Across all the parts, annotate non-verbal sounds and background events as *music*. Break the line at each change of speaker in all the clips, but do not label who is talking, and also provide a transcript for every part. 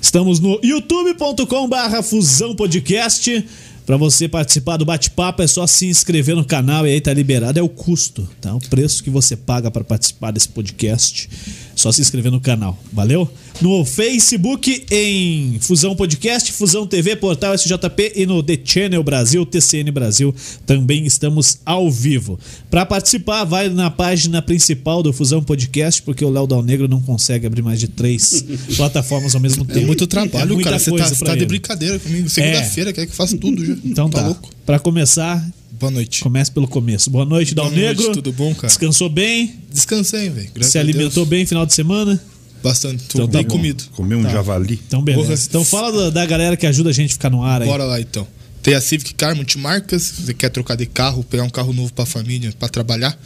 Estamos no youtube.com barra Fusão Podcast. Pra você participar do bate-papo é só se inscrever no canal e aí tá liberado. É o custo, tá? O preço que você paga pra participar desse podcast. É só se inscrever no canal, valeu? No Facebook, em Fusão Podcast, Fusão TV, Portal SJP e no The Channel Brasil, TCN Brasil, também estamos ao vivo. Pra participar, vai na página principal do Fusão Podcast, porque o Léo Dal Negro não consegue abrir mais de três *laughs* plataformas ao mesmo tempo.
Tem muito trabalho,
É, muita
cara. Você tá,
coisa
você
pra
tá de
ele. É.
brincadeira comigo. Segunda-feira, quer que eu faça tudo já.
Então tá.
louco?
Pra começar,
Boa noite.
comece pelo começo. Boa noite, Dal
Boa noite,
Negro.
tudo bom, cara?
Descansou bem?
Descansei, velho. Graças
se
a
alimentou
Deus.
bem final de semana?
Bastante. Tô
Então tá
bem
bom.
comido.
Comer um javali.
Então beleza.
Porra.
Então fala da, da galera que ajuda a gente a ficar no ar aí.
Bora lá, então. Tem a Civic Car Multimarcas. Se você quer trocar de carro, pegar um carro novo pra família, pra trabalhar,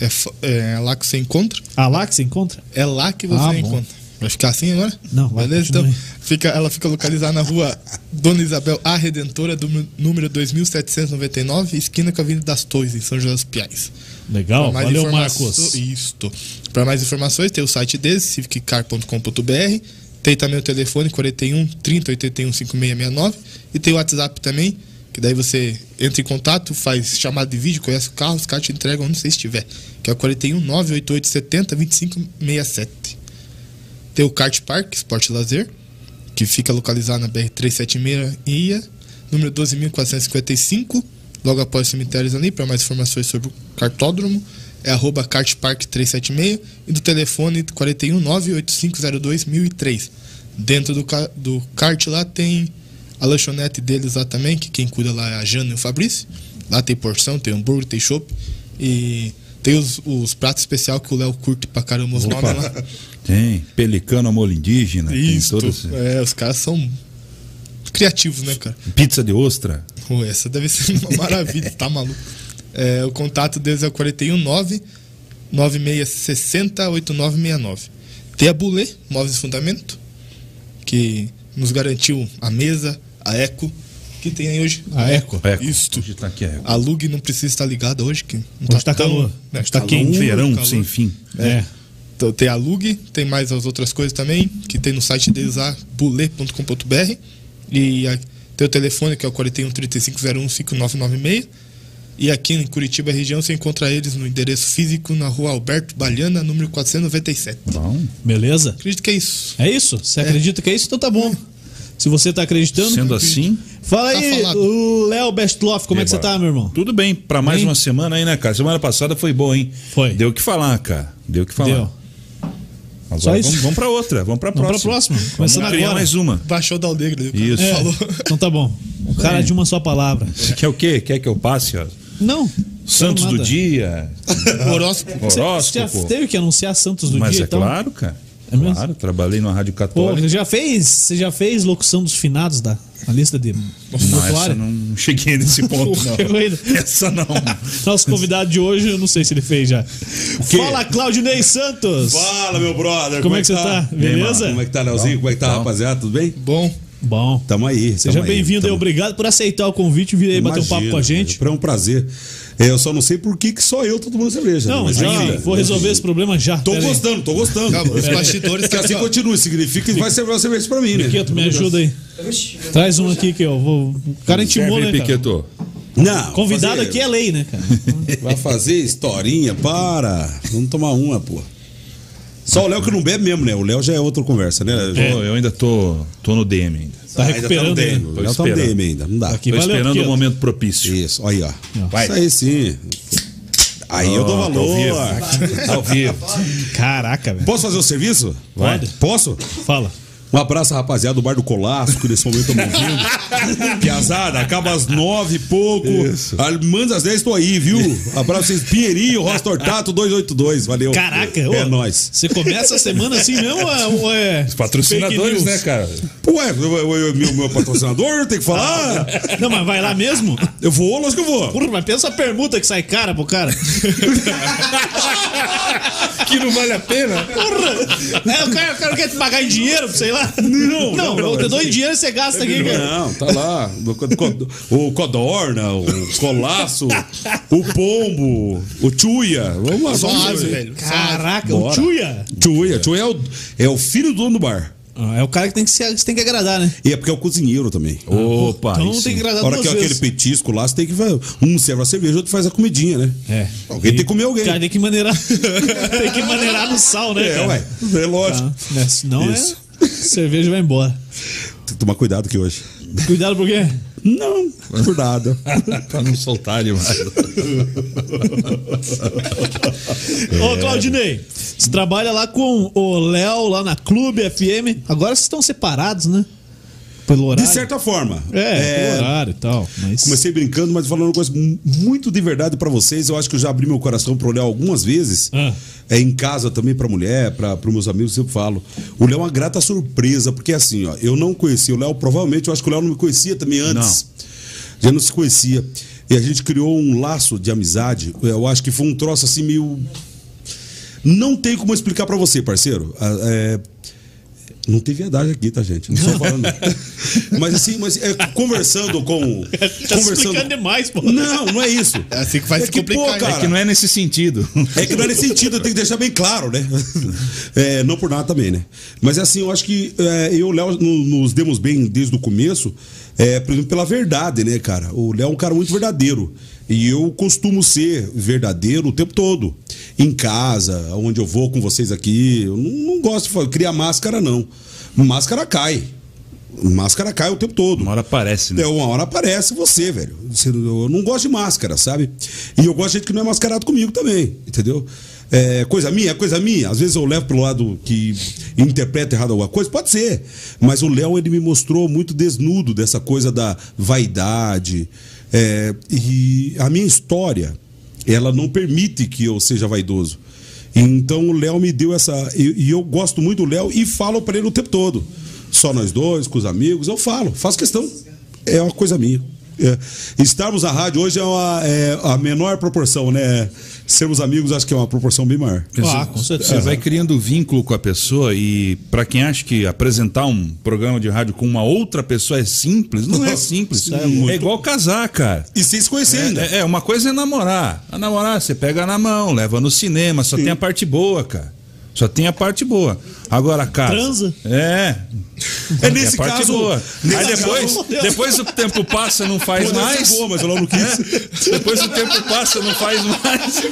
é, fa- é lá que você encontra.
Ah, lá que você encontra?
É lá que você
Ah, bom.
encontra. Vai ficar assim agora?
Não, vai,
Beleza,
continue.
então. Fica, ela fica localizada na rua Dona Isabel A Redentora, do mil- número 2799, esquina com a Avenida das Torres, em São José dos Piais.
Legal.
Pra mais
Valeu,
informa-
Marcos.
Isto. Para mais informações, tem o site deles, civiccar.com.br. Tem também o telefone 41 30 81 5669. E tem o WhatsApp também, que daí você entra em contato, faz chamada de vídeo, conhece o carro, os caras te entregam onde você estiver. Que é o 41 988 70 2567. Tem o Kart Park, Esporte e Lazer, que fica localizado na BR-376 Ia, número 12.455, logo após os cemitérios ali. Para mais informações sobre o cartódromo, é arroba kartpark376 e do telefone 419-8502-1003. Dentro do, ca- do kart lá tem a lanchonete deles lá também, que quem cuida lá é a Jana e o Fabrício. Lá tem porção, tem hambúrguer, tem chopp e... Tem os, os pratos especial que o Léo curte pra caramba os
Opa.
nomes lá.
Tem pelicano à molho indígena. Tem todo esse-
É, os caras são criativos, né, cara?
É.
Pizza de ostra.
Pô, essa deve ser uma *laughs* maravilha, tá maluco? É, o contato deles é o 419 9660 8969. Tem a Bulê, Móveis Fundamento, que nos garantiu a mesa, a Eco, que tem aí hoje.
A Eco.
Eco.
Isto.
Hoje tá aqui, a Eco.
A Lug não precisa estar ligada hoje, que não
Hoje tá calor.
né,
Hoje tá
calor,
quente.
Um verão
calor.
sem fim.
É.
Então, tem a Lug, tem mais as outras coisas também, que tem no site deles lá, bulê.com.br. E a- tem o telefone que é o 41 3501 5996. E aqui em Curitiba região você encontra eles no endereço físico na rua Alberto Baliana, número 497.
Bom,
Beleza?
Acredito que é isso.
É isso? Você acredita que é isso? Então tá bom. Se você tá acreditando.
sendo assim,
Fala
Tá
aí,
falado.
o Léo Bestloff, como é que você
Eba.
tá, meu irmão?
tudo bem. Pra mais
Bem?
uma semana aí, né, cara? Semana passada foi boa, hein?
Foi.
Deu o que falar, cara. Deu o que falar.
Deu.
Agora
Só isso.
vamos, vamos pra outra. Vamos pra
Vamos pra
próxima.
próxima.
Vamos
Começando
criar
agora.
mais uma.
Baixou da aldeia. né?
Isso.
É.
Falou.
Então tá bom. O
É.
cara de uma só palavra.
Você quer o quê? Quer que eu passe, ó?
É. Não.
Santos
quero
do
nada.
dia,
É.
Horóscopo.
Você- Você já
horóscopo.
teve que anunciar Santos do
Mas
dia
é
então?
claro, cara.
É mesmo?
Claro, trabalhei numa rádio
Pô,
católica.
você já fez, você já fez locução dos finados da na lista de
Não,
notória?
essa não cheguei
*laughs*
nesse ponto, não.
Chegou ainda.
Essa não.
Nosso convidado de hoje, eu não sei se ele fez já.
quê?
Fala, Claudinei Santos!
Fala, meu brother.
Como é que você tá? Beleza?
Como é que tá, Leozinho? Como é que tá, rapaziada? Tudo bem?
Bom,
Bom,
Tamo aí.
seja
tamo aí,
bem-vindo e
tamo-
obrigado por aceitar o convite e vir aí bater um papo
Imagina,
com a gente.
É um prazer. É, Eu só não sei por que, que só eu tô tomando cerveja. né?
Não,
Mas
já
enfim,
vou resolver esse problema já.
Tô
Pera aí.
gostando, tô gostando.
calma, os bastidores
Que
que
assim continue, significa que vai servir uma cerveja pra mim, né?
Piqueto, me ajuda aí. Traz um aqui que eu vou. O cara intimou, né?
Serve,
cara?
Piquetô.
Não.
Convidado
fazer-
aqui é lei, né, cara?
Vai fazer historinha? Para. Vamos tomar uma, pô. Só o Léo que não bebe mesmo, né? O Léo já é outra conversa, né?
É.
Pô, eu ainda tô, tô no DM ainda.
Tá
Ah, ainda
recuperando.
Tá no DM.
né?
O Léo tá no
esperando.
DM ainda, não dá.
Aqui. E
tô
valeu,
esperando
Piqueto.
o momento propício.
Isso, aí, ó.
Vai.
Isso aí sim. Aí eu dou
Ó, tá ao
valor.
vivo. Tá ao vivo.
Caraca, velho.
Posso fazer o serviço?
Vai.
Posso?
Fala.
Um abraço, rapaziada, do Bar do Colasco, que nesse momento eu me ouvindo. Piazada, acaba às nove e pouco. Ah, Manda às dez, tô aí, viu? Um Abraço vocês, Pinheirinho, Rosta Hortato, 282, valeu.
Caraca,
É
ô,
nóis.
Você começa a semana assim mesmo ou é.
Os patrocinadores, né, cara?
Ué, eu- eu- eu- meu, meu patrocinador tem que falar?
cara? Não, mas vai lá mesmo?
Eu vou, lógico que eu vou.
Porra, mas pensa a permuta que sai cara pro cara.
Que não vale a pena.
Porra! É, o, cara, o cara quer te pagar em dinheiro, sei lá. Não, não. eu te dou em dinheiro e você gasta aqui, cara.
Não, tá lá. O co- co- O Codorna, o Colasso, o Pombo, o Tchuia. Vamos lá,
suave,
vamos lá.
velho. suave.
Caraca, o
Bora.
Tchuia.
Tchuia, Tchuia é o, é o filho do dono do bar.
Ah, é o cara que tem que, se, tem que agradar, né?
E é porque é o cozinheiro também.
Opa,
então
aí
tem que
sim.
agradar
A hora
duas
que é aquele
vezes.
petisco lá, você tem que. vai- Um serve a cerveja, outro faz a comidinha, né?
É.
Alguém tem que comer alguém.
Cara, tem que maneirar. *laughs* tem que maneirar no sal, né?
É,
cara?
ué. É lógico.
Tá, né? Senão
Isso.
é. Cerveja vai embora.
Tem que tomar cuidado aqui hoje.
Cuidado por quê?
Não, por nada.
*laughs* pra não soltar demais.
É.
Ô, Claudinei, você trabalha lá com o Léo, lá na Clube FM. Agora vocês estão separados, né? Pelo
De
horário.
certa forma.
É, pelo horário e tal. Mas...
Comecei brincando, mas falando uma coisa mu- muito de verdade pra vocês. Eu acho que eu já abri meu coração pro Léo algumas vezes.
Ah.
É em casa também pra mulher, para os meus amigos, eu sempre falo. O Léo é uma grata surpresa, porque assim, ó, eu não conhecia o Léo, provavelmente eu acho que o Léo não me conhecia também antes. Já não se conhecia. E a gente criou um laço de amizade. Eu acho que foi um troço assim meio não tem como explicar pra você, parceiro. Ah, é, Não tem verdade aqui, tá, gente? Não
*laughs*
estou falando. mas assim, mas é, conversando com.
Tá explicando demais, pô.
Não, não é isso.
É assim que vai se
que,
complicar,
pô,
né?
cara,
Que não é nesse sentido.
é que não é nesse sentido, eu tenho que deixar bem claro, né? *laughs* É, não por nada também, né? Mas assim, eu acho que é, eu e o Léo no- nos demos bem desde o começo, é, por exemplo, pela verdade, né, cara? O Léo é um cara muito verdadeiro. E eu costumo ser verdadeiro o tempo todo. Em casa, onde eu vou com vocês aqui. Eu não, não gosto de fa- criar máscara, não. Máscara cai. Máscara cai o tempo todo.
Uma hora aparece, né?
É, uma hora aparece você, velho. Você- Eu não gosto de máscara, sabe? E eu gosto de gente que não é mascarado comigo também, entendeu? É, coisa minha, é coisa minha. Às vezes eu levo pro lado que interpreta errado alguma coisa, pode ser. Mas o Léo, ele me mostrou muito desnudo dessa coisa da vaidade. É, e a minha história, ela não permite que eu seja vaidoso. Então o Léo me deu essa. E e eu gosto muito do Léo e falo pra ele o tempo todo. Só nós dois, com os amigos, eu falo, faço questão é uma coisa minha. É. Estarmos na rádio hoje é, uma, é a menor proporção, né? Sermos amigos acho que é uma proporção bem maior.
Ah, com certeza.
Você
É.
vai criando vínculo com a pessoa e pra quem acha que apresentar um programa de rádio com uma outra pessoa é simples, não é
Nossa,
simples.
isso é muito-
É igual casar, cara.
E sem se conhecer ainda.
É, é, uma coisa é namorar. A namorar, você pega na mão, leva no cinema, só tem a parte boa, cara. Só tem a parte boa. Agora, a casa.
Transa?
É.
É
Tem a parte boa.
nesse
Aí
caso,
depois,
*laughs*
Deus.
depois o tempo passa, não faz
poderia ser
mais.
boa, mas eu
*laughs*
não quis.
Depois o tempo passa, não faz mais.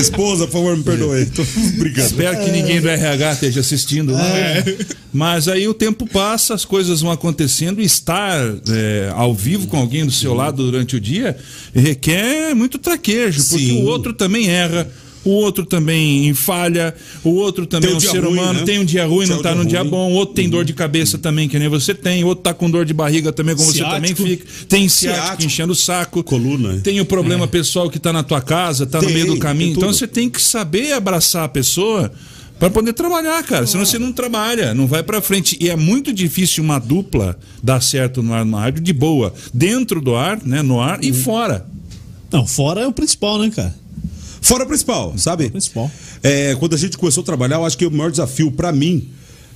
Esposa, por favor, me
É.
perdoe. Tô brincando.
Espero que ninguém do RH esteja assistindo. lá.
É.
Mas aí o tempo passa, as coisas vão acontecendo, e estar é, ao vivo com alguém do seu lado durante o dia requer muito traquejo, porque
Sim.
o outro também erra. O outro também falha, o outro também
Tem
é um
um dia
ser
ruim,
humano,
né?
tem um dia ruim,
Tem
não
um
tá
dia
num dia
ruim. Uhum.
bom, o outro tem dor de cabeça também, que nem você tem, o outro tá com dor de barriga também, como você também
Ciático.
fica. Tem ciático,
Ciático.
enchendo o saco.
Coluna. é.
Tem o problema pessoal que tá na tua casa, tá no
Tem,
meio do
tem
caminho. Então
tudo.
você tem que saber abraçar a pessoa para poder trabalhar, cara. Senão você não trabalha, não vai para frente. E é muito difícil uma dupla dar certo no ar, na rádio de boa, dentro do ar, né, no ar
Uhum.
e fora.
Não, fora é o principal, né, cara?
Fora o principal, sabe?
principal.
É, quando a gente começou a trabalhar, eu acho que o maior desafio pra mim,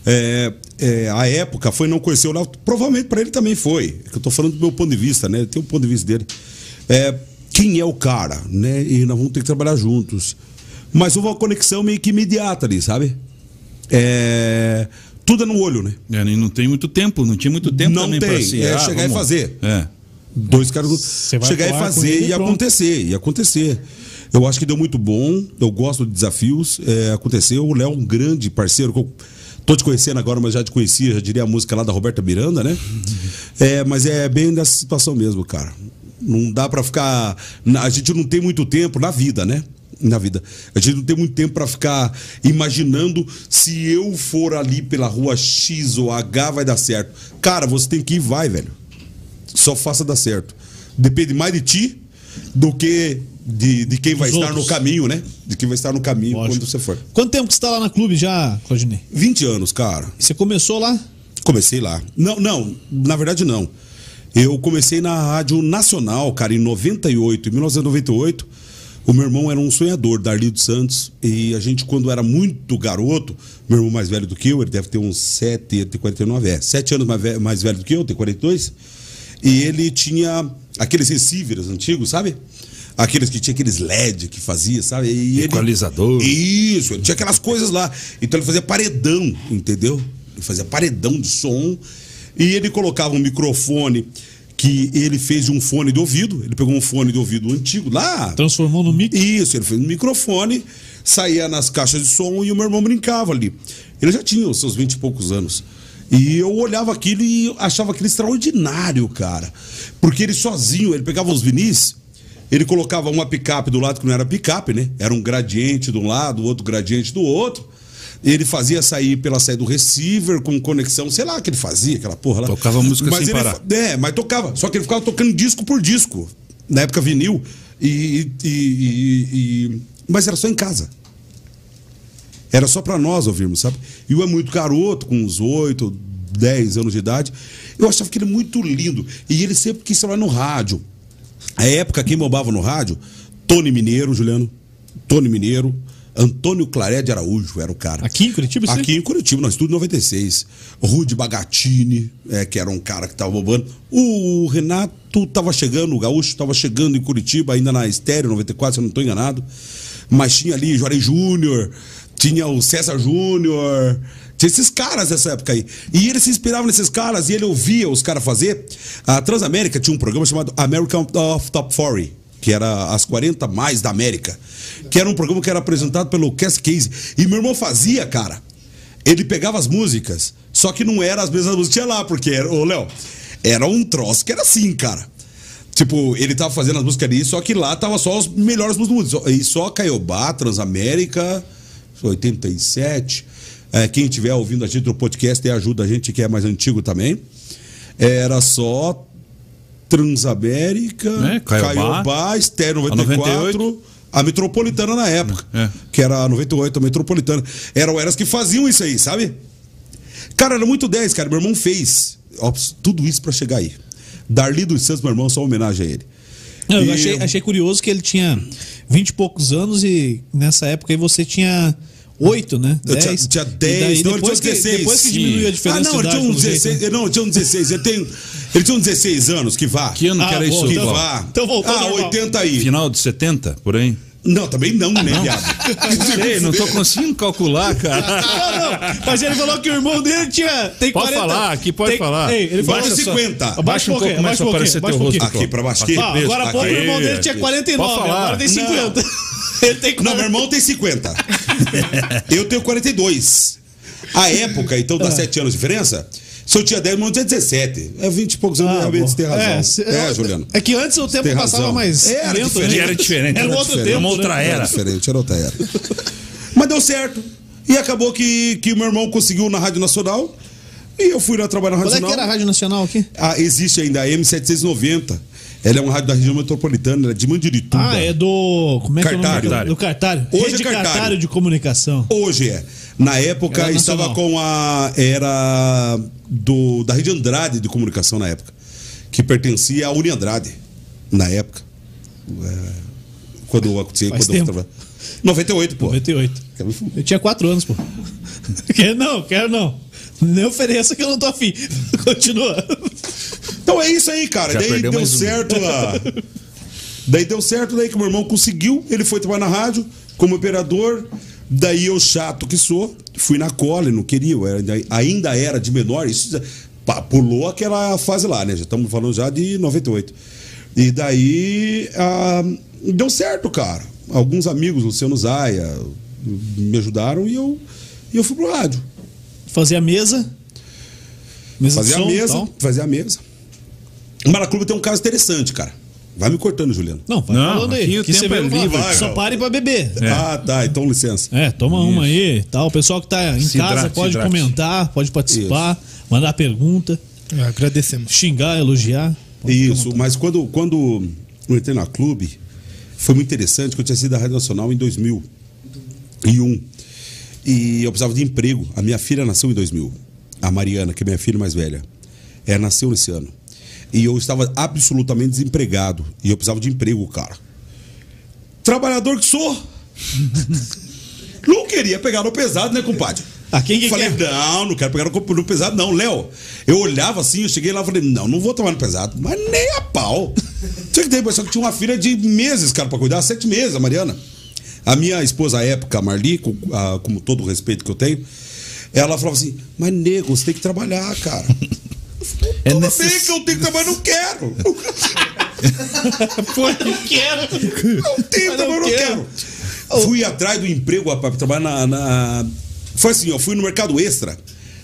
é, é, a época, foi não conhecer o Léo. Provavelmente pra ele também foi. É que eu tô falando do meu ponto de vista, né? Tem o ponto de vista dele. É, quem é o cara, né? E nós vamos ter que trabalhar juntos. Mas houve uma conexão meio que imediata ali, sabe? É, tudo é no olho, né?
É, e não tem muito tempo, não tinha muito tempo
Não
também
tem,
pra se-
é chegar e
vamos-
fazer.
É.
Dois caras
Você vai
chegar e
pro ar com
fazer
ele e
e
pronto.
acontecer, e acontecer. Eu acho que deu muito bom, eu gosto de desafios, é, aconteceu. O Léo é um grande parceiro, que eu tô te conhecendo agora, mas já te conhecia, já diria a música lá da Roberta Miranda, né? É, mas é bem dessa situação mesmo, cara. Não dá pra ficar. na- A gente não tem muito tempo na vida, né? Na vida. A gente não tem muito tempo pra ficar imaginando se eu for ali pela rua X ou H vai dar certo. Cara, você tem que ir, e vai, velho só faça dar certo. Depende mais de ti do que de, de quem vai estar
outros.
no caminho, né? De quem vai estar no caminho
Lógico.
quando você for.
Quanto tempo que você tá lá na clube já, Claudinei?
20 anos, cara.
Você começou lá?
Comecei lá. Não, não, na verdade não. Eu comecei na Rádio Nacional, cara, em 98, em 1998. O meu irmão era um sonhador, Darli dos Santos, e a gente, quando era muito garoto, meu irmão mais velho do que eu, ele deve ter uns 7, ele tem 49, é, 7 anos mais velho, mais velho do que eu, tem 42, e ele tinha aqueles receivers antigos, sabe? Aqueles que tinha aqueles LED que fazia, sabe? E ele-
Equalizador.
Isso, ele tinha aquelas coisas lá. Então ele fazia paredão, entendeu? Ele fazia paredão de som. E ele colocava um microfone que ele fez de um fone de ouvido. Ele pegou um fone de ouvido antigo lá.
Transformou no mic.
Isso, ele fez um microfone, saía nas caixas de som e o meu irmão brincava ali. Ele já tinha os seus vinte e poucos anos. E eu olhava aquilo e achava aquilo extraordinário, cara. Porque ele sozinho, ele pegava os vinis, ele colocava uma picape do lado que não era picape, né? Era um gradiente de um lado, outro gradiente do outro. Ele fazia sair pela saída do receiver com conexão, sei lá o que ele fazia, aquela porra lá.
Tocava música
Mas
sem
ele
parar.
é, mas tocava. Só que ele ficava tocando disco por disco. Na época vinil. E, e- e- e- Mas era só em casa. Era só pra nós ouvirmos, sabe? E eu é muito garoto, com uns 8, 10 anos de idade. Eu achava que ele muito lindo. E ele sempre quis falar no rádio. A época, quem bombava no rádio? Tony Mineiro, Juliano. Tony Mineiro. Antônio Claré de Araújo era o cara.
Aqui em Curitiba, isso aí?
Aqui em Curitiba, nós tudo 96. Rude Bagatini, é, que era um cara que tava bombando. O Renato tava chegando, o Gaúcho tava chegando em Curitiba, ainda na Estéreo 94, se eu não tô enganado. Mas tinha ali Juarez Júnior, tinha o César Júnior. Tinha esses caras nessa época aí. E ele se inspirava nesses caras e ele ouvia os caras fazer. A Transamérica tinha um programa chamado American of Top 40 que era as 40 mais da América, que era um programa que era apresentado pelo Cass Case. E meu irmão fazia, cara. Ele pegava as músicas, só que não era as mesmas músicas que tinha lá, porque era, ô Léo, era um troço que era assim, cara. Tipo, ele tava fazendo as músicas ali, só que lá tava só os melhores músicos do mundo. E só Caiobá, Transamérica, 87. É, quem estiver ouvindo a gente no podcast e ajuda a gente, que é mais antigo também. Era só Transamérica,
Né? Caiobá.
Caiobá, a Estéreo
A
94,
98.
a, Metropolitana na época,
É.
que era a 98, a Metropolitana. Eram eras que faziam isso aí, sabe? Cara, era muito 10, cara. Meu irmão fez ó, tudo isso pra chegar aí. Darli dos Santos, meu irmão, só uma homenagem a ele.
Não,
E-
eu achei, achei curioso que ele tinha 20 e poucos anos e nessa época aí você tinha 8, né?
Eu tinha-
10.
tinha
E daí
10, não, ele
depois
tinha
que-
16.
Depois que
Sim.
diminuiu a diferença.
Ah, não,
de
ele
idade,
tinha um
pelo jeito, né?
16, ele não, ele tinha um 16, ele tem, ele tinha um 16 anos, que vá.
Que ano que
Ah,
era
bom,
isso?
Que
Então
Paulo?
vá.
então voltou
Ah,
ao normal.
80 aí.
Final de 70, por aí?
Não, também não,
Ah,
né, viado?
*laughs*
Sei, não tô conseguindo calcular, cara.
Não,
*laughs*
não, mas ele falou que o irmão dele tinha. Tem
Pode
40,
falar, aqui pode
tem-
falar.
Ei, ele falou
Baixa 50.
Abaixa
Baixa um pouco, mais
abaixa
pra aparecer
abaixa
teu rosto.
Aqui, pra baixo. Aqui.
Ah, agora há pouco o
Aqui.
irmão dele tinha 49,
Pode falar.
agora tem
Não.
50. Ele tem
Não, meu
40.
irmão tem
*laughs*
50. eu tenho 42. A época, então,
Ah.
dá 7 anos de diferença. Se eu tinha 10, meu irmão tinha 17. É 20 e poucos
Ah,
anos, realmente, você tem razão. É,
se-
Juliano.
É que antes o tempo
tem
passava
razão.
mais.
Era
lento,
diferente,
né?
era diferente,
Era um
era
outro
diferente,
tempo.
uma outra
né?
era.
diferente, era outra era. Mas deu certo. E acabou que, que meu irmão conseguiu na Rádio Nacional. E eu fui lá trabalhar na Rádio
Qual é que
Nacional.
era a Rádio Nacional aqui?
Ah, existe ainda a M790. Ela é uma rádio da região metropolitana, ela é de Mandirituba.
Ah, é do. Como é que é o nome
Cartário.
daquela- do cartário?
Hoje
Rede
é cartário.
cartário de comunicação.
Hoje é. Na época
Era nacional.
estava com a. Era do, da Rede Andrade de comunicação na época. Que pertencia à Uni Andrade, na época. É, quando acontecia.
Faz
quando eu
tempo.
tava- 98, pô.
98. Eu tinha 4 anos, pô. *laughs* Quero não, quero não. Nem ofereça que eu não tô afim. *laughs* Continua.
Então é isso aí, cara.
Já
daí
perdeu
deu
mais um.
certo lá. daí deu certo, daí que meu irmão conseguiu, ele foi trabalhar na rádio como operador. Daí eu, chato que sou, fui na cola, eu não queria, eu era- ainda era de menor, isso já- pá, pulou aquela fase lá, né? Já estamos falando já de 98. E daí ah, deu certo, cara. Alguns amigos, Luciano Zaia, me ajudaram e eu, e eu fui pro rádio.
Fazia a mesa. Mesa
Fazer
de som,
a mesa.
tal.
Fazer a mesa. O Maracuba tem um caso interessante, cara. Vai me cortando, Juliano.
Não, vai
Não,
falando aí.
aqui o
que você
tempo é
veio falar.
livre,
Só
cara.
pare pra beber.
É.
Ah, tá. Então, licença.
É, toma uma aí e tal. O pessoal que tá em
Se
casa
hidrate,
pode
se hidrate.
comentar, pode participar, mandar pergunta,
É, Agradecemos.
xingar, elogiar.
Isso. Mas quando, quando eu entrei na clube, foi muito interessante que eu tinha sido da Rádio Nacional em 2001. E eu precisava de emprego. A minha filha nasceu em 2000. A Mariana, que é minha filha mais velha. Ela nasceu nesse ano. E eu estava absolutamente desempregado. E eu precisava de emprego, cara.
*laughs*
Trabalhador que sou. Não queria pegar no pesado, né, compadre?
Ah, quem que
falei,
quer?
não, não quero pegar no, no pesado, não, Léo. Eu olhava assim, eu cheguei lá e falei, não, não vou tomar no pesado. Mas nem a pau. Tinha que ter a impressão que tinha uma filha de meses, cara, pra cuidar, sete meses, a Mariana. A minha esposa à época, a Marli, com, a- como todo o respeito que eu tenho, ela falava assim, mas nego, você tem que trabalhar,
*laughs*
cara.
É
Tudo bem
necess-
que eu tenho que trabalhar, mas não quero.
Mas não quero.
Não tenho, Um mas não quero. Fui atrás do emprego, rapaz, pra trabalhar na, na- Foi assim, ó, fui no mercado extra.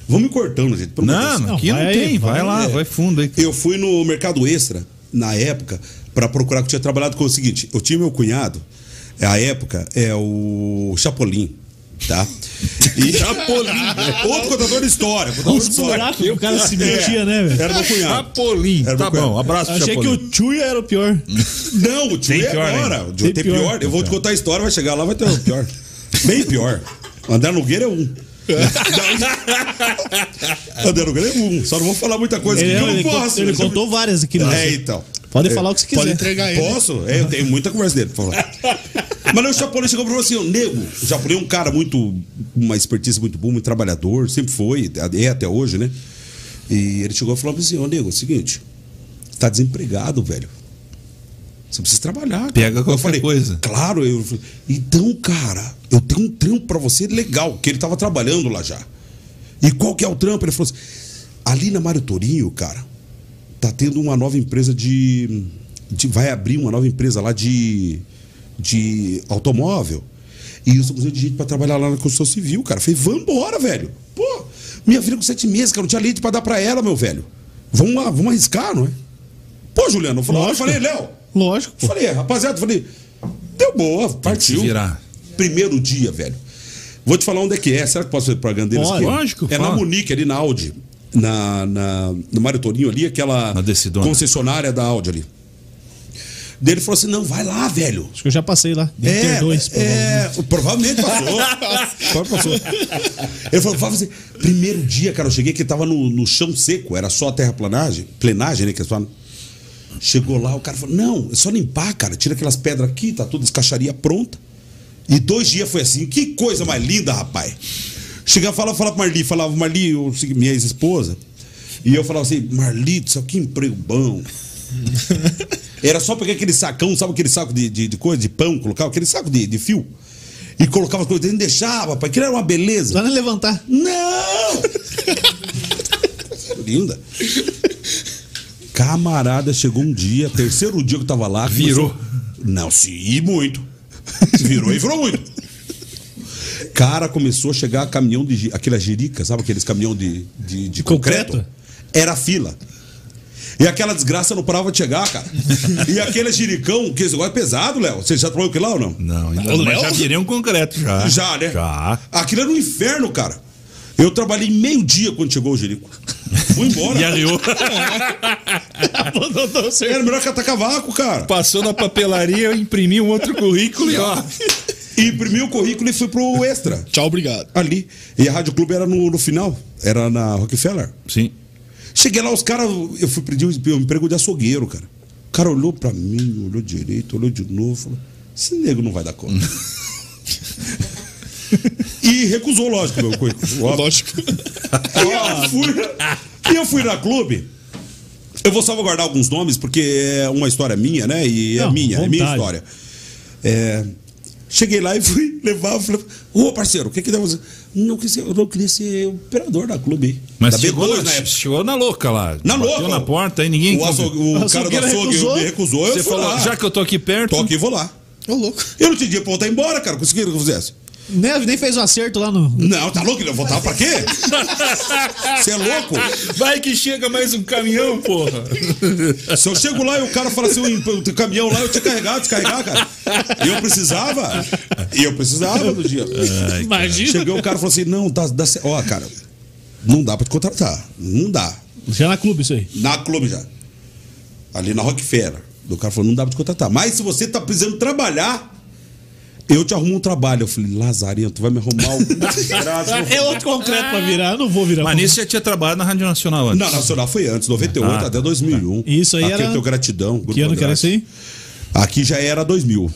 Vamos me cortando, gente. pelo amor de
Não,
Deus.
Não,
aqui não
vai aí,
tem. Vai
vai
lá,
aí. É.
vai fundo aí.
Eu fui no mercado extra, na época, pra procurar que eu tinha trabalhado com o seguinte: eu tinha meu cunhado, é, à época, é o Chapolin. Tá? E Chapolin. Outro contador de história. Contador
Os
de história.
buracos que o cara se metia, né, velho?
Era meu cunhado.
Chapolin.
Era
Tá
meu cunhado.
bom, abraço,
Achei que
Chapolin.
o Chuya era o pior.
Não, o tio
Tem
é
pior,
agora.
hein?
O tio
Tem
tem pior.
pior.
Eu vou te contar a história, vai chegar lá, vai ter o
*laughs*
pior. Bem pior. André Nogueira é um. André Nogueira é um. Só não vou falar muita coisa.
Ele, é,
que eu não
ele
posso,
cont- ele
né?
contou várias aqui. né?
É, então.
Pode
É,
falar o que você
Pode
quiser.
entregar ele.
Posso? É, eu tenho muita conversa dele, por favor. Mas aí o Chapolin chegou e falou assim: "Ô, nego, o Chapolin é um cara muito. uma expertise muito boa, muito trabalhador, sempre foi, é até hoje, né? E ele chegou e falou assim: Ô, nego, é o seguinte, você tá desempregado, velho. Você precisa trabalhar. cara."
Pega
eu
qualquer
falei,
coisa.
Claro, eu falei, então, cara, eu tenho um trampo pra você legal, que ele tava trabalhando lá já. E qual que é o trampo? Ele falou assim: ali na Mário Torinho, cara, tá tendo uma nova empresa de, de- vai abrir uma nova empresa lá de de automóvel e eu estou precisando de gente para trabalhar lá na construção civil cara Eu falei vambora, velho pô minha filha com sete meses cara não tinha leite para dar para ela meu velho vamos lá vamos arriscar não é pô Juliano eu falei, eu
Lógico.
falei Léo
Lógico,
eu
pô.
falei "É, rapaziada eu falei deu boa partiu
virar.
primeiro dia velho vou te falar onde é que é será que posso fazer propaganda deles
Pode.
aqui?
Lógico,
é na
fala.
Munique ali na Audi na, na, no Mário Torinho ali, aquela
Na Decidona.
concessionária da Audi ali. Daí ele falou assim: não, vai lá, velho.
Acho que eu já passei lá. Deve
É,
ter dois, provavelmente.
é, provavelmente passou. Provavelmente passou. Ele falou, vai fazer. assim, Primeiro dia, cara, eu cheguei que tava no, no chão seco, era só terraplanagem, plenagem, né? Que eles falam. Chegou lá, o cara falou: não, é só limpar, cara. Tira aquelas pedras aqui, tá tudo, as caixaria pronta. E dois dias foi assim, que coisa mais linda, rapaz. Chegava e falava, falava pra Marli, falava, Marli, eu, minha ex-esposa. E eu falava assim, Marli, do céu, que emprego bom. Era só pegar aquele sacão, sabe aquele saco de, de, de coisa, de pão, colocava aquele saco de, de fio. E colocava as coisas dentro e deixava, rapaz. Aquilo era uma beleza.
Só não levantar.
Não! *laughs* Linda. Camarada, chegou um dia, terceiro dia que eu tava lá.
Virou.
começou- Não, se e muito. Virou e virou muito. Cara, começou a chegar caminhão de. gi- Aquela jirica, sabe aqueles caminhão de, de, de concreto?
concreto?
Era fila. E aquela desgraça não parava de chegar, cara. e aquele jiricão, que esse negócio é pesado, Léo. Você já trabalhou com aquilo lá ou não?
Não, ainda
Ô,
não.
Léo?
Mas já virei um concreto já.
Já, né?
Já.
Aquilo era um inferno, cara. Eu trabalhei meio dia quando chegou o
*laughs*
Jerico. Fui embora.
E
*laughs*
arriou.
Era melhor catar cavaco, cara.
Passou na papelaria, eu imprimi um outro currículo e ó.
*laughs* E imprimi o currículo e fui pro Extra.
Tchau, obrigado.
Ali. E a Rádio Clube era no, no final. Era na Rockefeller.
Sim.
Cheguei lá, os caras. Eu fui pedir o um emprego de açougueiro, cara. O cara olhou pra mim, olhou direito, olhou de novo, falou: esse nego não vai dar conta.
*laughs*
e recusou, lógico,
*laughs*
meu currículo. Óbvio.
Lógico.
E eu fui, e eu fui na clube. Eu vou salvaguardar alguns nomes, porque é uma história minha, né? E é
Não,
minha, é minha
vontade.
história. É, cheguei lá e fui *laughs* levar. Falei, ô parceiro, o que que deu? Não, eu queria ser- eu não queria ser operador da clube.
Mas
da
chegou,
B2
na, chegou na louca lá.
né? Na
Bateu
louca.
na porta aí ninguém.
O, açougue- o cara do
açougueiro
açougue
recusou.
me recusou, eu
Você
fui
falou,
lá.
já que eu tô aqui perto.
Tô aqui e vou lá.
Ô, louco.
Eu não tinha dinheiro pra voltar embora, cara. Conseguiram que eu fizesse?
Nem, nem fez o acerto lá no.
Não, tá louco? Eu voltava
*laughs*
pra quê? Você é louco?
Vai que chega mais um caminhão, *laughs* porra.
Se eu chego lá e o cara fala assim, o o caminhão lá, eu tinha carregado, descarregar, cara. E eu precisava. E eu precisava do dia.
É. Imagina.
Chegou o cara e falou assim, não, tá, dá, cer- ó, cara, não dá pra te contratar. Não dá.
Já na clube isso aí.
Na clube já. Ali na Rockefeller. O cara falou, não dá pra te contratar. Mas se você tá precisando trabalhar, eu te arrumo um trabalho. Eu falei, Lazarento, tu vai me arrumar um o.
É outro concreto pra virar. Eu não vou virar.
Mas nisso já tinha trabalhado na Rádio Nacional antes.
*laughs* Não, Nacional foi antes, 98
Ah,
até 2001.
tá. Isso aí
Aqui
era-
eu tenho gratidão.
que
Grupo
ano que era
Andrade.
isso aí?
Aqui já era 2000.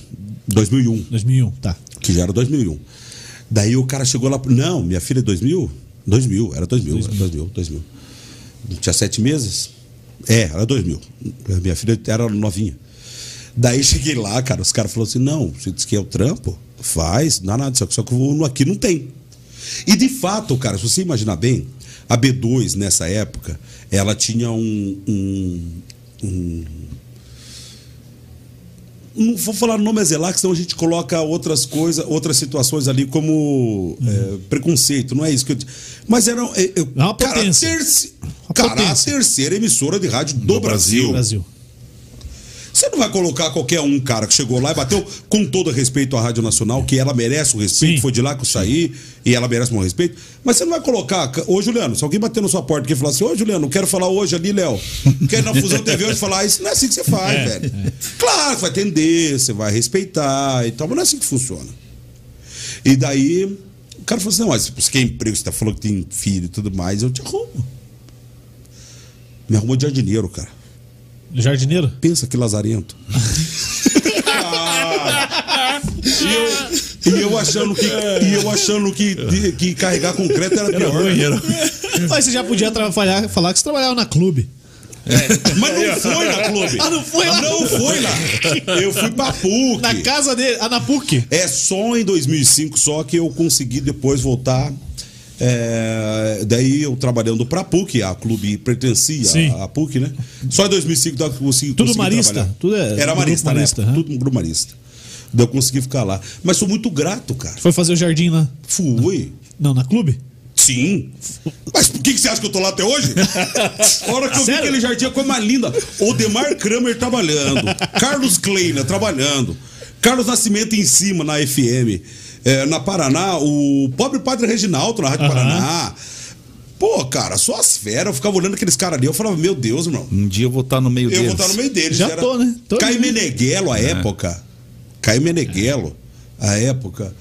2001.
2001, tá.
que já era 2001. Daí o cara chegou lá. Não, minha filha é 2000? 2000, era 2000, era 2000, 2000. Tinha sete meses? É, era 2000. Minha filha era novinha. Daí cheguei lá, cara, os caras falaram assim: não, você disse que é o trampo? Faz, não dá nada, só que, só que eu vou- aqui não tem. E de fato, cara, se você imaginar bem, a B2 nessa época, ela tinha um- um Não vou falar o nome Azelac, senão a gente coloca outras coisas, outras situações ali como é, preconceito, não é isso que eu. Mas era. é, eu-
É uma potência.
Cara, a terci-
Uma
cara, a
potência.
terceira emissora de rádio do, Brasil.
Brasil.
Você não vai colocar qualquer um, cara, que chegou lá e bateu com todo respeito à Rádio Nacional, que ela merece o respeito,
Sim.
foi de lá que eu saí e ela merece o meu respeito. Mas você não vai colocar. ca- Ô, Juliano, se alguém bater na sua porta e falar assim, ô Juliano, quero falar hoje ali, Léo. Quero ir na
*laughs*
Fusão TV hoje falar, "Ah, isso não é assim que você faz,
É,
velho. Claro, você vai atender, você vai respeitar e tal, mas não é assim que funciona. E daí, o cara falou assim: não, mas você quer emprego, você tá falando que tem filho e tudo mais, eu te arrumo. Me arrumou de jardineiro, cara.
Jardineiro?
Pensa que lazarento. e, eu, e eu achando que, e eu achando que, de- que carregar concreto era pior.
*laughs*
né?
Mas você já podia trabalhar, falar que você trabalhava na clube.
Mas não foi na clube.
Ah, não foi lá?
Não foi lá. Eu fui pra PUC.
Na casa dele, a na PUC.
É só em 2005 só que eu consegui depois voltar. É, daí eu trabalhando pra PUC, a clube pertencia
Sim.
à PUC, né? Só em 2005 que eu consegui
Tudo
consegui
marista?
trabalhar.
Tudo é-
Era
grupo
marista, né?
marista, aham.
Tudo um grupo marista. Daí eu consegui ficar lá. Mas sou muito grato, cara.
Foi fazer o jardim lá.
Fui.
Não, na clube?
Sim. Mas por que, que você acha que eu tô lá até
*laughs*
hoje? A hora que eu vi
Sério?
aquele jardim, a coisa mais linda. Odemar Kramer trabalhando. Carlos Kleina trabalhando. Carlos Nascimento em cima na FM. É, na Paraná, o pobre Padre Reginaldo na Rádio
Aham.
Paraná. Pô, cara, só as feras. Eu ficava olhando aqueles caras ali. Eu falava, meu Deus, irmão.
Um dia eu vou estar no meio
Eu
deles.
vou estar no meio deles.
Já tô, né? Tô
Caio
ali. É.
Meneghelo, à época. Caio Meneghelo, à época.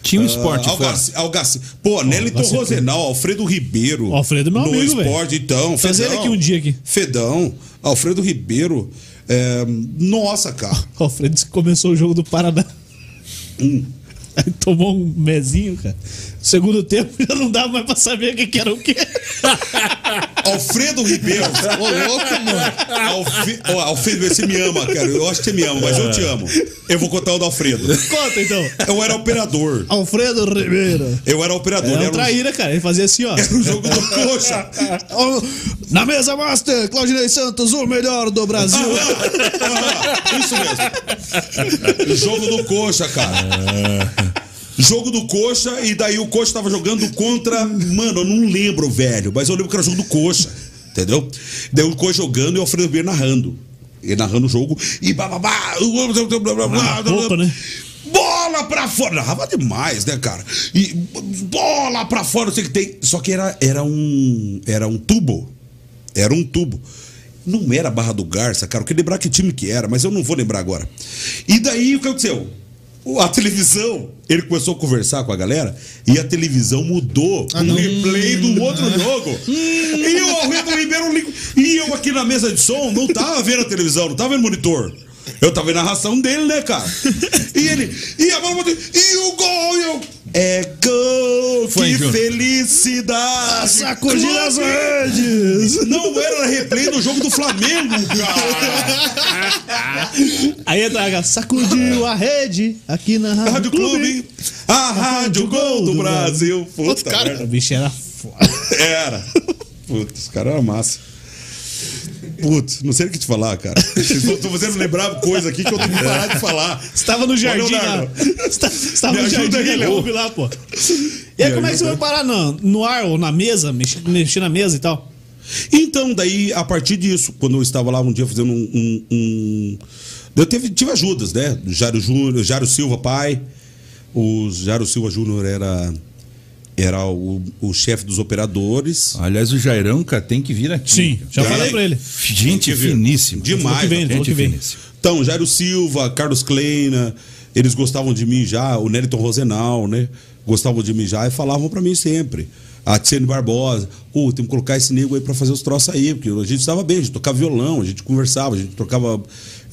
Tinha um esporte,
Ah,
fora.
Algaci, Algaci. Pô, Nélito
Algaci-
Rosenal, Alfredo Ribeiro.
O Alfredo é meu
no
amigo, velho.
esporte, então.
Trazer ele
Fedão.
aqui um dia aqui.
Fedão, Alfredo Ribeiro. é, nossa, cara.
O Alfredo disse que começou o jogo do Paraná. *laughs* Aí tomou um mezinho, cara. Segundo tempo *laughs* já não dava mais pra saber o que, que era o quê.
Alfredo Ribeiro.
*laughs* Ô, louco, mano.
Alfe... Ó, Alfredo, você me ama, cara. Eu acho que você me ama, mas eu
É.
te amo. Eu vou contar o do Alfredo.
Conta então.
Eu era operador.
Alfredo Ribeiro.
Eu era operador.
Era um
era, um...
traíra, cara. Ele fazia assim, ó.
*laughs* era um jogo do coxa.
Ó, Na mesa master, Claudinei Santos, o melhor do Brasil.
Aham, Isso mesmo. Jogo do coxa, cara. Jogo do coxa, e daí o coxa tava jogando contra. Mano, eu não lembro, velho, mas eu lembro que era jogo do coxa. Entendeu? Daí o coxa jogando e o Alfredo Ribeiro narrando. Ele narrando o jogo e bababá. blá, blá, blá, blá, blá, blá.
Opa, né?
Bola pra fora! Narrava demais, né, cara? E bola pra fora, não sei o que tem. Só que era, era um. Era um tubo. Era um tubo. Não era Barra do Garça, cara. Eu queria lembrar que time que era, mas eu não vou lembrar agora. E daí o que aconteceu? O- A televisão, ele começou a conversar com a galera e a televisão mudou
Ah,
o replay do outro
Hum.
jogo. E o Alfredo Ribeiro ligou. E eu aqui na mesa de som não tava vendo a televisão, não tava vendo monitor. Eu tava vendo a narração dele, né, cara? e ele. E a bola bateu. E o gol! E eu, é gol!
Foi,
que
Júnior.
felicidade!
Sacudir as
Clube!
redes.
Não era replay do jogo do Flamengo, cara!
*laughs* Aí entra, sacudiu a rede aqui na Rádio,
Rádio Clube, a Rádio Gol do Brasil. Puta,
Cara,
merda.
o bicho era foda.
Era. Putz, os caras eram massa. Putz, não sei o que te falar, *laughs* cara. Tô fazendo lembrar coisa aqui que eu tenho que parar de falar.
Você tava no jardim lá.
Leonardo.
Você tá- *laughs* você tava
Me
no
ajuda
jardim
aí,
da
Léo.
Clube lá, pô. E aí,
Me
como é que você
ajuda.
foi parar no, no ar ou na mesa? Mexer mexer na mesa e tal?
Então, daí, a partir disso, quando eu estava lá um dia fazendo um. um- um- Eu teve, tive ajudas, né? Do Jário Júnior, Jário Silva, pai. O Jário Silva Júnior era, era o, o chefe dos operadores.
Aliás, o Jairão, cara, tem que vir aqui.
já
Cara,
falei pra ele.
Gente finíssima.
Demais,
Falou que vem,
gente
falou que vem.
finíssima.
Então, Jairo Silva, Carlos Kleina, eles gostavam de mim já, o Neliton Rosenal, né? Gostavam de mim já e falavam pra mim sempre. A Tiziane Barbosa, ô, tem que colocar esse nego aí pra fazer os troços aí, porque a gente estava bem, a gente tocava violão, a gente conversava, a gente trocava.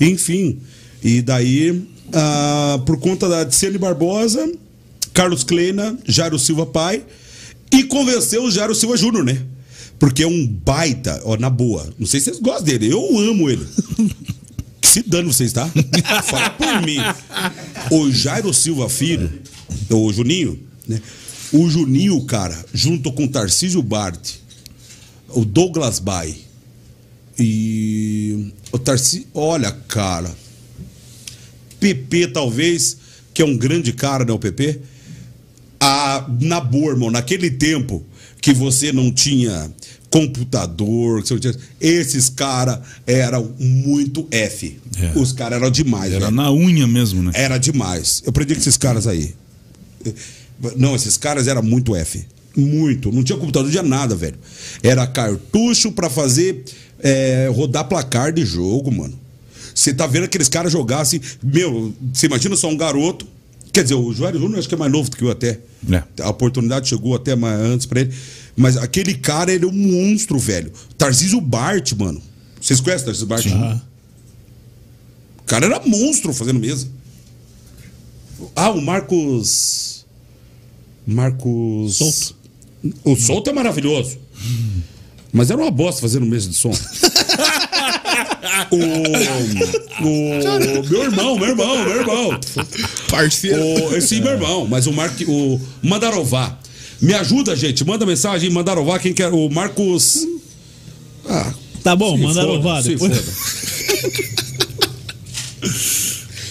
Enfim. E daí, ah, por conta da Tiziane Barbosa, Carlos Kleina, Jairo Silva Pai. E convenceu o Jairo Silva Júnior, né? Porque é um baita, ó, na boa. Não sei se vocês gostam dele, eu amo ele. Que se dano vocês, tá? Fala por mim. O Jairo Silva Filho, o Juninho, né? O Juninho, cara, junto com o Tarcísio Bart, o Douglas Bay e o Tarcísio. Olha, cara, PP talvez, que é um grande cara, né, o PP? A, na boa, irmão, naquele tempo que você não tinha computador, que você não tinha- esses caras eram muito F.
É.
Os caras eram demais,
Era
né?
na unha mesmo, né?
Era demais. Eu aprendi com esses caras aí. Não, esses caras eram muito F. Muito. Não tinha computador, não tinha nada, velho. Era cartucho pra fazer é, rodar placar de jogo, mano. Você tá vendo aqueles caras jogar assim. Meu, você imagina só um garoto. Quer dizer, o Juarez Júnior acho que é mais novo do que eu até.
É.
A oportunidade chegou até mais antes pra ele. Mas aquele cara, ele é um monstro, velho. Tarcísio Bart, mano. Vocês conhecem o Tarcísio Bart?
Ah,
O cara era monstro fazendo mesa. Ah, o Marcos. Marcos. Solto. O solto é maravilhoso. Mas era uma bosta fazendo mesa de som. o, o- Meu irmão, meu irmão, meu irmão.
Parceiro.
O, esse meu irmão, mas o Marco. O Mandarová. Me ajuda, gente. Manda mensagem, Mandarová, quem quer. O Marcos. Ah,
tá bom,
se
manda
foda,
louvar
se
depois.
*laughs* foda.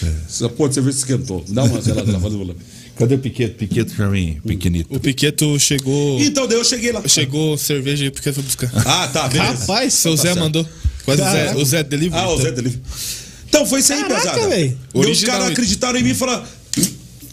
É. Essa porra de cerveja esquentou. Dá uma zelada lá, faz um volume.
Cadê o Piqueto? Piqueto pra mim, pequenito.
O Piqueto chegou.
Então, daí eu cheguei lá.
Chegou cerveja aí, o Piqueto
*laughs*
foi buscar.
Ah, tá, beleza.
Rapaz,
Seu
tá
Zé
certo.
mandou. Quase o Zé,
Caraca.
o Zé Delivery. tá?
Ah, o Zé Delivery. Então foi isso aí,
Caraca,
pesada.
véi.
E os
Originalmente.
caras acreditaram em mim e falaram.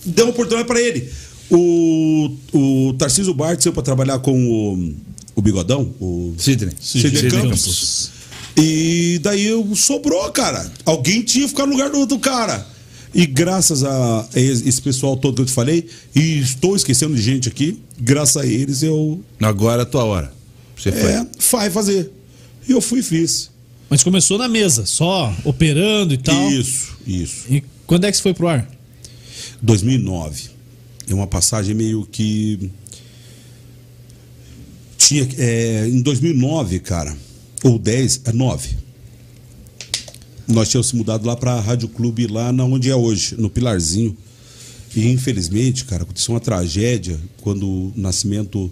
Deu uma oportunidade pra ele. O, o Tarcísio Bart saiu pra trabalhar com o, o Bigodão, o
Sidney.
Sidney Campos. E daí eu- sobrou, cara. Alguém tinha que ficar no lugar do, do cara. E graças a es- esse pessoal todo que eu te falei, e estou esquecendo de gente aqui, graças a eles eu
Agora é a tua hora. Você foi.
é, vai fazer. E eu fui e fiz.
Mas começou na mesa, só operando e tal.
Isso, isso.
E quando é que você foi pro ar?
2009. É uma passagem meio que. Tinha. é, em 2009, cara, ou 10, é 9. Nós tínhamos se mudado lá pra Rádio Clube, lá na onde é hoje, no Pilarzinho. E infelizmente, cara, aconteceu uma tragédia quando o Nascimento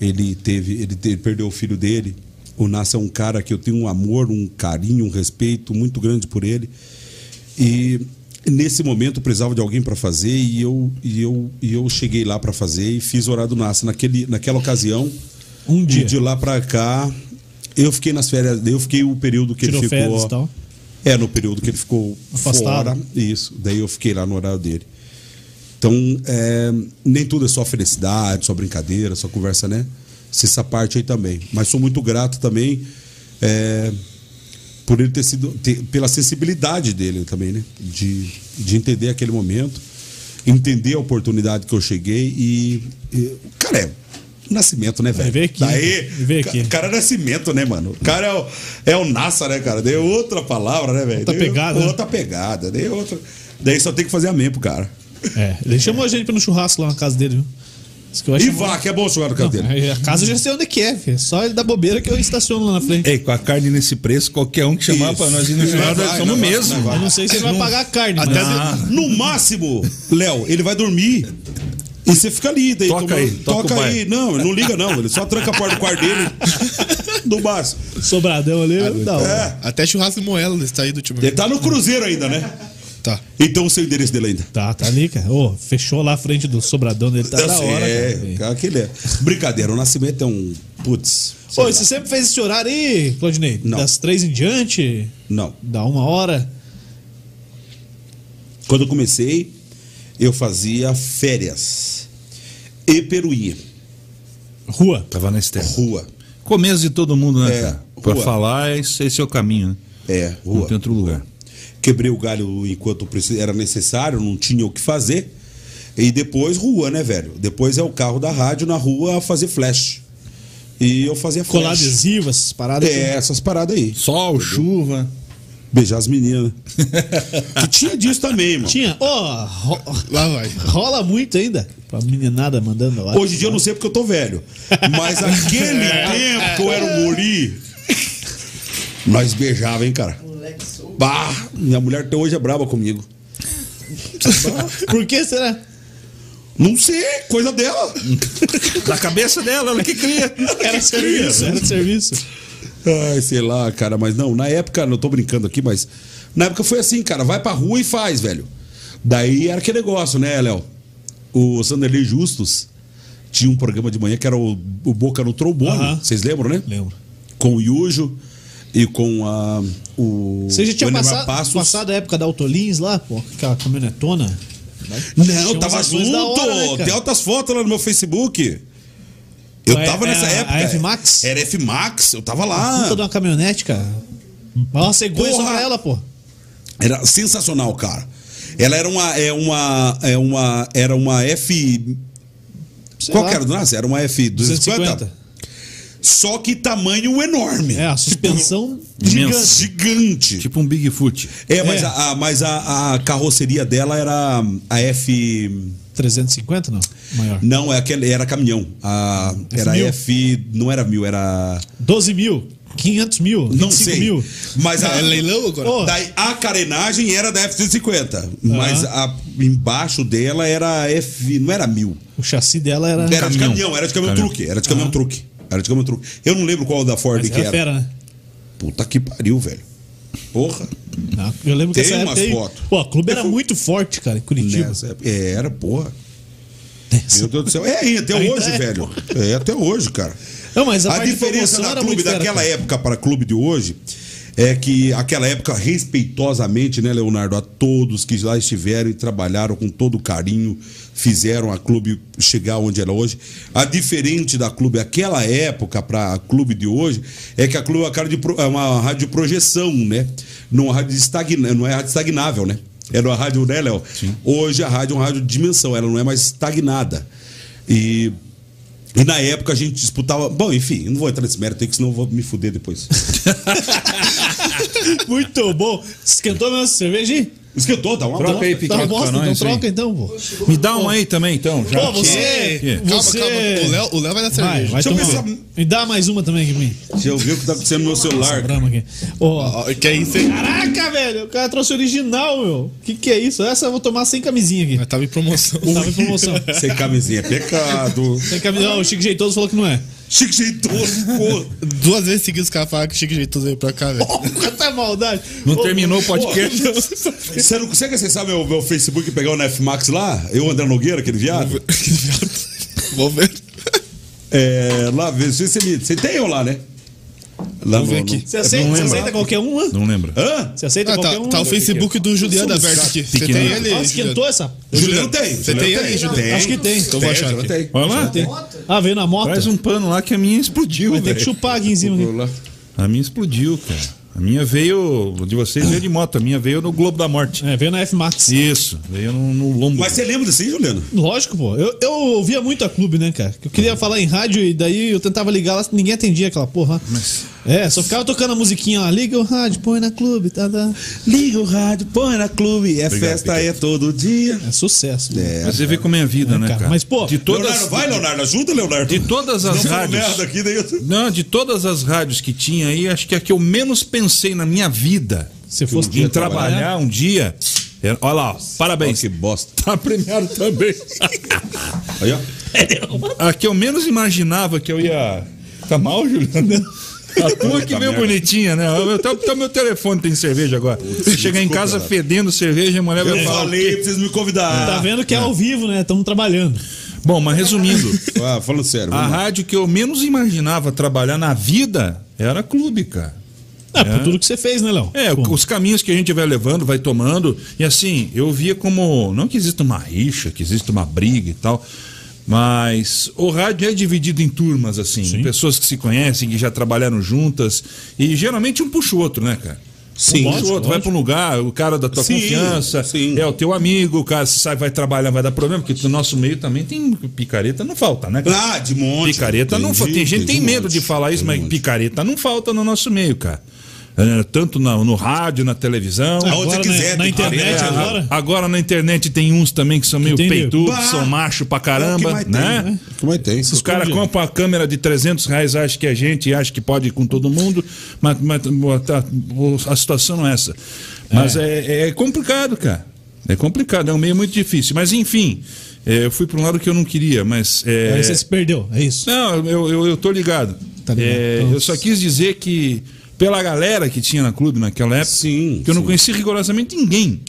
ele teve, ele te- perdeu o filho dele. O Nasce é um cara que eu tenho um amor, um carinho, um respeito muito grande por ele. E nesse momento eu precisava de alguém para fazer e eu, e, eu, e eu cheguei lá para fazer e fiz o horário do Nasce. Naquele, naquela ocasião,
Um
e
dia.
de lá para cá, eu fiquei nas férias, eu fiquei o período que
Tirou
ele ficou.
férias e tal.
É, no período que ele ficou
Afastado.
fora. Isso. Daí eu fiquei lá no horário dele. Então, é, nem tudo é só felicidade, só brincadeira, só conversa, né? Essa parte aí também. Mas sou muito grato também é, por ele ter sido. ter- pela sensibilidade dele também, né? De, de entender aquele momento, entender a oportunidade que eu cheguei e. e cara, é. Nascimento, né, velho?
Vê É aqui,
Daí,
vê aqui.
ca- cara é nascimento, né, mano? O cara é o, é o NASA, né, cara? Deu outra palavra, né, velho?
Outra
Deu
pegada, né?
Outra pegada, deu outra. Daí só tem que fazer amém pro cara.
É, ele chamou a gente pra ir no churrasco lá na casa dele, viu? Isso que eu acho
E vá, que é bom jogar no canto dele.
Aí A casa eu já sei onde que é, filho. Só ele dá bobeira que eu estaciono lá na frente.
Ei, É, com a carne nesse preço, qualquer um que chamar
Isso.
pra nós ir no
Vai,
final, nós
vai,
somos
vai,
mesmo.
vai,
Eu não sei se ele vai pagar a carne,
Até
mas...
de- Ah, no máximo, Léo, ele vai dormir. E você fica ali, daí um-
Toca aí,
toca,
toca o
aí.
baile.
Não, ele não liga, não. Ele só tranca a porta do quarto dele. Do máximo.
Sobradão ali, da hora.
É.
Até churrasco de moela ele está aí do time.
Ele tá no Cruzeiro ainda, né?
Tá.
Então o seu endereço dele ainda.
Tá, tá ali, cara. Ô, fechou lá a frente do sobradão dele, tá
Eu
da
sei,
hora.
É,
cara.
cara, aquele é. Brincadeira, o Nascimento é um. Putz. sei
Ô,
lá.
e você sempre fez esse horário aí, Claudinei?
Não.
Das três em diante,
Não.
dá uma hora.
Quando eu comecei, eu fazia férias. E Peruí,
Rua.
Tava na esteira.
rua.
Começo de todo mundo, né,
É,
cara? Pra
rua.
falar, esse, esse é o caminho, né?
É,
Não
rua.
tem outro lugar.
Quebrei o galho enquanto preci- era necessário, não tinha o que fazer. E depois rua, né, velho? Depois é o carro da rádio na rua a fazer flash. E eu fazia flash.
Colar adesivo, essas paradas.
É, essas paradas aí.
Sol, chuva.
Beijar as meninas. que tinha disso também, mano.
Tinha. Ó, ro-
Lá vai.
rola muito ainda. Pra meninada mandando lá.
Hoje em dia eu não sei porque eu tô velho. Mas aquele tempo que eu era um guri, nós beijava, hein, cara. Bah, minha mulher até hoje é braba comigo.
*laughs* Por que será?
Não sei, coisa dela.
Da cabeça dela, ela que cria.
Era serviço, era serviço.
Ai, sei lá, cara, mas não, na época, não tô brincando aqui, mas na época foi assim, cara, vai pra rua e faz, velho. Daí era aquele negócio, né, Léo? O Sanderley Justus tinha um programa de manhã que era o, o Boca no Trombone,
Aham.
vocês lembram, né?
Lembro.
Com o Yujo e com a, o.
Você já tinha
o Enemar
passado,
Passos.
passado a época da Autolins lá, pô, aquela caminhonetona? Tinha
Não,
umas
tava
ações
junto!
da hora, né, cara?
Tem altas fotos lá no meu Facebook. Eu
Ah, é-
tava nessa
é a-
época.
a F-Max?
Era F-Max, eu tava lá.
Puta de uma caminhonete, cara. Mas uma cegonha só
Ah. Porra!
pra ela, pô.
Era sensacional, cara. Ela era uma. É uma, é uma era uma F.
Sei
Qual
lá,
que era do Nasser? Era uma F250?
250.
Só que tamanho enorme. Tipo,
É, a suspensão
Imenso.
gigante.
Gigante.
Tipo um Bigfoot.
É, mas,
É.
A, a- mas a, a carroceria dela era a F.
350, não? Maior.
Não, é aquele, era caminhão. A, era
F1000?
F. Não era mil, era.
12 mil, 500 mil,
Não
25
sei.
mil.
Mas a,
É leilão agora?
Ô,
Daí, a carenagem era da F-150, mas a- embaixo dela era a F. Não era mil.
O chassi dela era...
Era de
Caminhão.
caminhão, era de caminhão,
Caminhão.
truque. Era de caminhão truque. Era de caminhão truque. Eu não lembro qual da Ford
Mas
que
era
era.
fera, né?
Puta que pariu, velho. Porra.
Não, eu lembro que
Tem
essa época
umas
aí-
fotos.
Pô, o clube era muito forte, cara, em Curitiba.
Nessa época- é, era, porra. Meu Deus do céu. É, e até
Ainda
hoje,
é,
velho. É, até hoje, cara.
Não, mas a,
A
parte de
diferença
promoção
da
era
clube
muito né? fera,
daquela
cara.
época para clube de hoje é que aquela época, respeitosamente, né, Leonardo, a todos que lá estiveram e trabalharam com todo carinho, fizeram a clube chegar onde ela é hoje. A diferente da clube aquela época para a clube de hoje é que a clube é uma, cara de pro- é uma rádio de projeção, né? Não, é uma rádio estagna, não é rádio estagnável, né? Era uma rádio, né, Léo? Hoje a rádio é uma rádio de dimensão, ela não é mais estagnada. E e na época a gente disputava. Bom, enfim, eu não vou entrar nesse mérito aí, que senão eu vou me fuder depois.
Muito bom. Esquentou mesmo a cerveja aí?
Esquentou, dá um uma
Troca aí,
troca.
Pique.
Dá
Troca
bosta,
pra
então
nós,
troca
hein?
então, pô.
Me dá um aí também, então. Já
Pô,
que-
você.
que-
Você.
Calma, calma. O Léo, o Léo vai
Vai,
dar cerveja.
vai
Deixa eu
tomar.
ver
Me dá mais uma também aqui pra mim.
Você ouviu o que tá acontecendo no meu celular?
Brama aqui. Ó,
Ó, que é isso, hein?
Caraca, velho. O cara trouxe original, meu. Que que é isso? Essa eu vou tomar sem camisinha
Mas
aqui.
tava em promoção.
Tava em promoção.
Sem camisinha, é pecado.
Sem camisinha. Ó, o Chico Jeitoso falou que não é.
Chique jeitoso, pô.
Duas vezes seguidas os caras falaram que o Chico Jeitoso veio pra cá, velho.
*laughs* Quanta maldade.
Não
Ô,
terminou o podcast.
Você não consegue acessar meu, meu Facebook e pegar o Nef Max lá? Eu, André Nogueira, aquele viado?
Que viado. Vou ver.
É, lá, vê se você me. Você tem eu lá, né? Lá
Vamos ver
no-
aqui.
no-
Você aceita,
Não
você
lembro.
aceita qualquer um, né?
Não lembra.
Hã?
Você aceita
Ah,
qualquer
tá,
um?
tá o Facebook do Juliano aberto aqui. Você tem
Pequenino.
ele?
Ó, esquentou
Juliano?
essa?
O Juliano tem.
Você
Juliano
tem aí, Juliano?
Tem.
Acho que tem.
Então eu vou achar
Juliano
aqui.
tem.
Olha lá.
Tem. Ah, veio na moto.
Traz um pano lá que a minha explodiu,
Vai ter que
velho.
chupar aqui em cima. aqui.
A minha explodiu, cara. A minha veio. De vocês veio de moto, a minha veio no Globo da Morte.
É, veio na F-Max.
Isso, veio no, no lombo.
Mas você lembra desse, aí, Juliano?
Lógico, pô. Eu, eu ouvia muito a clube, né, cara? Eu queria falar em rádio e daí eu tentava ligar lá, ninguém atendia aquela porra. É, só ficava tocando a musiquinha lá. Liga o rádio, põe na clube, tá, tá.
Liga o rádio, põe na clube, é festa, é todo dia.
É sucesso.
É.
Mas você vê como é a vida, né,
cara,
cara?
mas, pô,
de todas,
Leonardo, vai, Leonardo, ajuda, Leonardo.
de todas as
Não
rádios.
merda aqui, daí eu...
Não, de todas as rádios que tinha aí, acho que a que eu menos pensei na minha vida
Se fosse
em trabalhar, um dia. era- Olha lá, ó, parabéns.
que bosta.
*laughs* Tá premiado também.
Aí, ó.
A que eu menos imaginava que eu ia. Tá mal,
*laughs*
Juliano? A tua que
Puta
veio
merda.
bonitinha, né? Até, até o meu telefone tem cerveja agora. Chegar em
desculpa,
casa
cara. É.
fedendo cerveja, a mulher vai
Eu
falar.
falei pra vocês me convidarem.
Tá vendo que é, ao vivo, né? Estamos trabalhando.
Bom, mas resumindo,
Ah, falando sério.
a
vamos lá.
rádio que eu menos imaginava trabalhar na vida era clube, cara.
É, por tudo que você fez, né, Léo?
É,
Pô,
os caminhos que a gente vai levando, vai tomando. E assim, eu via como. Não que exista uma rixa, que exista uma briga e tal. Mas o rádio é dividido em turmas, assim. em Pessoas que se conhecem, que já trabalharam juntas. E geralmente um puxa o outro, né, cara?
Sim.
um puxa o
Lógico,
outro, vai para um lugar, o cara da tua
Sim,
confiança,
sim.
é o teu amigo, o cara se sai, vai trabalhar, vai dar problema, porque no nosso meio também tem picareta, não falta, né? cara?
Ah, de monte.
Picareta não
Entendi,
falta. Tem gente que tem
de
medo
monte.
de falar isso,
Tem
mas
monte.
picareta não falta no nosso meio, cara. eh, tanto na- no rádio, na televisão. É,
Aonde é
Agora
você
na-
quiser,
na
tem né?
internet
cabelo.
agora?
Agora na internet tem uns também que são meio
Entendi.
peitudos,
Bah!
que são macho pra
É o que
caramba,
mais tem,
né?
né? O que mais tem?
Os caras
esconde.
compram a câmera de 300 reais, acha que a gente acha que pode ir com todo mundo, mas, mas tá, a situação não é essa. Mas é. é complicado, cara. É complicado, é um meio muito difícil. Mas enfim, é, eu fui para um lado que eu não queria, mas. é,
Aí você se perdeu, é isso.
não, eu, eu, eu tô ligado.
Tá ligado.
É,
Então,
eu só quis dizer que, pela galera que tinha na clube naquela época,
Sim,
que eu não
sim. É,
conhecia rigorosamente ninguém.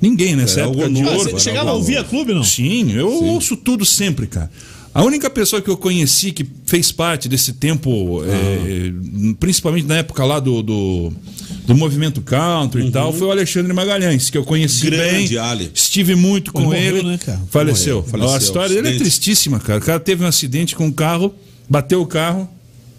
Ninguém nessa
Era
época
algo
de
novo,
ouro.
era
Ah, Você chegava a ouvir a clube, não?
Sim, eu ouço tudo sempre, cara. A única pessoa que eu conheci que fez parte desse tempo, é,
Ah.
principalmente na época lá do, do, do movimento country e tal, foi o Alexandre Magalhães, que eu conheci
Uhum. Grande
bem.
Ale.
Estive muito com
Ele morreu,
ele.
né, cara?
faleceu.
Morreu, faleceu.
A história dele é
Acidente.
tristíssima, cara. O cara teve um acidente com um carro, bateu o carro,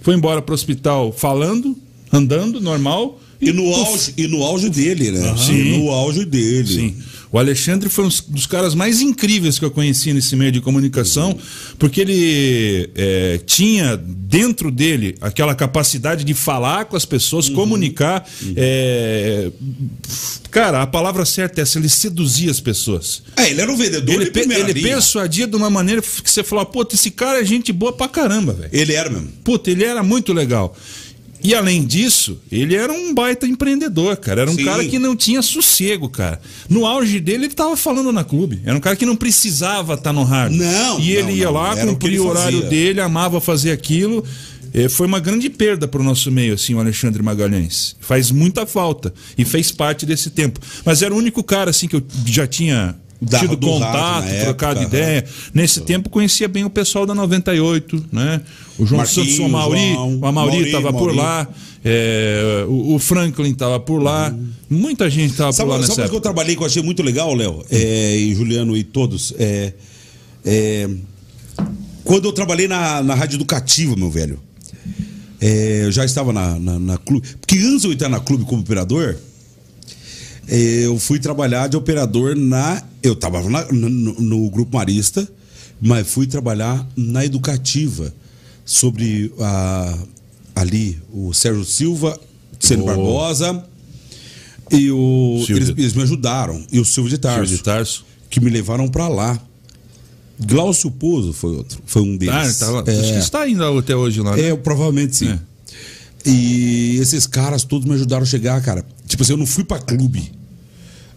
foi embora pro hospital falando, andando, normal.
E no auge, e no auge dele, né?
Sim.
E no auge dele.
Sim. O Alexandre foi um dos caras mais incríveis que eu conheci nesse meio de comunicação, porque ele é, tinha dentro dele aquela capacidade de falar com as pessoas,
Uhum.
comunicar. é, cara, a palavra certa é essa, ele seduzia as pessoas.
É, ele era um vendedor
Ele,
de
pe-
primeira
ele
linha.
persuadia de uma maneira que você fala, puta, esse cara é gente boa pra caramba, velho.
Ele era mesmo.
Puta, ele era muito legal. E além disso, ele era um baita empreendedor, cara. Era um
Sim.
cara que não tinha sossego, cara. No auge dele, ele tava falando na clube. Era um cara que não precisava estar no rádio.
Não,
E ele
não,
ia
não.
lá,
Era o que ele
cumpria o horário
fazia.
dele, amava fazer aquilo. Eh, foi uma grande perda para o nosso meio, assim, o Alexandre Magalhães. Faz muita falta. E fez parte desse tempo. Mas era o único cara, assim, que eu já tinha
Da-
tido
do rádio na
contato, trocado
época, né?
ideia. Nesse tempo conhecia bem o pessoal da 98, né? O João
Marquinhos,
Santos, o Amauri,
João,
o Amauri
Mauri,
estava por
Mauri.
lá, é, o, o Franklin estava por lá, muita gente estava por
Sabe,
lá
sabe
nessa
uma coisa que eu
época.
trabalhei que eu achei muito legal, Léo? É, e Juliano e todos. É, é, quando eu trabalhei na, na Rádio Educativa, meu velho. é, eu já estava na, na, na clube. Porque antes de eu entrar na clube como operador, é, eu fui trabalhar de operador na. Eu estava no, no Grupo Marista, mas fui trabalhar na Educativa. Sobre a, ali o Sérgio Silva, Célio
Oh.
Barbosa. E o,
Silvio.
eles, eles me ajudaram. E o Silvio de Tarso,
Silvio de Tarso.
que me levaram pra lá. Glaucio Pouso foi outro, foi um
Ah, ele
deles.
tá lá.
é,
Acho que está ainda até hoje lá. né?
é, provavelmente sim.
É.
E esses caras todos me ajudaram a chegar, cara. Tipo assim, eu não fui pra clube.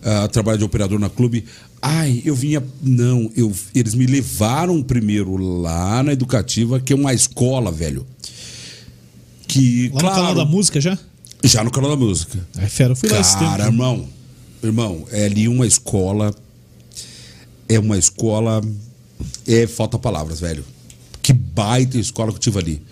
ah, trabalhar de operador na clube. Ai, eu vinha. Não, eu, eles me levaram primeiro lá na educativa, que é uma escola, velho. Que,
Lá no canal
claro,
da música É. já?
já no canal da música.
Aí, fera, eu fui lá esse
né?
Cara,
tempo.
irmão, irmão, é ali uma escola. É uma escola. É falta palavras, velho. Que baita escola que eu tive ali.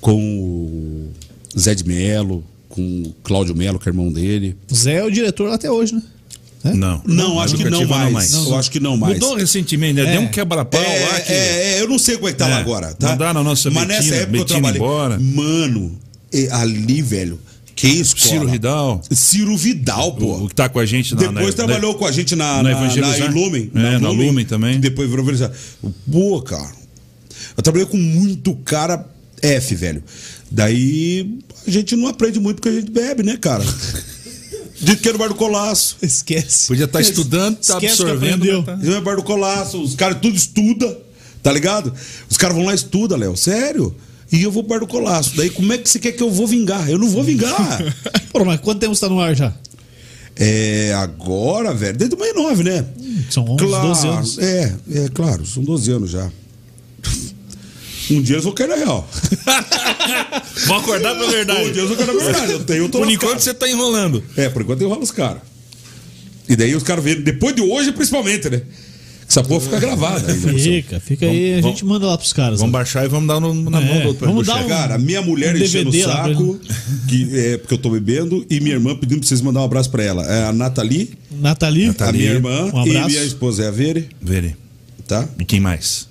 Com o Zé de Melo, com o Cláudio Melo, que é irmão dele.
O Zé é o diretor lá até hoje, né? *laughs* É?
Não.
Não, acho que não
Educativa
mais. Eu acho que não mais.
Mudou recentemente, né? Deu um quebra-pau
É,
lá que.
é, é, eu não sei como é que tá
É,
lá agora, tá?
não dá na nossa
Mas
Betina,
nessa época eu
Betina
trabalhei.
embora.
Mano, é, ali, velho, que escola.
Ciro Ridal,
Ciro Vidal, pô.
o que tá com a gente na.
Depois
na-
trabalhou com a gente na,
na
na,
Evangelizar?
na Ilumen.
É, na Lumen também.
Depois virou Evangelizar. Pô, cara. Eu trabalhei com muito cara F, velho. Daí a gente não aprende muito porque a gente bebe, né,
*laughs*
cara? Dito que era o bar do Colasso.
Esquece.
Podia
*laughs*
estar estudando, tá
Esquece que
absorvendo.
aprendeu.
mas tá-
Rio Bar do Colasso, os caras tudo estuda, tá ligado? Os caras vão lá e estuda, Léo, sério? E eu vou pro Bar do Colasso. Daí como é que você quer que eu vou vingar? Eu não vou vingar.
*laughs*
*laughs* Pô, mas quanto tempo você tá no ar já?
é, agora, velho, desde o 69, né?
São 11, 12 anos.
É, é claro, são 12 anos já. *laughs* Um dia eu sou cara real.
Vou acordar pra
*laughs* Um dia eu sou cara verdade. Eu tenho, eu tô
Por
lascado.
enquanto você tá enrolando.
É, por enquanto eu rolo os caras. E daí os caras vêm, depois de hoje principalmente, né? Essa porra fica gravada.
*laughs*
ainda, pessoal.
Fica, fica aí, a
vamos-
gente manda lá pros caras.
Vamos
né?
baixar e vamos dar no- na mão
É,
do outro.
vamos
do
dar
chefe.
um-
Cara, minha mulher
um
enchendo o
DVD lá pra
saco, que, é, porque eu tô bebendo, e minha irmã pedindo pra vocês mandar um abraço pra ela. É a Nathalie,
Nathalie,
a minha irmã,
um
e
abraço.
minha esposa é a Vere,
Vere.
tá?
E quem mais?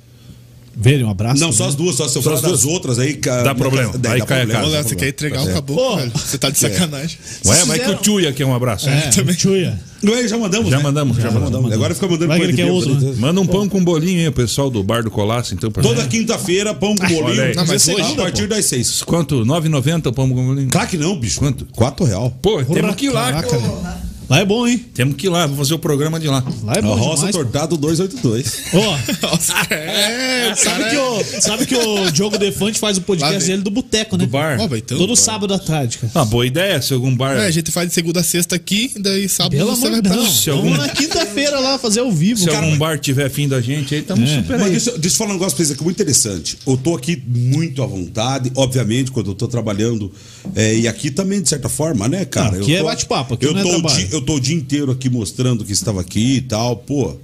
Velho, um abraço.
Não, só as
né?
duas, só se eu
Só
falar
as
das
duas.
outras aí. ca-
Dá problema.
Daí
Aí
dá
cai a
problema.
casa.
Ô,
Dá
Léo, você quer
problema.
entregar o
Tá certo.
caboclo,
Porra.
velho? Você tá de sacanagem.
Ué, vai que o Tchuia quer um abraço. *laughs*
É, *laughs* Tchuia.
Não, já mandamos.
Já
né?
mandamos, já mandamos.
Agora fica mandando
Vai que ele
coisa de
quer
bêbado.
outro, né?
Manda um pão com bolinho aí, o pessoal do bar do Colasso, então. Pra
Toda quinta-feira, pão com
olha aí.
bolinho.
Não,
mas hoje,
a partir das seis.
Quanto? 9,90 o pão com bolinho?
Claro que não, bicho.
Quanto?
Quatro real.
Pô, temos que ir lá,
Caraca,
cara.
velho. Lá é bom, hein?
Temos que ir lá, vou fazer o programa de lá.
Lá é
A
bom
roça
demais.
tortado 282.
Ó,
Nossa, *laughs* é,
sabe, que o, sabe que o Diogo Defante faz o
Lá
podcast
vem.
dele do boteco, né?
Do bar.
Ó, vai, então,
Todo
vai.
sábado à tarde, cara.
Ah, boa ideia, se algum bar.
É, a gente faz de segunda a sexta aqui, e daí sábado
Pelo
você
amor
vai
de
pra
Deus.
Se algum-
Vamos na quinta-feira lá fazer ao
um
vivo.
Se
Cara,
algum um bar tiver afim da gente, aí estamos super
Mas
aí.
deixa, deixa eu falar um negócio pra vocês aqui muito interessante. Eu tô aqui muito à vontade, obviamente, quando eu tô trabalhando. é, e aqui também, de certa forma, né, cara?
Não, aqui
Eu
é
tô-
bate-papo, aqui
eu,
não é
tô o
trabalho.
dia, eu tô o dia inteiro aqui mostrando que estava aqui e tal, pô.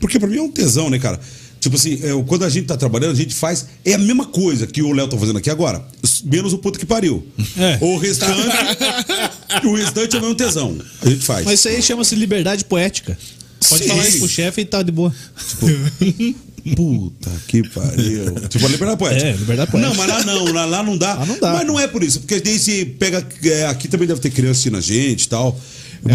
Porque pra mim é um tesão, né, cara? Tipo assim, eu- quando a gente tá trabalhando, a gente faz. É a mesma coisa que o Léo tá fazendo aqui agora. s- Menos o puto que pariu.
É.
O restante. *laughs* o restante é o mesmo tesão. A gente faz.
Mas isso aí chama-se liberdade poética. Pode
Sim.
falar isso pro chefe e tá de boa.
Puta que pariu. *laughs* tipo, a liberdade poética.
É, liberdade poética.
Não, mas lá não, lá, lá não dá.
Lá não dá.
Mas não é por isso, porque daí se pega. é, aqui também deve ter criança assistindo a gente e tal.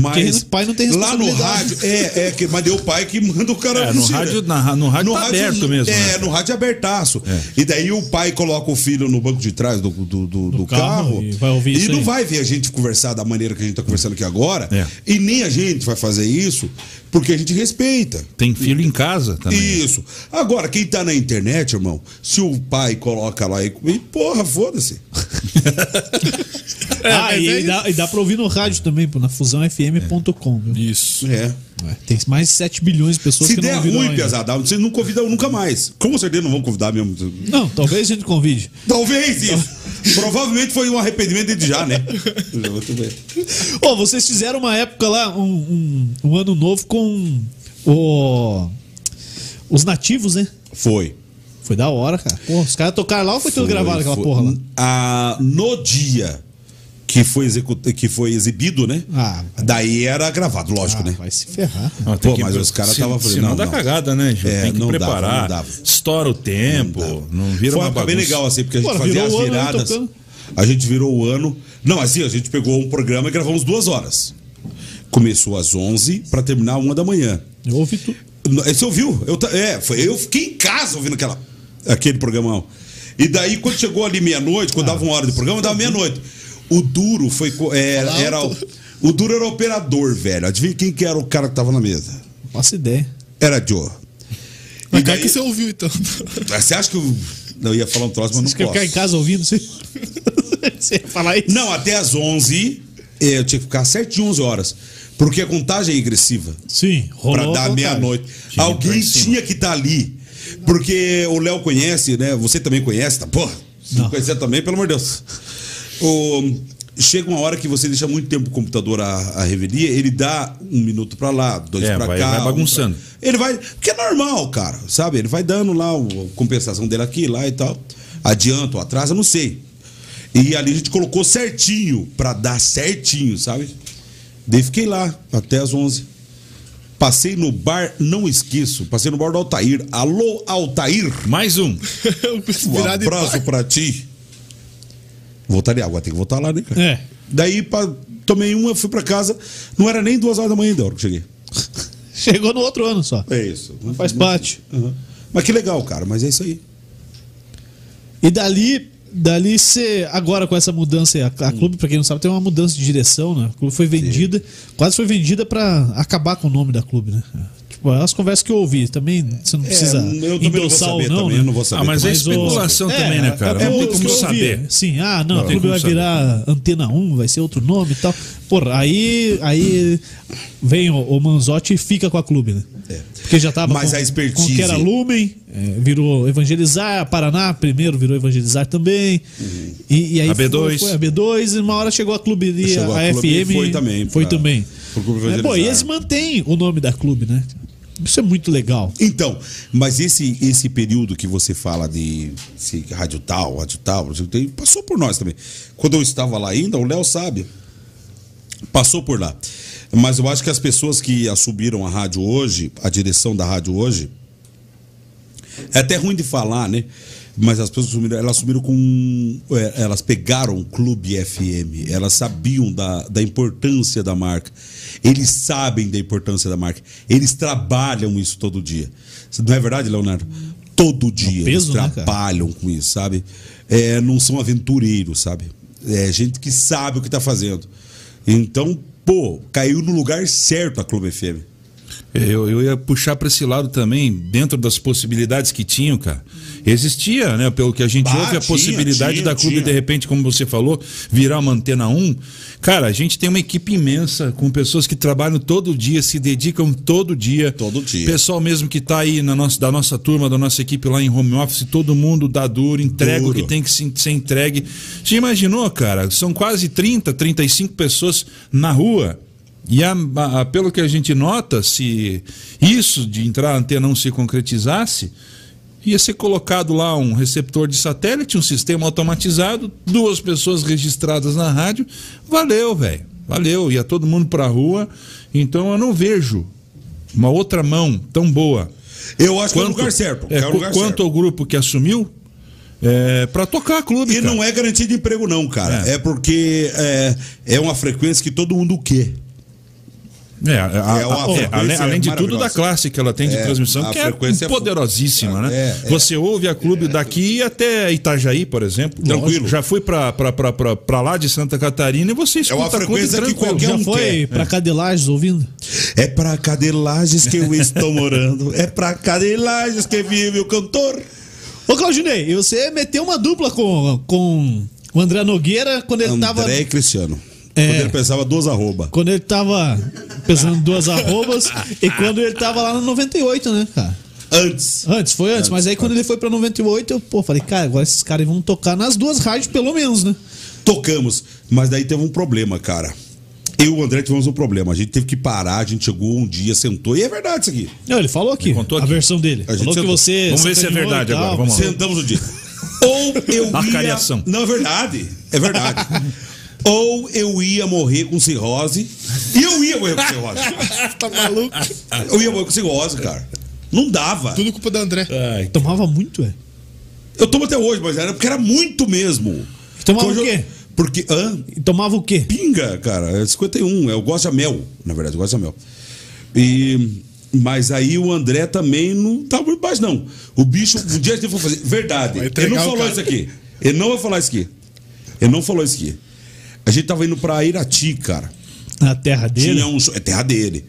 mas
É o pai não tem
Lá no
responsabilidade.
rádio, é, é, que, mas deu o pai que manda o cara
É, no
assistir.
rádio- na- no rádio tá aberto mesmo,
É,
né?
no rádio é abertaço. E daí o pai coloca o filho no banco de trás do, do, do- do
carro
carro,
e vai ouvir isso
não
aí.
vai ver a gente conversar da maneira que a gente tá conversando aqui agora.
É.
E nem a gente vai fazer isso porque a gente respeita.
Tem filho em casa também.
né?
Isso. Agora, quem tá na internet, irmão, se o pai coloca lá e. e porra, foda-se.
ah,
mas
e,
é
e
isso.
dá, e dá pra ouvir no rádio também, pô, na fusãofm.com. viu?
Isso.
É.
Tem mais de 7 bilhões de pessoas
Se
que
der
não ouviram
ruim,
ainda.
pesada, vocês não convidam nunca mais. Com certeza não vão convidar mesmo.
Não, talvez a gente convide.
Talvez isso. Provavelmente foi um arrependimento desde
*laughs*
já, né?
Ô, vocês fizeram uma época lá, um, um- um ano novo com o- os nativos, né?
Foi.
Foi da hora, cara. Pô, os caras tocaram lá ou foi tudo gravado aquela
foi.
porra lá?
Ah, no dia que foi, execut... que foi exibido, né?
Ah.
Daí era gravado, lógico,
Ah,
né?
vai se ferrar. cara.
Ah, tem
Pô, mas os caras
se-
tava fazendo-
Senão
não,
dá
não.
cagada, né, Ju?
É,
tem que
não dava,
preparar.
não dava.
Estoura o tempo. Não, vira
Foi
uma
época
bagunça.
bem legal, assim, porque a gente
Pô,
fazia
virou
as
o ano, né,
viradas.
tocando?
a gente virou o ano. Não, assim, a gente pegou um programa e gravamos duas horas. Começou às 11 pra terminar uma da manhã.
Eu ouvi tudo.
N- Você ouviu? Eu, ta- é, foi, eu fiquei em casa ouvindo aquela, aquele programão. E daí, quando chegou ali meia-noite, quando dava uma hora de programa, dava meia-noite. O duro foi. co- é, Era, o, o duro era o operador, velho. Adivinha quem que era o cara que tava na mesa?
Faço ideia.
Era Joe.
Mas daí...
E daí-
que você ouviu, então. *laughs*
Você acha que eu. Não, eu ia falar um troço, mas não
Vocês querem
posso.
ficar em casa ouvindo? *laughs* Você, você ia falar isso?
Não, até às 11 eh, eu tinha que ficar certinho 11 horas. Porque a contagem é agressiva.
Sim,
Pra
rolou.
dar
vontade.
meia-noite. Alguém tinha que estar ali. Porque o Léo conhece, né? Você também conhece, tá? Porra, se
Não.
não conhecer também, pelo amor de Deus. O- chega uma hora que você deixa muito tempo o computador à, à revelia, ele dá um minuto pra lá, dois
É,
pra
vai-
cá.
vai
um
bagunçando.
pra- Ele vai. Porque é normal, cara, sabe? Ele vai dando lá o- a compensação dele aqui, lá e tal. Adianta ou atrasa, não sei. E ali a gente colocou certinho, pra dar certinho, sabe? Daí fiquei lá até as 11. Passei no bar, não esqueço, passei no bar do Altair. Alô, Altair!
Mais um.
Um
Virado e *laughs*
abraço pra ti. Voltaria, agora tem que voltar lá, né, cara?
É.
Daí pa- tomei uma, fui pra casa. Não era nem duas horas da manhã ainda, a hora que eu cheguei.
Chegou no outro ano só.
É isso.
Faz parte.
Aham. Mas que legal, cara, mas é isso aí.
E dali, dali você. Agora com essa mudança, aí, a, a clube, pra quem não sabe, tem uma mudança de direção, né? A clube foi vendida, quase foi vendida pra acabar com o nome da clube, né? Tipo, as conversas que eu ouvi também, você não precisa
É, eu também não vou
endossar
saber
ou não.
também,
né?
eu não vou saber.
Ah, mas é
também.
Mas o-
especulação também, né, cara?
É
não tem
muito
como
que eu ouvi.
saber.
Sim, ah, não, o
tem
clube
como
vai
saber.
virar Antena 1, vai ser outro nome e tal. Porra, aí, aí vem o, o Manzotti e fica com a clube, né?
É.
Porque já tava
Mas
com,
a expertise-
com que era Lumen, é, virou Evangelizar, Paraná primeiro virou Evangelizar também. E, e aí
A B2.
Foi, foi a B2 e uma hora chegou a clube e
Chegou
a,
a Clube e
FM
foi também
Foi
pra-
também.
pro Clube
É, pô, e
Evangelizar.
eles mantêm o nome da clube, né? Isso é muito legal.
Então, mas esse, esse período que você fala de se, rádio tal, rádio tal, não sei o que tem, passou por nós também. Quando eu estava lá ainda, o Léo sabe, passou por lá. Mas eu acho que as pessoas que assumiram a rádio hoje, a direção da rádio hoje, É até ruim de falar, né? Mas as pessoas sumiram, elas sumiram com. é, Elas pegaram o Clube FM, elas sabiam da, da importância da marca. Eles sabem da importância da marca. Eles trabalham isso todo dia. Não é verdade, Leonardo? Todo dia
peso,
eles
né, cara?
trabalham com isso, sabe? É, não são aventureiros, sabe? É gente que sabe o que tá fazendo. Então, pô, caiu no lugar certo a Clube FM.
Eu, eu ia puxar para esse lado também, dentro das possibilidades que tinham, cara. Existia, né? Pelo que a gente
Bah,
ouve, a
tinha,
possibilidade
tinha,
da clube,
tinha.
de repente, como você falou, virar uma antena 1. Cara, a gente tem uma equipe imensa, com pessoas que trabalham todo dia, se dedicam todo dia.
Todo dia.
Pessoal mesmo que tá aí na nossa, da nossa turma, da nossa equipe lá em home office, todo mundo dá duro, entrega o
Duro.
que tem que se- ser entregue. Você imaginou, cara? São quase 30, 35 pessoas na rua. E a- a- pelo que a gente nota, se isso de entrar na antena não se concretizasse, ia ser colocado lá um receptor de satélite, um sistema automatizado, duas pessoas registradas na rádio. Valeu, velho. Valeu. Ia todo mundo pra rua. Então eu não vejo uma outra mão tão boa
Eu acho que é o
quanto,
lugar certo.
é,
é o lugar
quanto
certo.
ao grupo que assumiu é, para tocar clube.
E
cara.
não é garantia de emprego, não, cara. É,
É.
porque é, é uma frequência que todo mundo quer.
É, a-
É uma
a-
frequência
além, além de tudo,
maravilhosa.
da classe que ela tem de
É,
transmissão,
a
que é
frequência é fu-
poderosíssima, né?
É, é.
Você ouve a clube daqui até Itajaí, por exemplo.
Tranquilo.
Lógico, Já fui pra, pra, pra, pra, pra lá de Santa Catarina e você escuta
É uma
a clube
frequência que
tranquilo.
qualquer
Já
um
foi pra Cadelages ouvindo?
É pra Cadelages que eu estou morando. É pra Cadelages que vive o cantor.
Ô, Claudinei, e você meteu uma dupla com, com o André Nogueira quando ele tava.
André e Cristiano.
É.
Quando ele pensava duas arroba.
Quando ele tava pesando duas arrobas *laughs* e quando ele tava lá no 98, né, cara?
Antes.
Antes, foi antes, mas aí quando ele foi pra 98, eu pô, falei, cara, agora esses caras vão tocar nas duas rádios pelo menos, né?
Tocamos. Mas daí teve um problema, cara. Eu e o André tivemos um problema. A gente teve que parar, a gente chegou um dia, sentou. E é verdade isso aqui.
Não, ele falou aqui,
contou
a
aqui.
versão dele.
gente
Falou que
sentou.
você.
Vamos ver se é
sacaneou e
verdade
tal.
agora, vamos lá.
Sentamos o
*laughs*
dia. Ou eu
A
ia.
cariação.
Não, é verdade. É
*laughs*
verdade. Ou eu ia morrer com cirrose. E eu ia morrer com cirrose.
*laughs*
tá maluco?
Eu ia morrer com cirrose, cara. Não dava.
Tudo culpa do André.
Tomava muito, é.
Eu tomo até hoje, mas era porque era muito mesmo.
Tomava
Porque
o
eu-
quê?
Porque. Hã?
E tomava o quê?
Pinga, cara. É 51. Eu gosto de mel. Na verdade, eu gosto de mel. E. Mas aí o André também não tava por baixo, não. O bicho, um dia ele foi fazer. Verdade.
Vai
Ele
entregar
não
o
falou
cara.
isso aqui. Ele não vai falar isso aqui. Ele não falou isso aqui. A gente tava indo pra Irati, cara.
Na terra dele.
Tinha um show, é terra dele.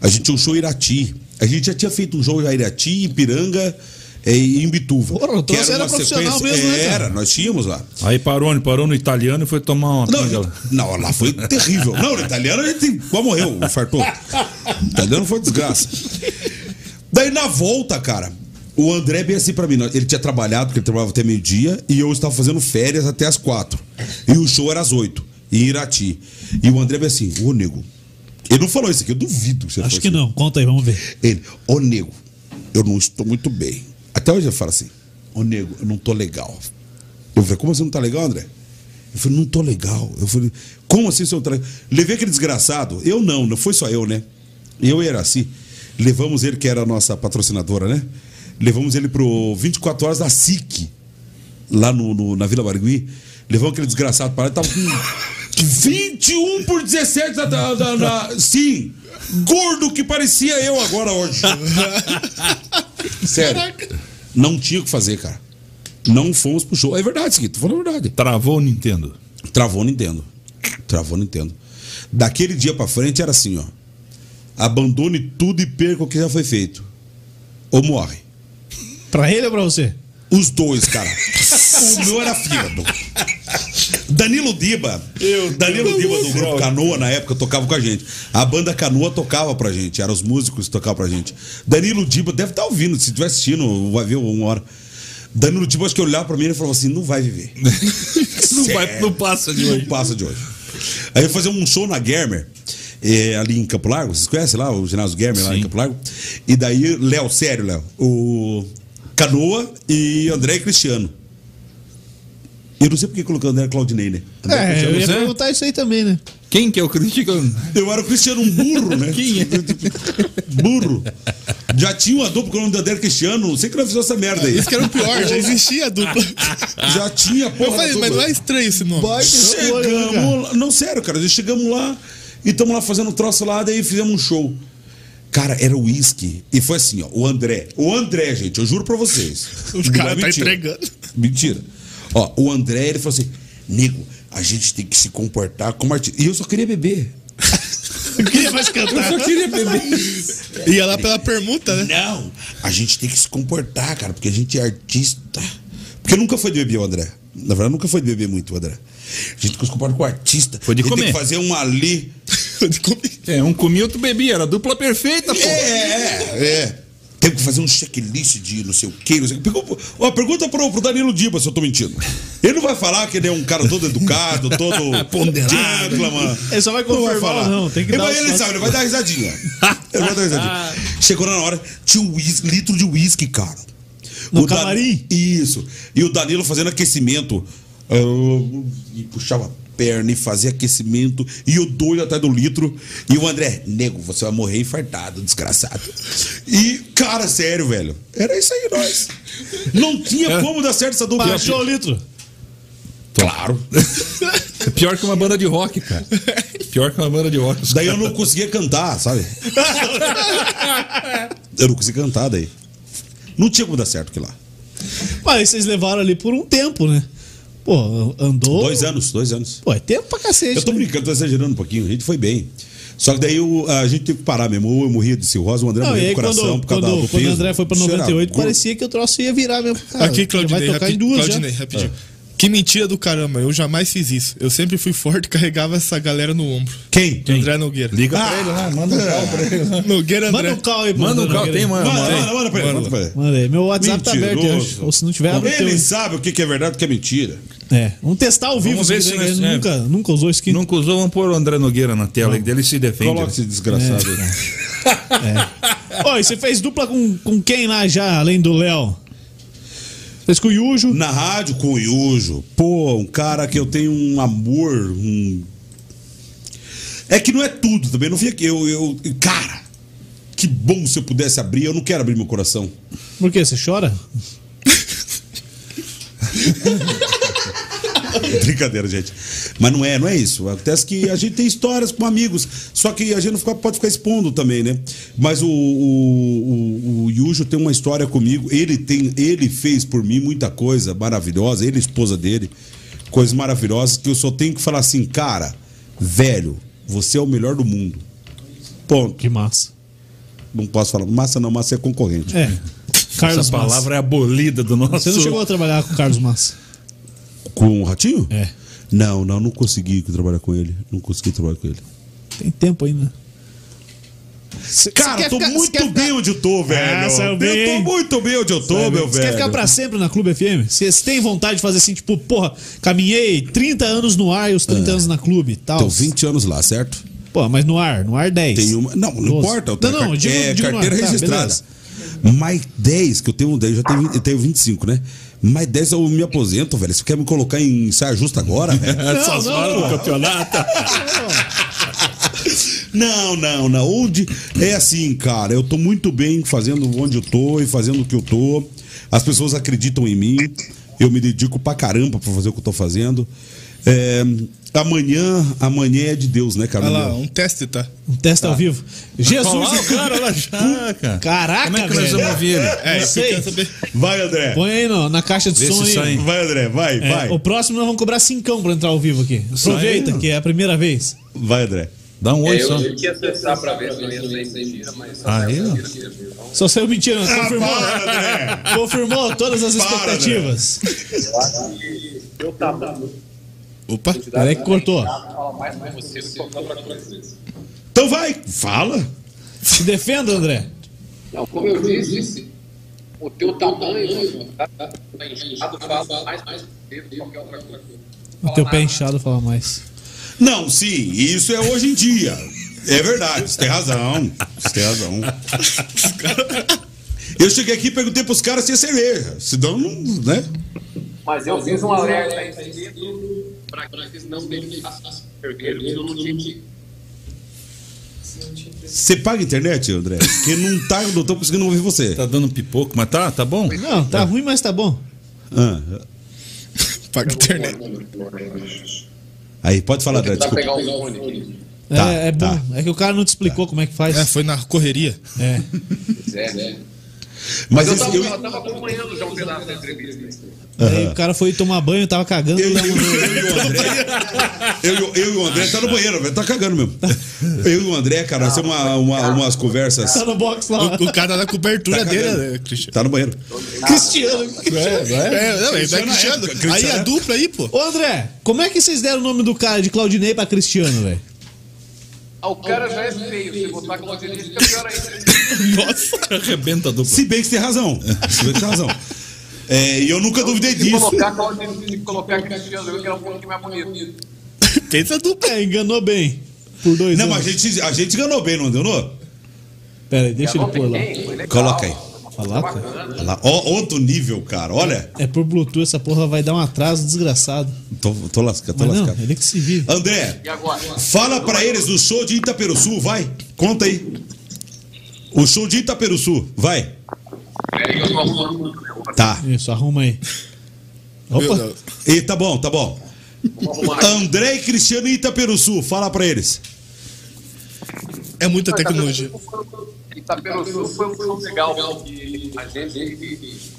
A gente tinha um show em Irati. A gente já tinha feito um show em Irati, Ipiranga eh, e em Bituva.
Porra, o
Que
troço era
uma
profissional
sequência- É,
mesmo, né, cara?
Era, nós tínhamos lá.
Aí parou, ele parou no italiano e foi tomar uma
um- Não,
pinga lá.
não, lá foi terrível. Não, no italiano a gente quase morreu, infartou. O italiano foi desgraça. Daí na volta, cara, o André bem assim pra mim. Ele tinha trabalhado, porque ele trabalhava até meio-dia, e eu estava fazendo férias até as quatro. E o show era às oito, em Irati. E o André bem assim, ô nego. Ele não falou isso aqui, eu duvido que você
Acho
fosse
que não, conta aí, vamos ver.
ele, ô nego, eu não estou muito bem. Até hoje eu falo assim, ô nego, eu não tô legal. Eu falei, como você não tá legal, André? Eu falei, não tô legal. Eu falei, como assim você não tá legal? Levei aquele desgraçado. Eu não, não foi só eu, né? Eu era assim. Levamos ele, que era a nossa patrocinadora, né? Levamos ele pro 24 horas da SIC, lá no, no- na Vila Barigui. Levamos aquele desgraçado para lá, ele tava com 21 por 17 da, da, da- da- Sim! Gordo que parecia eu agora hoje. Sério. Não tinha o que fazer, cara. Não fomos pro show. É verdade, isso aqui, tô falando a verdade.
Travou o Nintendo.
Travou o Nintendo. Travou o Nintendo. Daquele dia pra frente era assim, ó. Abandone tudo e perca o que já foi feito. Ou morre.
Pra ele ou pra você?
Os dois, cara. o meu era fígado. Danilo Diba. Eu, Danilo Diba do grupo Canoa, na época, tocava com a gente. A banda Canoa tocava pra gente. Eram os músicos que tocavam pra gente. Danilo Diba deve estar ouvindo. Se estiver assistindo, vai ver uma hora. Danilo Diba, acho que olhava pra mim e falou assim: não vai viver.
*laughs* Não, vai, não passa de
Não passa de hoje. Aí eu fazia um show na Germer, eh, ali em Campo Largo, vocês conhecem lá, o ginásio Germer lá
Sim.
em Campo Largo? E daí, Léo, sério, Léo, o Canoa e André e Cristiano. Eu não sei porque colocou André e Claudinei, né?
É, eu ia
Zé?
perguntar isso aí também, né?
*laughs* Quem que é o criticando?
*laughs* é?
Eu era o Cristiano, um burro, né?
Quem é?
burro. Já tinha uma dupla com o nome da André Cristiano. Não sei que não fez essa
*laughs*
merda aí.
Isso que era o pior, já existia a dupla.
Já tinha, porra.
Ah. Eu falei,
da
mas não
dupla.
é estranho esse nome.
Aí
né,
chegamos lá. Não, sério, cara. nós Chegamos lá e estamos lá fazendo um troço lá, daí fizemos um show. Cara, era o uísque. E foi assim, ó. O André. O André, gente, eu juro pra vocês.
*laughs* Os
Não
caras
é
tá
mentira.
*laughs* entregando.
Mentira. Ó, o André, ele falou assim: Nego, a gente tem que se comportar como artista. E eu só queria beber.
Eu queria mais cantar.
Eu só queria beber.
Ia lá pela permuta, né? *laughs*
Não, a gente tem que se comportar, cara, porque a gente é artista. Porque nunca foi de beber o André. Na verdade, nunca foi de beber muito o André. A gente se comporta com o artista.
Foi de
Ele
comer.
Tem que fazer um ali.
É, um comia, outro bebia. Era a dupla perfeita, pô.
É, é, é. Tem que fazer um checklist de não sei o quê. Não sei o quê. Pergu- Ó, pergunta pro, pro Danilo Diba se eu tô mentindo. Ele não vai falar que ele é um cara todo educado,
*laughs*
todo.
Ponderado.
Gentleman.
Ele só vai confirmar
vai falar.
ou não, tem que
ele
dar
vai,
os
ele
fatos.
sabe, ele vai dar risadinha.
*laughs*
ele vai dar risadinha. Chegou na hora, tinha um whis- litro de uísque, cara.
No
Dan-
camarim?
Isso. E o Danilo fazendo aquecimento. Ah, E puxava a perna e fazia aquecimento. E o doido até do litro. E o André, nego, você vai morrer infartado, desgraçado. E, cara, sério, velho. Era isso aí, nós. Não
É.
tinha como dar certo essa dupla.
Baixou o litro.
*laughs* Claro.
É pior que uma banda de rock, cara. Pior que uma banda de rock. Os
Daí eu não conseguia cantar,
*laughs*
sabe? Eu não conseguia cantar daí. Não tinha como dar certo aquilo lá.
Mas vocês levaram ali por um tempo, né? Pô, andou.
Dois anos, dois anos.
Pô, é tempo pra cacete.
Eu tô
né?
brincando, tô exagerando um pouquinho. A gente foi bem. Só que daí eu- a gente teve que parar mesmo. Ou eu morria de cirrose, o André
Não, e
morria
aí
do coração
quando,
por causa
quando-
da- do
quando o
peso.
André foi pra
Isso era
98,
gordo.
parecia que o troço ia virar mesmo. Cara,
Aqui, Claudinei,
Vai tocar
rapi-
em duas né?
Claudinei,
já.
rapidinho. Que mentira do caramba, eu jamais fiz isso. Eu sempre fui forte *laughs* e carregava essa galera no ombro.
Quem?
André Nogueira.
Ah,
Liga pra ele lá, manda um call pra ele.
Nogueira André.
Manda um call aí, pro
Manda um
André
call,
Nogueira.
tem, mano.
Manda,
mano.
manda, manda pra ele.
Manda.
Manda pra ele.
Manda aí, meu WhatsApp tá aberto,
Mentiroso.
hoje. ou se não tiver, abre o
Ele
teu.
sabe o que que é verdade e o que é mentira.
É, vamos testar ao vivo.
Vamos ver
esse
se
André,
nós-
ele
é.
nunca, nunca usou skin.
Nunca usou, vamos pôr o André Nogueira na tela, que dele se defende.
Coloca
*laughs*
esse
É.
desgraçado aí.
Ó, e você fez dupla com, com quem lá já, além do Léo? Fez com o Yujo.
Na rádio com o Yujo. Pô, um cara que eu tenho um amor. um- É que não é tudo também. Não fica que eu, eu. Cara, que bom se eu pudesse abrir. Eu não quero abrir meu coração.
Por quê? Você chora?
*laughs* Brincadeira, gente. Mas não é, não é isso. Acontece que a gente tem histórias com amigos, só que a gente não fica- pode ficar expondo também, né? Mas o, o, o- o Yujo tem uma história comigo. Ele tem, ele fez por mim muita coisa maravilhosa. Ele, e a esposa dele, coisas maravilhosas que eu só tenho que falar assim, cara, velho, você é o melhor do mundo. Ponto.
Que massa.
Não posso falar massa, não, massa é concorrente.
É. Carlos
Essa palavra
Massa.
é abolida do nosso.
Você não chegou a trabalhar com o Carlos Massa?
Com o ratinho?
É.
Não, não, não consegui trabalhar com ele. Não consegui trabalhar com ele.
Tem tempo ainda.
Cara,
quer
eu tô
ficar-
muito
você quer
bem onde eu tô, velho.
Ah, saiu
eu
bem.
tô muito bem onde eu tô, meu
Você
velho.
quer ficar é pra sempre na Clube FM? Vocês têm vontade de fazer assim, tipo, porra, caminhei 30 anos no ar e os 30 anos na Clube e tal?
Tô 20 anos lá, certo?
Pô, mas no ar, no ar 10.
Tem uma. Não, não
Doze.
importa. Eu tenho
Não, não,
car-
digo-
é,
digo no
carteira
ar, tá,
registrada.
beleza.
Mais 10, que eu tenho 10, já tenho, vinte- eu tenho 25, né? Mais 10 eu me aposento, velho. Você quer me colocar em saia justa agora, velho?
Essas
Não, não,
horas do
não. *laughs*
campeonato.
Não, não, não. Onde é assim, cara. Eu tô muito bem fazendo onde eu tô e fazendo o que eu tô. As pessoas acreditam em mim. Eu me dedico pra caramba pra fazer o que eu tô fazendo. É, amanhã, amanhã é de Deus, né, cara?
Olha lá, um teste, tá?
Um teste ao vivo. Jesus.
Olha lá o cara lá já, cara.
Caraca,
Como é que nós
velho.
vamos ouvir ele?
É,
Não
isso
sei.
eu quero saber.
Vai, André.
Põe aí no- na caixa de
Vê
som
se
aí.
sai.
Vai, André, vai,
É,
vai.
O próximo nós vamos cobrar cincão pra entrar ao vivo aqui. Aproveita,
Saiu.
que é a primeira vez.
Vai, André.
Dá um oi só.
É, Eu, eu tinha acessar pra ver se eu ia sair mentira, mas só
Aí, ó.
Só saiu mentira, confirmou.
André.
Confirmou todas as
Para,
expectativas.
eu tava no
Opa.
Peraí que cortou.
fala mais com você do que qualquer outra coisa.
Então vai, fala.
Se defenda, André.
Não, como eu disse, o teu tamanho tá, tá inchado, fala mais, mais com você do que qualquer outra coisa.
O teu pé inchado fala mais.
Não, sim, isso é hoje em dia. É verdade, você tem razão. Você tem razão. Eu cheguei aqui e perguntei pros caras se é cerveja. Se não, não, né?
Mas eu fiz um alerta aí cedo pra que eles não deixassem cerveja, porque eu não tinha que.
Você paga internet, André? Porque não tá, não tô conseguindo ouvir você.
Tá dando pipoco, mas tá, tá bom?
Não, tá ruim, mas tá bom.
Ah,
Paga internet.
aí, pode falar, André,
Tentar
desculpa.
pegar o Zone.
É,
Tá,
é bom.
tá.
É que o cara não te explicou como é que faz.
É, foi na correria.
É.
É, né?
Mas
Eu
esse-
tava,
eu-
eu tava acompanhando já um pedaço da entrevista.
É. Aí o cara foi tomar banho, tava cagando.
Eu,
lá
eu-
mandou-
eu e o André. Eu, e o- eu e o André tá no banheiro, velho. Tá cagando mesmo. Eu e o André, cara, nós temos uma, uma- umas conversas.
Tá no box lá.
O, o cara da cobertura
Tá
dele,
cagando.
né, Cristiano?
Tá no banheiro.
Cristiano.
É, não, ele tá
Cristiano
Cristiano.
é, Cristiano
Aí a
é.
dupla aí, pô.
Ô André, como é que vocês deram o nome do cara de Claudinei pra Cristiano, velho?
Ah, o cara já é feio, se botar com o Claudinei, fica pior ainda.
Nossa, arrebenta a dupla.
Se bem que você tem razão. Se bem que você tem razão. É, e eu nunca duvidei
Se
disso.
colocar é Claudinei, se colocar Cristiano, eu quero um pouquinho mais bonito.
Pensa dupla. É, enganou bem. Por dois
Não,
anos.
mas a gente, a gente ganhou bem, não ganhou?
Pera aí,
Tá
deixa ele pôr lá.
é
Coloca aí.
Falar, cara.
Olha lá. Ó, outro nível, cara. Olha.
É por Bluetooth, essa porra vai dar um atraso desgraçado.
Tô, tô lascado, tô
Mas não,
Tá lascado.
ele que se vive.
André,
E agora?
fala pra eles do show de Itaperuçu, vai. Conta aí. O show de Itaperuçu, vai.
É, eu tô arrumando muito, meu.
Tá.
Isso, arruma aí.
Meu
Opa,
Deus.
E tá bom, tá bom.
Vamos arrumar aqui.
André e Cristiano em Itaperuçu, fala pra eles.
É muita
tá
tecnologia.
Itaperuçu foi um show legal, porque a gente,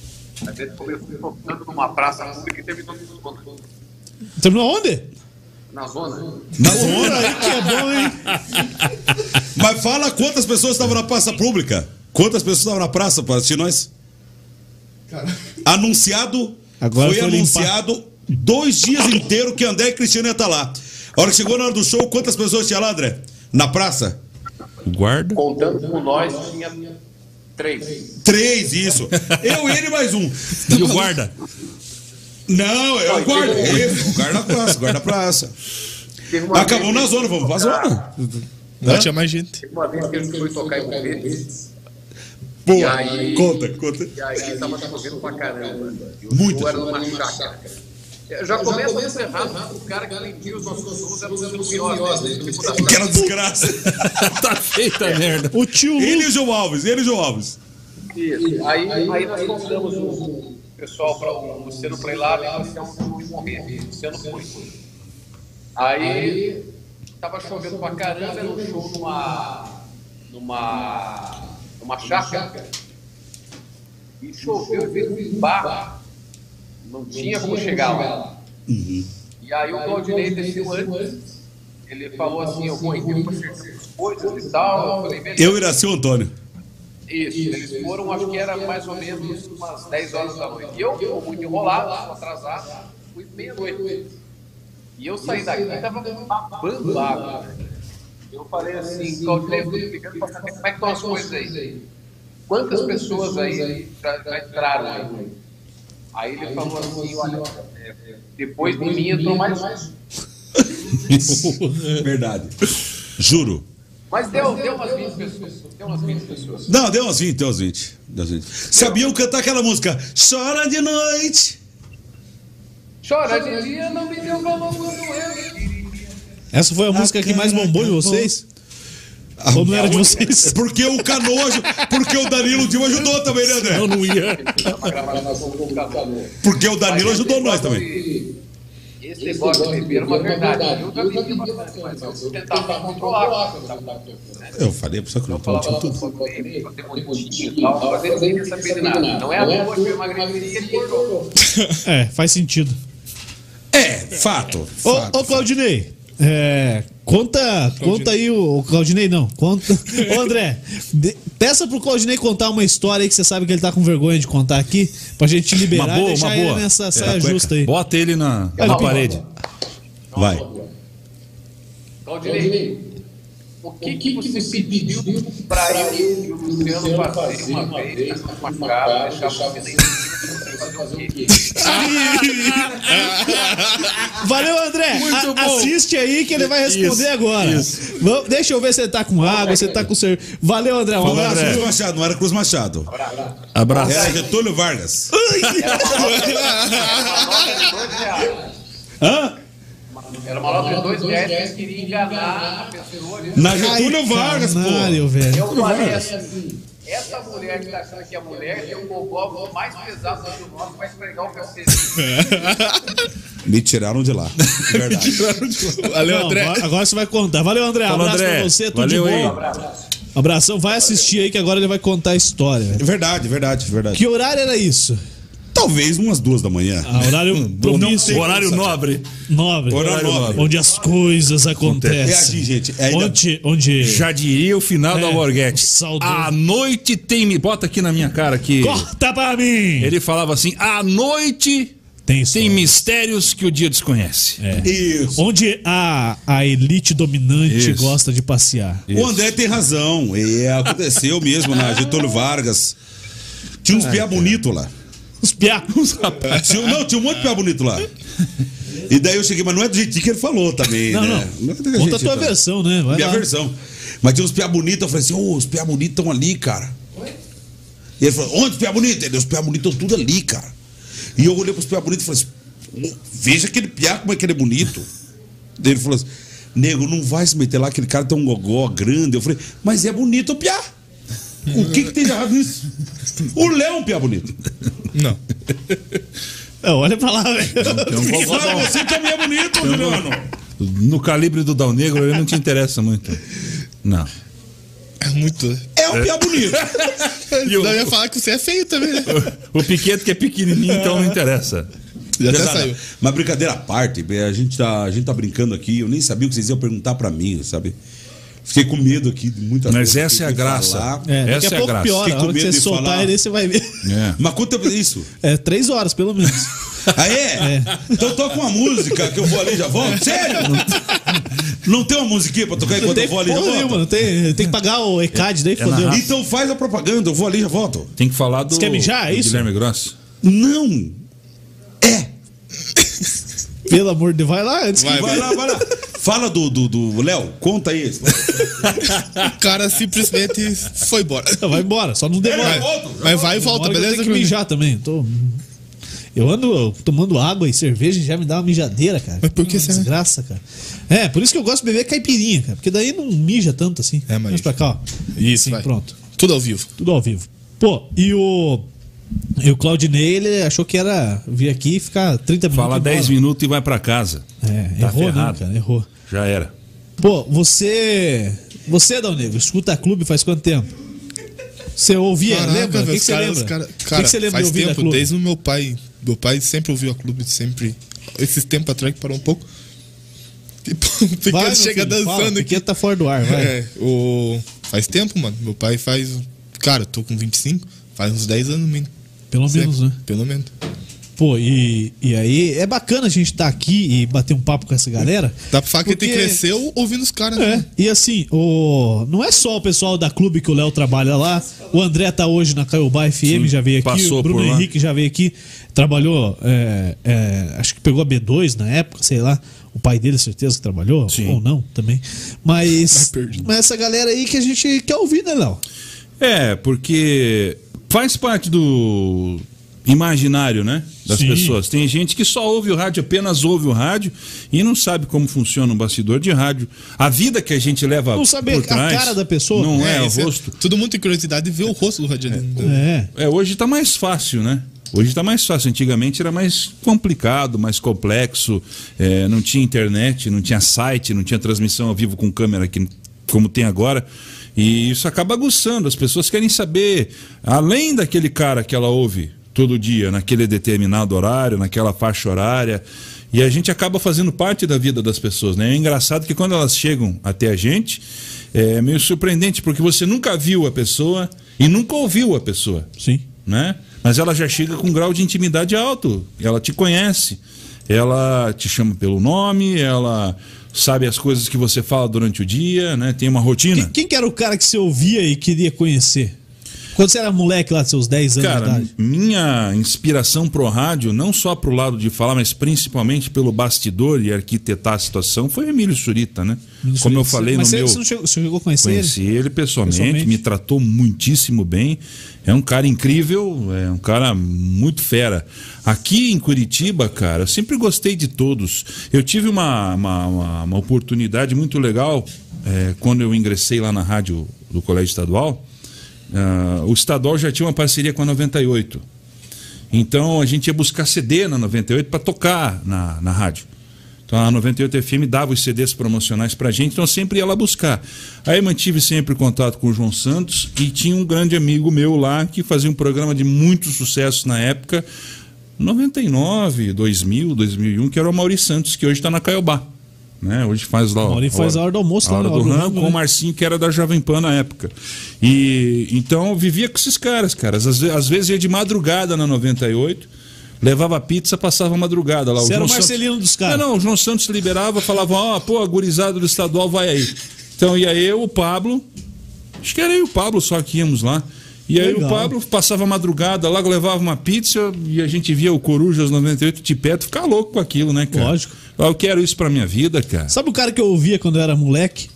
a gente começou tocando numa praça pública e terminou na zona.
terminou onde?
Na zona.
Na zona.
Aí que é bom, hein?
Mas fala quantas pessoas estavam na praça pública. Quantas pessoas estavam na praça pra assistir nós? Anunciado.
Agora
foi
foi limpar.
anunciado dois dias inteiros que André e Cristiano ia estar lá. A hora que chegou na hora do show, quantas pessoas tinha lá, André? Na praça?
Guarda.
Contando com nós, tinha três.
Três, isso. Eu, ele e mais um.
E
*laughs*
o guarda?
Não, eu
Não,
guardo.
tem-
Esse, o guarda praça, o guarda praça.
Teve uma
Acabou
vez-
na zona, vamos pra zona.
Lá tinha mais gente.
Teve uma vez que a gente foi tocar em Palmeiras.
Pô,
E aí?
conta, conta.
E aí tava chovendo pra caramba. E o
Muito.
show Era numa chácara. É, Já começa muito errado, o cara que vendia os nossos shows era o pior, né? Tipo, da-
Aquela
*laughs*
desgraça.
tá feita a merda.
O tio Lu.
Ele e o João Alves, ele e o João Alves.
Isso. Aí, aí, nós convidamos um o pessoal para o Luciano para ir lá, né? O Luciano foi morrer. O Luciano foi. Aí tava chovendo pra caramba, era um show numa. numa. numa chácara. E choveu, fez um barro. Não tinha como chegar lá. E aí o Claudinei desceu antes. Ele falou assim, eu vou eu vou checar as coisas e tal. Eu falei, beleza.
Eu, Iraci e o Antônio.
Isso, eles foram, acho que era mais ou menos umas 10 horas da noite. E eu, eu muito enrolado, atrasado, fui meia-noite. E eu saí daqui e tava babando água. né? Eu falei assim, Claudinei, eu tô te ligando pra saber como é que estão as coisas aí. Quantas pessoas aí já, já entraram aí? Aí ele falou assim, olha, é, depois de mim entrou mais um.
*laughs* Verdade. Juro.
Mas deu, deu umas 20 pessoas. Deu umas 20 pessoas.
Não, deu umas 20, deu umas 20. Deu umas 20. Sabiam cantar aquela música? Chora de noite.
Chora de dia, não me deu valor quando eu queria.
Essa foi a música que mais bombou de vocês? Ou não era de vocês?
um- Porque o Canojo, porque o Danilo Dilma ajudou também, né, André?
Eu não ia.
Porque o Danilo ajudou nós também.
Esse negócio de beber é uma verdade. Eu já bebi bastante, mas eu tentava controlar. Eu tentava
Eu falei pra você que não tô mentindo tudo.
fazer bonitinho e tal, mas ele nem sabia de nada. Não é a boa que eu emagreci, ele engordou.
É, faz sentido.
É, fato.
Ô,
fato.
ô Claudinei, é, conta, conta aí o, o Claudinei não,
*laughs*
conta. Ô André, de- peça pro Claudinei contar uma história aí que você sabe que ele tá com vergonha de contar aqui, pra gente liberar
Uma boa,
e deixar
uma
ele
boa.
nessa
É,
saia justa aí.
Bota ele na, na
Olha,
parede.
Vai.
Claudinei, o que, que você pediu para eu e o Luciano fazer uma vez, uma cara, deixar você nem fazer o quê?
Valeu, André!
Muito
A-
bom.
assiste aí que ele vai responder agora. Vamos- deixa eu ver se ele tá com água, se ele tá com cerveja. Valeu, André, um
Não era
abraço.
Cruz
*laughs*
Machado, não era Cruz Machado.
É,
Abraço.
Era Getúlio Vargas.
*laughs*
Uma nota de dois reais.
Hã?
Era uma nota de dois reais que eles queriam enganar a pessoa. né?
Na Getúlio Vargas, pô.
Caralho, velho.
Eu falei assim, essa mulher que tá achando que é mulher tem um bobó mais pesado do que o nosso, vai esfregar o cacete.
Me tiraram de lá. Verdade.
*laughs*
Valeu,
Não,
André.
agora- Agora você vai contar. Valeu, André.
Falou,
Abraço
André.
pra você, tudo
Valeu
de
aí.
bom. Abração, vai assistir aí que agora ele vai contar a história. velho.
Verdade, verdade, verdade.
Que horário era isso?
Talvez umas duas da manhã.
Ah, horário propício,
Não, horário nobre.
nobre.
horário nobre.
Onde as coisas acontecem.
É assim, gente. É ainda-
Onde, onde...
Já diria o final
É,
do Alborguete.
saudoso.
A noite tem me. Bota aqui na minha cara que.
Corta pra mim!
Ele falava assim: a noite
Tem
tem
história.
mistérios que o dia desconhece.
É.
Isso.
Onde a, a elite dominante
Isso.
gosta de passear.
O André tem razão. E aconteceu mesmo na Getúlio Vargas. Tinha
Ah,
uns piá bonito lá.
Os piá.
Tinha, não, tinha um monte de piá bonito lá. E daí eu cheguei, mas não é do jeitinho que ele falou também,
Não,
né?
não.
é do
Conta a
jeitinho,
tua
tá?
versão, né? Vai
Minha
lá.
versão. Mas tinha uns piá bonito, eu falei assim, ô, os piá bonitos estão ali, cara. E ele falou, onde os piá bonitos? Ele, os piá bonitos estão tudo ali, cara. E eu olhei pros piá bonitos e falei assim, "Ô, veja aquele piá, como é que ele é bonito. Daí ele falou assim, nego, não vai se meter lá, aquele cara tem um gogó grande. Eu falei, mas é bonito o piá. O que, que tem de errado nisso? O Léo é um piá bonito.
Não.
Não, É, olha pra lá, velho.
E fala você
tá
também é bonito, Juliano.
No calibre do Dal Negro, ele não te interessa muito. Não.
É muito.
É um piá bonito.
o-
Não, eu ia falar que você é feio também, né?
O Piquete que é pequenininho, então não interessa.
Já até
Pesada.
saiu.
Mas brincadeira à parte, a gente, tá, a gente tá brincando aqui, eu nem sabia o que vocês iam perguntar pra mim, sabe? Fiquei com medo aqui de muitas
Mas
coisas que
essa é a
tem que
graça.
falar.
É, daqui
Essa é
a
a
pouco
graça.
piora.
Fiquei
A
com
hora que
medo
você
de
soltar
falar.
ele, você vai ver.
Mas quanto tempo é isso?
É, três horas, pelo menos. *laughs*
Ah, é? Então toca uma música que eu vou ali e já volto. Sério? Não tem uma musiquinha pra tocar
Não
enquanto
tem
eu vou ali e já
porra nenhuma,
volto?
não tem, tem que pagar o ECAD, daí fodeu.
narração.
Então faz a propaganda, eu vou ali e já volto.
Tem que falar do,
Você quer mijar, é
do
isso?
Guilherme Gross.
Não! É!
Pelo amor de Deus, vai lá antes
Vai,
que...
Vai lá, vai lá. Fala do do- do Léo, conta aí.
O cara simplesmente foi embora.
Não, vai embora, só não demora.
Mas, mas vai e
Uma
volta,
hora que Eu
beleza?
tenho que mijar também. Tô... Eu ando tomando água e cerveja e já me dá uma mijadeira, cara.
Mas por que
Uma
será?
Desgraça, cara. É, por isso que eu gosto de beber caipirinha, cara. Porque daí não mija tanto assim.
É, mas-
Vamos pra cá, ó.
Isso,
Sim,
vai.
pronto.
Tudo ao vivo.
Tudo ao vivo. Pô, e o. E o Claudinei, ele achou que era vir aqui e ficar 30 minutos.
Fala
e
10
embora.
minutos e vai pra casa.
É,
Tá
errou, né,
ferrado.
cara? Errou.
Já era.
Pô, você. Você, Dal Negro, escuta clube faz quanto tempo? Você ouvia,
Caraca,
lembra? O que
velho,
que
os
você
caras-
lembra?
os
O
cara-
que que
Cara,
você lembra de
faz
ouvir da
tempo,
clube?
desde o meu pai. Meu pai sempre ouviu a clube, sempre. Esses tempos atrás que parou um pouco. Que *laughs* o Piquet
Vai, meu
chega
filho, fala,
dançando aqui.
Piquet tá fora do ar, vai.
É, o... Faz tempo, mano. Meu pai faz. Cara, eu tô com 25, faz uns 10 anos mínimo.
Pelo menos, né?
Pelo menos.
Pô, e, e aí é bacana a gente estar aqui e bater um papo com essa galera.
Dá pra falar que ele
porque-
cresceu ouvindo os caras,
É,
né?
e assim, o... não é só o pessoal da clube que o Léo trabalha lá. O André tá hoje na Caiobá FM, já veio aqui.
passou
o Bruno
por lá.
Henrique já veio aqui. Trabalhou, é, é, acho que pegou a B2 na época, sei lá. O pai dele, certeza que trabalhou,
Sim.
ou não também. Mas,
Tá perdido.
mas essa galera aí que a gente quer ouvir, né, Léo?
É, porque faz parte do imaginário, né? Das
Sim.
pessoas. Tem gente que só ouve o rádio, apenas ouve o rádio e não sabe como funciona um bastidor de rádio. A vida que a gente leva
Não sabe
por
a
trás,
cara da pessoa.
Não é, o
isso
rosto.
Todo mundo tem curiosidade de ver o rosto do Né? radialista.
É.
É, hoje tá mais fácil, né? Hoje tá mais fácil. Antigamente era mais complicado, mais complexo. É, não tinha internet, não tinha site, não tinha transmissão ao vivo com câmera que, como tem agora. E isso acaba aguçando. As pessoas querem saber, além daquele cara que ela ouve todo dia, naquele determinado horário, naquela faixa horária. E a gente acaba fazendo parte da vida das pessoas, né? É engraçado que quando elas chegam até a gente, é meio surpreendente, porque você nunca viu a pessoa e nunca ouviu a pessoa
Sim.
né? Mas ela já chega com um grau de intimidade alto. Ela te conhece, ela te chama pelo nome, ela sabe as coisas que você fala durante o dia, né? Tem uma rotina.
Quem, quem que era o cara que você ouvia e queria conhecer? Quando você era moleque lá, seus 10 anos de
Cara,
idade?
minha inspiração pro rádio, não só pro lado de falar, mas principalmente pelo bastidor e arquitetar a situação, foi Emílio Surita, né? Como eu falei
Mas
no
você,
meu.
você não chegou, você chegou a conhecer
Conheci ele pessoalmente,
Pessoalmente.
me tratou muitíssimo bem. É um cara incrível, é um cara muito fera. Aqui em Curitiba, cara, eu sempre gostei de todos. Eu tive uma, uma, uma- uma oportunidade muito legal é, quando eu ingressei lá na rádio do Colégio Estadual. Ah, o Estadual já tinha uma parceria com a 98. Então a gente ia buscar CD na 98 para tocar na, na rádio. Então a 98 FM dava os CDs promocionais pra gente, então eu sempre ia lá buscar. Aí mantive sempre contato com o João Santos e tinha um grande amigo meu lá que fazia um programa de muito sucesso na época, 99, 2000, 2001, que era o Mauri Santos, que hoje está na Caiobá. Né? Hoje faz lá. o-
Mauri faz a hora do almoço
a
lá
hora
na
do
Hora do
rango,
Rango,
com
né?
o Marcinho, que era da Jovem Pan na época. E então eu vivia com esses caras, cara. Às, ve- às vezes ia de madrugada na 98, levava pizza, passava a madrugada lá.
Você era
João
o
Santos-
Marcelino dos caras.
Não, não, o João Santos liberava, falava, ó, pô, a gurizada do estadual vai aí. Então ia eu, o Pablo, acho que era eu e o Pablo só que íamos lá. E aí
Legal.
o Pablo passava a madrugada lá, levava uma pizza e a gente via o Corujas 98 de perto, ficava louco com aquilo, né, cara?
Lógico.
Eu quero isso pra minha vida, cara.
Sabe o cara que eu ouvia quando eu era moleque?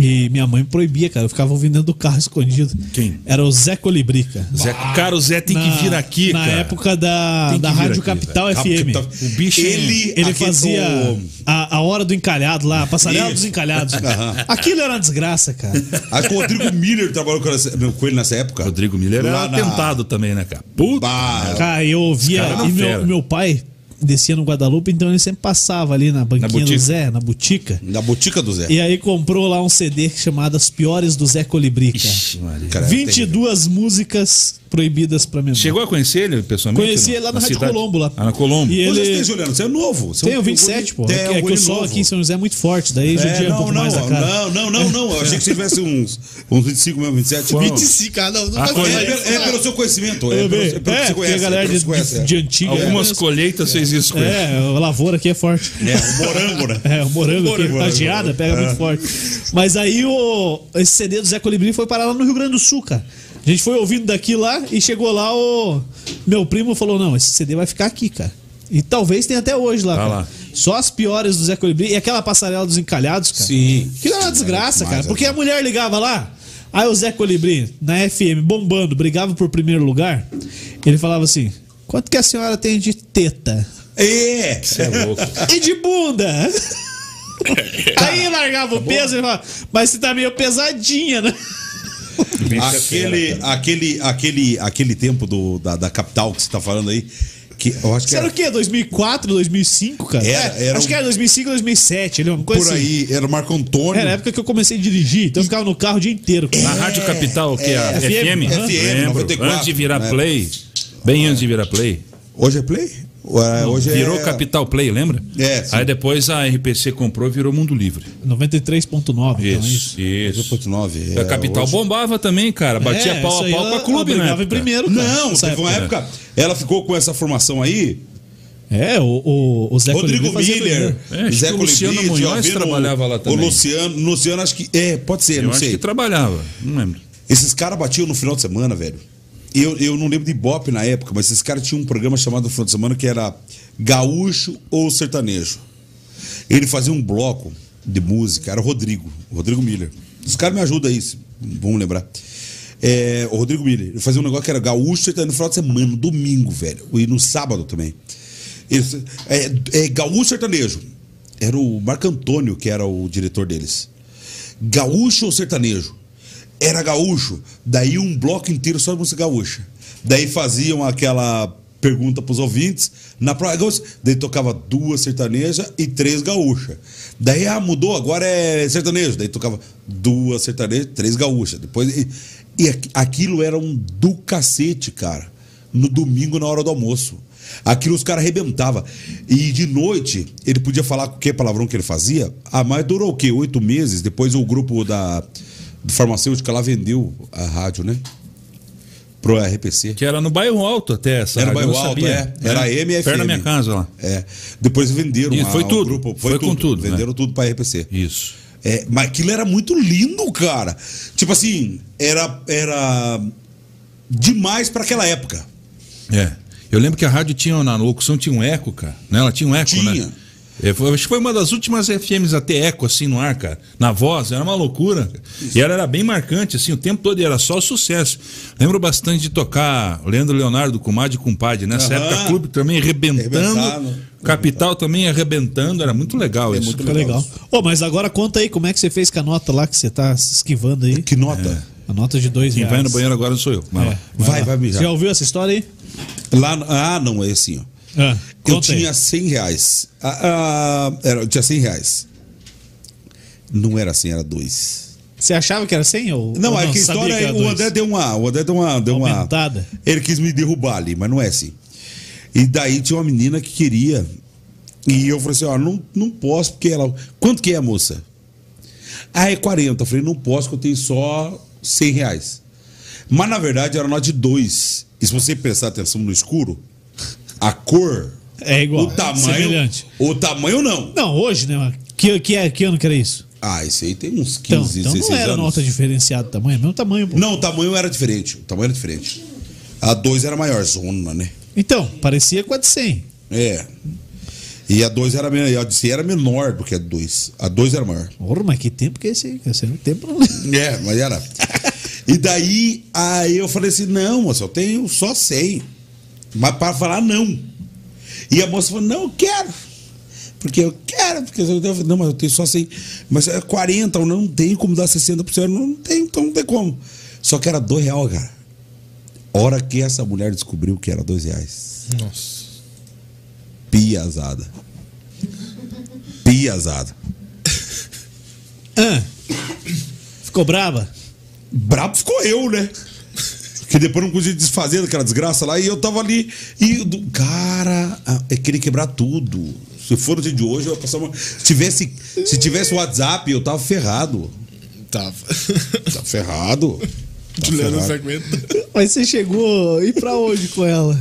E minha mãe me proibia, cara. Eu ficava ouvindo dentro do carro escondido.
Quem?
Era o Zé Colibri, cara.
Zé, cara, o Zé tem
Na-
que vir aqui,
Na
cara.
época da,
Tem que
da
vir
Rádio
aqui,
Capital
velho.
FM.
Capital- O bicho é
Ele-
Ele
Aquele
fazia
do-
a, a hora do encalhado lá, a passarela
Isso.
dos encalhados.
Aham.
Aquilo era uma desgraça, cara.
Aí com o Rodrigo Miller trabalhou com, essa- meu, com ele nessa época.
Rodrigo Miller era
Lá na-
atentado também, né, cara? Puta.
Bah,
Cara, eu
Os
ouvia.
caras eram
E
fera.
meu, meu pai descia no Guadalupe, então ele sempre passava ali na banquinha do
botica.
Zé, na botica.
da botica do Zé.
E aí comprou lá um CD chamado As Piores do Zé Colibri, cara.
Ixi, Maria.
Cara,
22 músicas proibidas pra menor.
Chegou a conhecer ele pessoalmente?
Conheci
não?
ele lá
Na
na Rádio
cidade?
Colombo lá.
Ah, na Colombo.
E
Hoje
ele-
você tem, Juliano, você é novo. Você
Tem
é
o
um-
27, pô.
É,
É, que- é
um
que o
guri
sol
novo.
aqui em São José é muito forte, daí
É,
judia um
não,
pouco
não,
mais a cara.
não, é, não, não, não. Eu achei que você tivesse uns, uns 25 mesmo, 27.
Qual?
25.
25, ah, não, não
Ah,
vai
foi-
É,
fazer
pelo-
isso,
é
não.
pelo seu conhecimento. É,
Eu
pelo,
bem,
é pelo que
é,
você
porque a
conhece. É,
galera
pelo que
de,
você conhece, é.
de antiga. né?
Algumas colheitas fez isso com ele.
É, a lavoura aqui é forte.
É, o morango, né?
É, o morango aqui,
Morango,
a geada pega muito forte. Mas aí o, esse CD do Zé Colibri foi parar lá no Rio Grande do Sul, cara. A gente foi ouvindo daqui lá e chegou lá o. Meu primo falou: não, esse CD vai ficar aqui, cara. E talvez tenha até hoje lá,
Tá
cara.
lá.
Só as piores do Zé Colibri e aquela passarela dos encalhados, cara.
Sim.
Que era uma desgraça,
demais,
cara.
é
Porque a mulher ligava lá. Aí o Zé Colibri, na FM, bombando, brigava por primeiro lugar. Ele falava assim: quanto que a senhora tem de teta?
É!
um
É louco.
e de bunda.
*laughs*
Aí largava
Tá
o peso e falava, mas você tá meio pesadinha, né? é um
Aquele, aquele, aquele, aquele tempo do, da, da capital que você tá falando aí, que eu acho que
Isso era
era,
o quê? 2004, 2005, cara?
Era,
É,
era
Acho
um-
que era 2005, 2007, ele é uma coisa
por
assim.
aí, era o Marco Antônio.
Era a época que eu comecei a dirigir, então eu ficava no carro o dia inteiro.
Na Rádio Capital, que é a
É,
FM?
FM,
Lembro.
94,
Antes de virar
né?
play. Bem antes de virar play.
Hoje é Play? Ou é- hoje
virou
é...
Capital Play, lembra?
É, sim.
Aí depois a RPC comprou e virou Mundo Livre.
93.9, então é isso.
Isso, isso.
2.9,
A
é,
Capital
hoje-
bombava também, cara. Batia
É,
pau
isso
a
aí
pau
ela-
com a clube,
ela
né?
brigava em primeiro, cara,
Não,
nessa
teve uma
época.
época. Ela ficou com essa formação aí.
É, o, o, o Zé
Rodrigo
Colibri fazia
Miller,
doideira.
É, acho
Zé
que o Luciano
Colibri,
Munhoz
Giovino,
trabalhava lá também.
O Luciano, Luciano acho que. É, pode ser,
Eu
não
acho
sei.
que trabalhava. Não lembro.
Esses caras batiam no final de semana, velho. Eu, eu não lembro de Ibope na época, mas esses caras tinham um programa chamado no final de semana que era Gaúcho ou Sertanejo. Ele fazia um bloco de música, era o Rodrigo, o Rodrigo Miller. Os caras me ajudam aí, se- vamos lembrar. É, o Rodrigo Miller, ele fazia um negócio que era gaúcho sertanejo no final de semana, no domingo, velho. E no sábado também. Isso, é, é gaúcho sertanejo. Era o Marco Antônio que era o diretor deles. Gaúcho ou sertanejo? Era gaúcho. Daí um bloco inteiro só de música gaúcha. Daí faziam aquela pergunta pros ouvintes. Na prova gaúcha, daí tocava duas sertanejas e três gaúcha. Daí, ah, mudou, agora é sertanejo. Daí tocava duas sertanejas e três gaúchas. Depois, e, e aqu- aquilo era um do cacete, cara. No domingo, na hora do almoço. Aquilo os caras arrebentavam. E de noite, ele podia falar qualquer palavrão que ele fazia. Ah, mas durou o quê? Oito meses. Depois o grupo da do farmacêutica lá vendeu a rádio, né? Pro RPC.
Que era no bairro alto até essa.
Era
rádio,
bairro
eu não
alto,
sabia.
é. Era a MFM.
Perto da minha casa lá.
É. Depois venderam
Isso,
a-
foi
ao
tudo.
grupo.
Foi com tudo, né?
Venderam tudo pra RPC.
Isso.
É, mas aquilo era muito lindo, cara. Tipo assim, era. era demais pra aquela época.
É. Eu lembro que a rádio tinha, na locução tinha um eco, cara. Né? Ela tinha um eco,
Tinha.
né? É, foi- acho que foi uma das últimas FMs a ter eco assim no ar, cara. Na voz, era uma loucura. cara. E ela era bem marcante, assim, o tempo todo e era só sucesso. Lembro bastante de tocar Leandro Leonardo, Cumad e Cumpade. Nessa
Aham.
época, clube também arrebentando.
Arrebentado.
Capital também arrebentando. Era muito legal isso.
É muito
Fica legal. Ô, mas agora conta aí como é que você fez com a nota lá que você tá se esquivando aí.
Que nota?
A nota de dois
Quem
reais.
vai no banheiro agora não sou eu. Vai
É,
lá.
Vai,
lá.
vai mijar.
Você já ouviu essa história aí?
Lá, ah, não, é assim, ó.
Ah,
Eu
conta aí.
tinha 100 reais. Ah, ah, era, eu tinha 100 reais. Não era 100, era 2.
Você achava que era 100 ou
Não,
ou
é que a
sabia
história
que
é.
era
O
dois?
André deu uma. O André deu uma. Deu uma
Aumentada.
Ele quis me derrubar ali, mas não é assim. E daí tinha uma menina que queria. E eu falei assim: ó, não, não posso, porque ela. Quanto que é, moça? Ah, é 40. Eu falei: não posso, que eu tenho só 100 reais. Mas na verdade era nota de 2. E se você prestar atenção no escuro, a cor.
É igual,
O tamanho.
semelhante.
O tamanho não.
Não, hoje, né? mas Que, que, é, que ano que era isso?
Ah, isso aí tem uns
Então,
15,
então
16
não era
anos.
nota diferenciada de tamanho, é mesmo tamanho, pô.
Não, o tamanho era diferente. O tamanho era diferente. A 2 era maior, zona, né?
Então, parecia com a de 100.
É. E a 2 era menor. E a de era menor do que a 2. A 2 era maior.
Porra, mas que tempo que é esse aí? Esse é um tempo.
*coughs* É, *laughs* mas era. E daí, aí eu falei assim: não, moça, eu tenho só 100. Mas para falar, não. E a moça falou: não, eu quero. Porque eu quero, porque eu falei, não, mas eu tenho só 100. Mas é 40, eu não tenho como dar 60 por cento, não tenho, então não tem como. Só que era 2 real, cara. Hora que essa mulher descobriu que era 2 reais.
Nossa.
Piazada. Piazada.
Ah, ficou brava?
brabo ficou eu, né? Porque depois não consegui desfazer daquela desgraça lá e eu tava ali. E, do- cara, ah, eu queria quebrar tudo. Se for no dia de hoje, eu ia passar uma. Se tivesse, se tivesse WhatsApp, eu tava ferrado.
Tava. *laughs*
Tá
Tava ferrado. Tava
Juliano não se
ferrado.
aguenta.
Mas você chegou e pra onde com ela?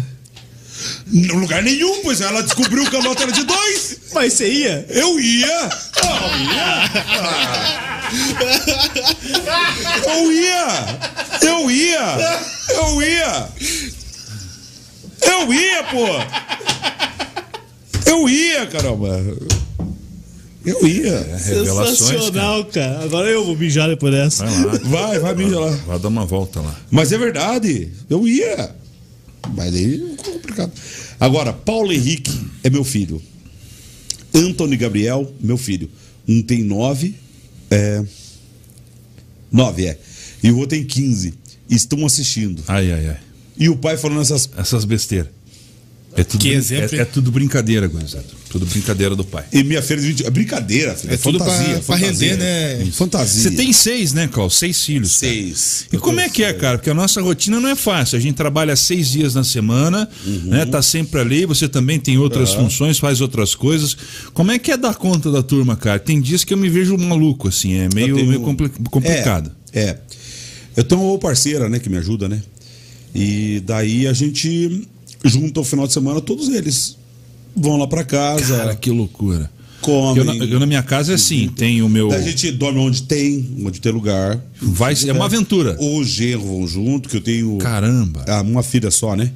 Em lugar nenhum, pois ela descobriu que a nota era de dois.
Mas você ia?
Eu ia! Eu ia! Eu ia! Eu ia! Eu ia! Eu ia, pô! Eu ia, caramba! Eu ia!
Revelações. Cara.
Sensacional, cara. Agora eu vou mijar depois dessa.
Vai lá.
Vai, vai, mija lá.
Vai dar uma volta lá.
Mas é verdade, eu ia. Mas aí ficou complicado. Agora, Paulo Henrique é meu filho. Antônio Gabriel, meu filho. Um tem nove. É... Nove, é. E o outro tem quinze. Estão assistindo.
Ai, ai, ai.
E o pai falando essas.
essas besteiras. É tudo,
Que
brin-
exemplo,
é,
hein?
é tudo brincadeira, gurizada. Tudo brincadeira do pai.
E minha feira de 20. É brincadeira, filho. É,
É tudo pra-
fantasia.
pra
fantasia.
render, né?
Fantasia.
Você tem seis, né, Cláudio? Seis filhos. cara.
seis.
E como é que é, cara? Porque a nossa rotina não é fácil. A gente trabalha seis dias na semana,
Uhum.
né? Tá sempre ali. Você também tem outras funções, faz outras coisas. Como é que é dar conta da turma, cara? Tem dias que eu me vejo maluco, assim. É meio,
tenho- um
meio compli- complicado.
É, é. Eu tenho uma parceira, né, que me ajuda, né? E daí a gente junta o final de semana todos eles. Vão lá pra casa,
Cara, que loucura.
comem.
Eu na, eu na minha casa é assim. Tem o meu...
Daí a Uhum. gente dorme onde tem, onde tem lugar.
Vai, é uma aventura.
O genro vão junto, que eu tenho
Caramba.
ah, uma filha só, né?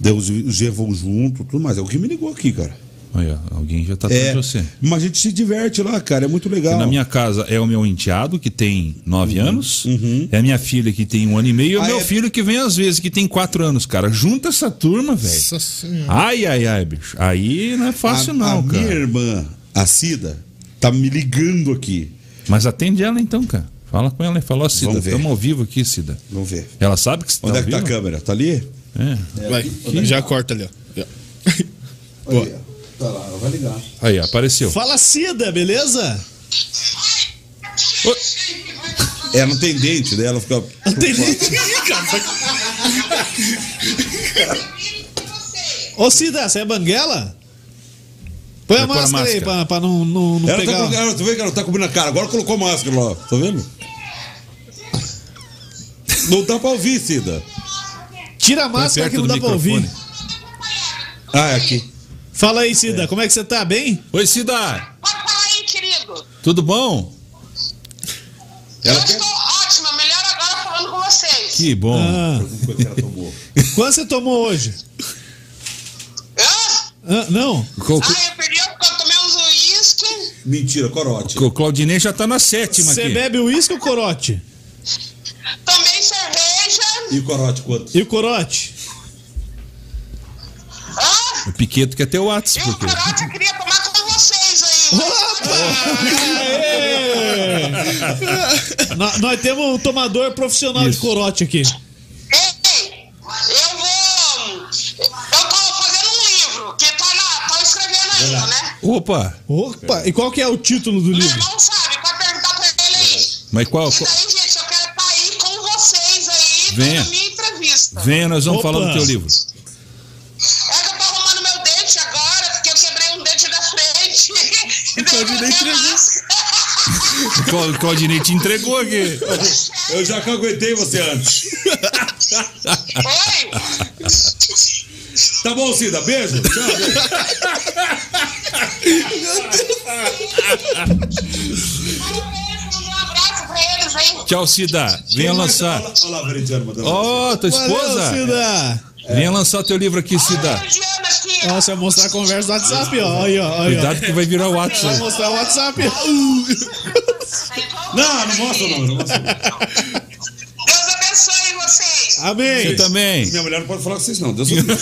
Daí os, os genros vão junto, tudo mais. É o que me ligou aqui, cara.
Olha, alguém já tá atrás
É,
de você.
mas a gente se diverte lá, cara. É muito legal.
Na minha casa é o meu enteado, que tem nove anos. É a minha filha, que tem um ano e meio. E o
Uhum. Ah,
meu
é-
filho, que vem às vezes, que tem quatro anos, cara. Junta essa turma, velho.
Nossa senhora.
Ai, ai, ai, bicho. Aí não é fácil,
a,
não,
a
cara.
minha irmã, a Cida, tá me ligando aqui.
Mas atende ela então, cara. Fala com ela e fala: Ó, Cida,
Vamos ver.
estamos ao vivo aqui, Cida.
Vamos ver.
Ela sabe que você
Onde
tá
é que tá
ao
a
vivo?
câmera? Tá ali?
É.
Vai, já corta ali, ó. Já. Boa.
Tá lá, vai ligar.
Aí, apareceu.
Fala, Cida, beleza?
Ela não tem dente, né? Ela fica.
Não tem *laughs* cara. tá Ô, Cida, você é banguela? Põe a
Vai pôr a
máscara, aí pra,
máscara.
pra não, não, não
Ela tá,
pegar.
com... ela, tu vê que ela tá cobrindo a cara, agora colocou máscara lá, ó. tá vendo? Não dá pra ouvir, Cida.
Tira a máscara que
Tá perto
não
do
dá pra ouvir.
microfone.
Ah, é aqui.
Fala aí, Cida, como é que você tá? Bem?
Oi, Cida.
Pode falar aí, querido.
Tudo bom?
Ela
eu
quer-
estou ótima, melhor agora falando com vocês.
Que bom.
Ah,
Coisa que ela tomou.
quanto você tomou hoje?
Hã?
Ah, não?
Co- co-
Ah, eu perdi porque eu tomei uns uísque.
Mentira, corote.
co- Claudinei já tá na sétima
Você
aqui.
bebe uísque ou corote?
Tomei cerveja.
E o corote quanto?
E o corote?
Hã?
O Piqueto quer ter o Whats,
E o
porque...
corote eu queria tomar com vocês aí.
Nó- nós temos um tomador profissional de
Isso.
corote aqui.
Ei, eu vou. Eu tô fazendo um livro que tá, na, tá escrevendo ainda, né?
Opa,
Opa, e qual que é o título do
Meu
livro?
irmão sabe, pode perguntar pra ele aí.
mas qual...
E
qual-
daí, gente, eu quero estar aí com vocês aí
Venha.
na minha entrevista.
Venha, nós vamos
Opa.
falar do teu livro.
É que eu tô arrumando meu dente agora, porque eu quebrei um dente da frente. *laughs* E daí eu
Pode dar
coloquei a
entrevista.
máscara.
O Cla- Claudinei te entregou aqui.
Eu já caguetei você antes.
Oi?
Tá bom, Cida. Beijo. Tchau.
Manda um beijo, manda um abraço pra eles aí.
Tchau, Cida. Venha lançar.
Olha lá, Valentiano. mandando
Ó, tua esposa.
Valeu, Cida!
Venha lançar teu livro aqui,
Olha
Cida.
o Juliano aqui, ó.
Nossa, eu vou mostrar a conversa do WhatsApp, ó. Aí, ó, aí, ó.
Cuidado Uh! que vai virar o
Vou
WhatsApp.
mostrar o WhatsApp.
Não, Ah, não mostra, não. não mostra.
Deus abençoe vocês.
Amém.
Você também.
Minha mulher não pode falar com vocês, não. Deus
*laughs*
o livre.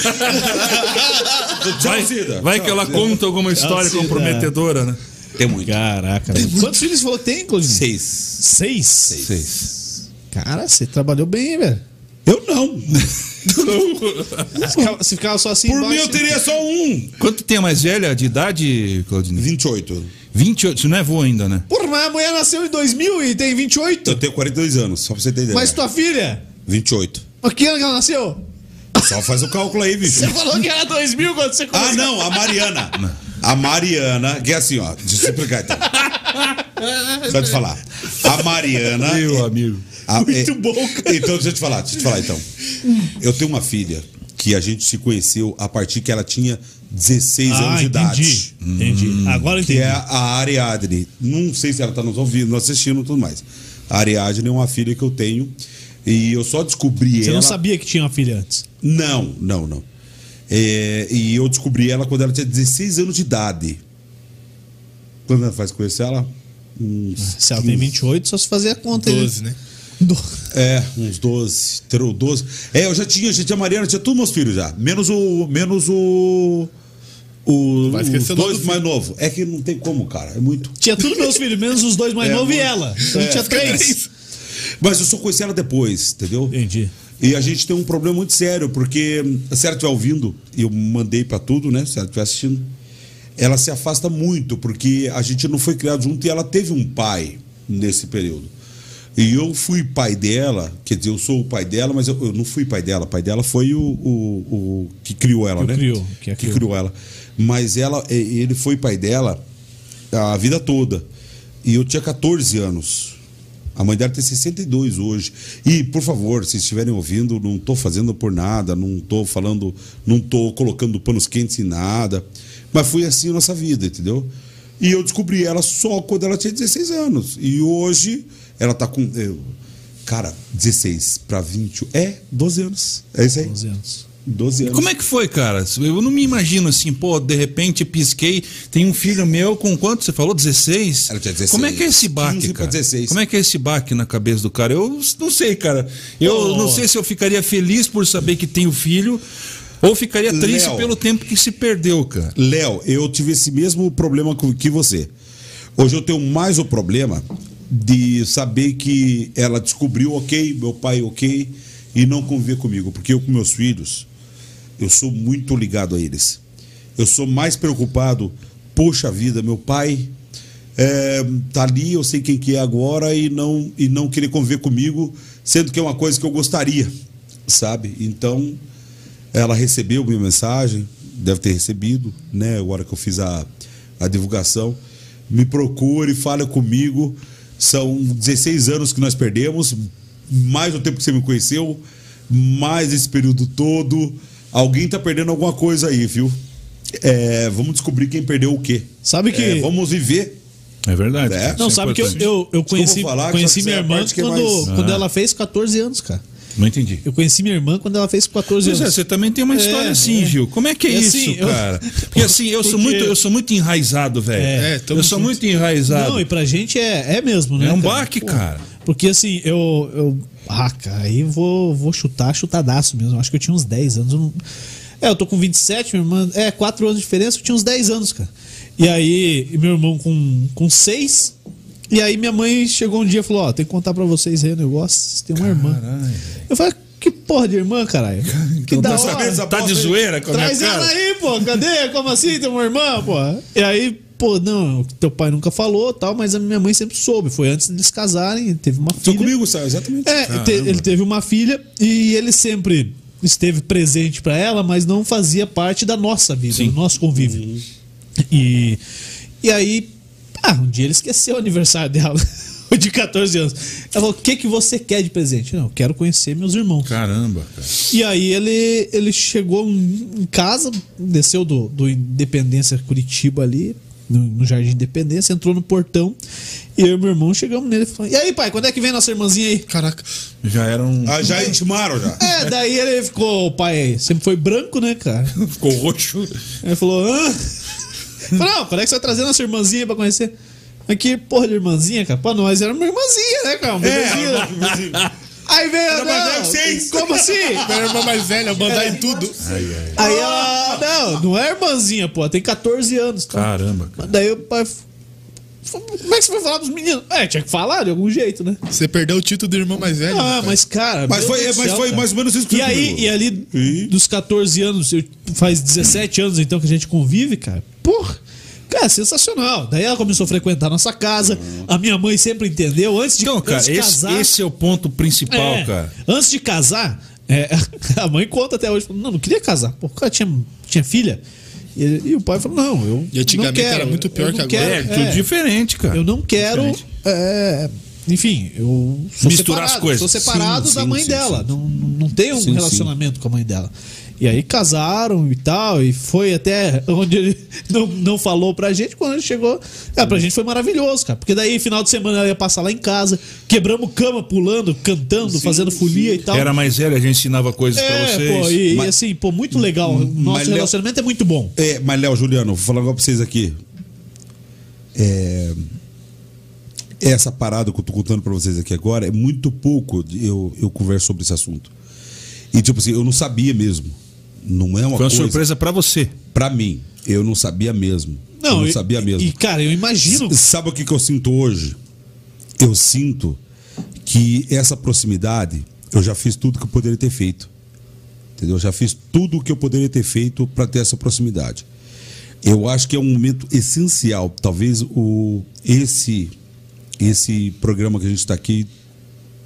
Tchau, Cida.
Vai, vai
Tchau,
que ela
Cida.
conta alguma história
Cida.
comprometedora, né?
Tem muito.
Caraca. Quantos filhos você falou que tem, Claudinho?
Seis.
Seis?
Seis.
Cara, você trabalhou bem, hein, velho?
Eu não.
Você ficava- Você ficava só assim
Por
embaixo,
mim, eu
né?
teria só um.
Quanto tem a mais velha de idade, Claudinei?
28.
28. Isso não é vô ainda, né?
Porra, mas a mulher nasceu em 2000 e tem 28.
Eu tenho 42 anos, só pra você ter ideia.
Mas tua filha,
28.
mas que ano que ela nasceu?
Só faz o cálculo aí, bicho. *laughs*
Você falou que era 2000 quando você começou.
Ah, não, a Mariana. A Mariana, que é assim, ó. Deixa eu explicar então. Só te falar. A Mariana.
Meu amigo.
Muito bom, cara. Então, deixa eu te falar, deixa eu te falar então. Eu tenho uma filha que a gente se conheceu a partir que ela tinha 16 anos de idade.
Ah, Entendi. Agora
Que é a Ariadne. Não sei se ela tá nos ouvindo, nos assistindo e tudo mais. A Ariadne é uma filha que eu tenho. E eu só descobri
Você
ela.
não sabia que tinha uma filha antes.
Não, não, não. É, e eu descobri ela quando ela tinha 16 anos de idade. Quando ela faz conhecer ela? Uns,
Se ela tem 28, só se fazer a conta.
12, né?
Do-
é, uns 12, terou 12. É, eu já tinha, já tinha a Mariana, tinha todos meus filhos já. Menos o. Menos o. O,
Vai
os
esquecer o nome
dois
do
mais novo. É que não tem como, cara. É muito.
Tinha tudo meus filhos, menos os dois mais
É,
novos e
mano.
ela. Então tinha três.
Mas eu só conheci ela depois, entendeu?
Entendi.
E a gente tem um problema muito sério, porque se ela estiver ouvindo, e eu mandei pra tudo, né? Se ela estiver assistindo, ela se afasta muito, porque a gente não foi criado junto e ela teve um pai nesse período. E eu fui pai dela, quer dizer, eu sou o pai dela, mas eu, eu não fui pai dela. O pai dela foi o, o, o que criou ela,
Que
né?
criou, que
que,
a criou.
criou ela. Mas ela, e- ele foi pai dela a vida toda. E eu tinha 14 anos. A mãe dela tem 62 hoje. E, por favor, se estiverem ouvindo, não estou fazendo por nada, não estou falando, não estou colocando panos quentes em nada. Mas foi assim a nossa vida, entendeu? E eu descobri ela só quando ela tinha 16 anos. E hoje ela tá com. eu- cara, 16 para 20. É, 12 anos. É isso aí.
12 anos.
12 anos.
Como é que foi, cara? Eu não me imagino assim, pô, de repente pisquei, tem um filho meu com quanto você falou? 16?
Ela tinha 16.
Como é que é esse
15
baque,
pra
cara?
16.
Como é que é esse baque na cabeça do cara? Eu s- não sei, cara. Eu
Oh.
não sei se eu ficaria feliz por saber que tenho filho ou ficaria triste
Léo.
pelo tempo que se perdeu, cara.
Léo, eu tive esse mesmo problema co- que você. Hoje eu tenho mais o problema de saber que ela descobriu, ok, meu pai, ok, e não conviver comigo. Porque eu, com meus filhos, eu sou muito ligado a eles. Eu sou mais preocupado, poxa vida, meu pai é, tá ali, eu sei quem que é agora e não, e não querer conviver comigo, sendo que é uma coisa que eu gostaria, sabe? Então, ela recebeu minha mensagem, deve ter recebido, né? Agora que eu fiz a, a divulgação. Me procure, fala comigo. São 16 anos que nós perdemos, mais o tempo que você me conheceu, mais esse período todo. Alguém tá perdendo alguma coisa aí, viu? É, vamos descobrir quem perdeu o quê.
Sabe que-
É, vamos viver.
É verdade.
É.
cara,
Não,
Não,
isso é
sabe que eu,
importante. Ah.
eu, eu conheci,
falar, que
conheci
só que
minha
é a
irmã
parte que é
quando,
mais-
quando ela fez 14 anos, cara.
Não entendi.
Eu conheci minha irmã quando ela fez 14
Pois é,
anos.
você também tem uma história assim,
é.
Gil. Como é que é
E assim,
isso,
eu-
cara? Porque assim, eu sou
Porque-
muito, eu sou muito enraizado, velho.
É,
eu
tamo
sou
junto.
muito enraizado.
Não, e pra gente é, é mesmo, né?
é um
cara?
baque,
Pô,
cara.
Porque assim, eu. eu ah, cara, aí vou, vou chutar, chutadaço mesmo. Acho que eu tinha uns 10 anos. eu não- É, eu tô com 27, minha irmã. É, 4 anos de diferença, eu tinha uns 10 anos, cara. E aí, e meu irmão com, com 6. E aí minha mãe chegou um dia e falou: Ó, tem que contar pra vocês aí o negócio. Vocês têm uma irmã. Eu falei, que porra de irmã, caralho? Que
Então
da
tá
hora.
sabendo essa
Tá de zoeira com a minha
Traz
cara?
ela aí, pô, cadê? Como assim? Tem uma irmã, pô? E aí, pô, não, teu pai nunca falou tal, mas a minha mãe sempre soube. Foi antes deles casarem, teve uma
Tô
filha.
comigo, sabe? Exatamente.
É, ele te- ele teve uma filha e ele sempre esteve presente pra ela, mas não fazia parte da nossa vida, do nosso convívio.
Uhum.
E, e aí, ah, um dia ele esqueceu o aniversário dela, *laughs* o de 14 anos. Ela falou: o que, que você quer de presente? Não, eu quero conhecer meus irmãos.
Caramba, cara.
E aí ele, ele chegou em em casa, desceu do, do Independência Curitiba ali, no, no Jardim Independência, entrou no portão. E eu e meu irmão chegamos nele e falamos: E aí, pai, quando é que vem nossa irmãzinha aí?
Caraca.
Já era um.
Ah, já intimaram já.
É, daí ele ficou, o pai sempre foi branco, né, cara?
Ficou roxo.
Ele falou: Hã? Eu falei, não, quando é que você vai trazer nossa irmãzinha pra conhecer? Aqui, porra de irmãzinha, cara. Pra nós era uma irmãzinha, né, cara? Uma
É.
bebezinha. Aí veio a.
mais velha
não,
que vocês.
Como assim?
Minha irmã mais velha, mandar em tudo.
Aí ela. Não, não é irmãzinha, pô. Ela Tem 14 anos. Cara.
Caramba, cara.
Daí o pai. f- Como é que você vai falar dos meninos? É, tinha que falar de algum jeito, né?
Você perdeu o título do irmão mais velho.
Ah,
cara.
mas cara.
Mas
meu
foi,
Deus do
mas
céu,
foi
cara.
mais ou menos isso que
E
você
aí,
falou.
e ali,
E?
dos 14 anos, eu- faz 17 anos então que a gente convive, cara. Porra! Cara, sensacional. Daí ela começou a frequentar a nossa casa. A minha mãe sempre entendeu. Antes de,
Então, cara,
antes de
esse,
casar.
esse é o ponto principal,
É,
cara.
Antes de casar, é, *laughs* a mãe conta até hoje, falou, não, não queria casar, pô, o cara tinha, tinha filha. E, e o pai falou, não, eu
E antigamente
não quero,
era muito
eu
pior
não
que agora.
quero,
É, tudo diferente, cara.
Eu não quero,
Diferente.
é, enfim, eu sou
Misturar as
separado,
coisas.
Sou separado
Sim,
da
sim,
mãe
sim,
dela,
sim.
Não, não não tenho um
Sim,
relacionamento com a mãe dela. E aí casaram e tal, e foi até *laughs* onde ele não, não falou pra gente. Quando ele chegou, é, pra gente foi maravilhoso, cara. Porque daí, final de semana, ela ia passar lá em casa, quebramos cama, pulando, cantando, fazendo folia e tal.
Era mais velho, a gente ensinava coisas pra
É,
vocês.
pô, e, e
Mas-
assim, pô, muito legal. O
mas,
Nosso
Léo-
relacionamento é muito bom.
É, mas, Léo, Juliano, vou falar agora pra vocês aqui. É, essa parada que eu tô contando pra vocês aqui agora é muito pouco de- eu, eu converso sobre esse assunto. E, tipo assim, eu não sabia mesmo. Não é uma
Foi uma
coisa.
surpresa pra você.
Pra mim, eu não sabia mesmo. eu não
e-
sabia
e-
mesmo.
E, cara, eu imagino.
*laughs* S- Sabe o que, que eu sinto hoje? Eu sinto que essa proximidade, eu já fiz tudo que eu poderia ter feito. Entendeu? Eu já fiz tudo o que eu poderia ter feito para ter essa proximidade. Eu acho que é um momento essencial. Talvez o, esse, esse programa que a gente está aqui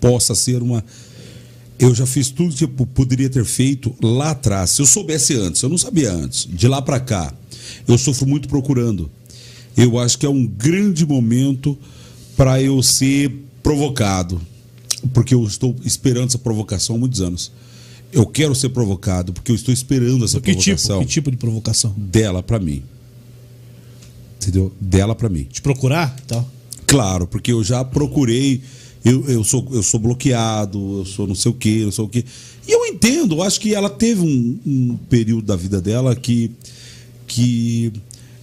possa ser uma. Eu já fiz tudo que eu po- poderia ter feito lá atrás. Se eu soubesse antes, eu não sabia antes. De lá para cá, eu sofro muito procurando. Eu acho que é um grande momento para eu ser provocado, porque eu estou esperando essa provocação há muitos anos. Eu quero ser provocado porque eu estou esperando essa
Que tipo,
provocação
que tipo de provocação?
dela para mim. Entendeu? Dela para mim.
De procurar e tal.
Claro, porque eu já procurei, eu, eu, sou, eu sou bloqueado, eu sou não sei o quê, eu sou o quê. E eu entendo, eu acho que ela teve um, um período da vida dela que, que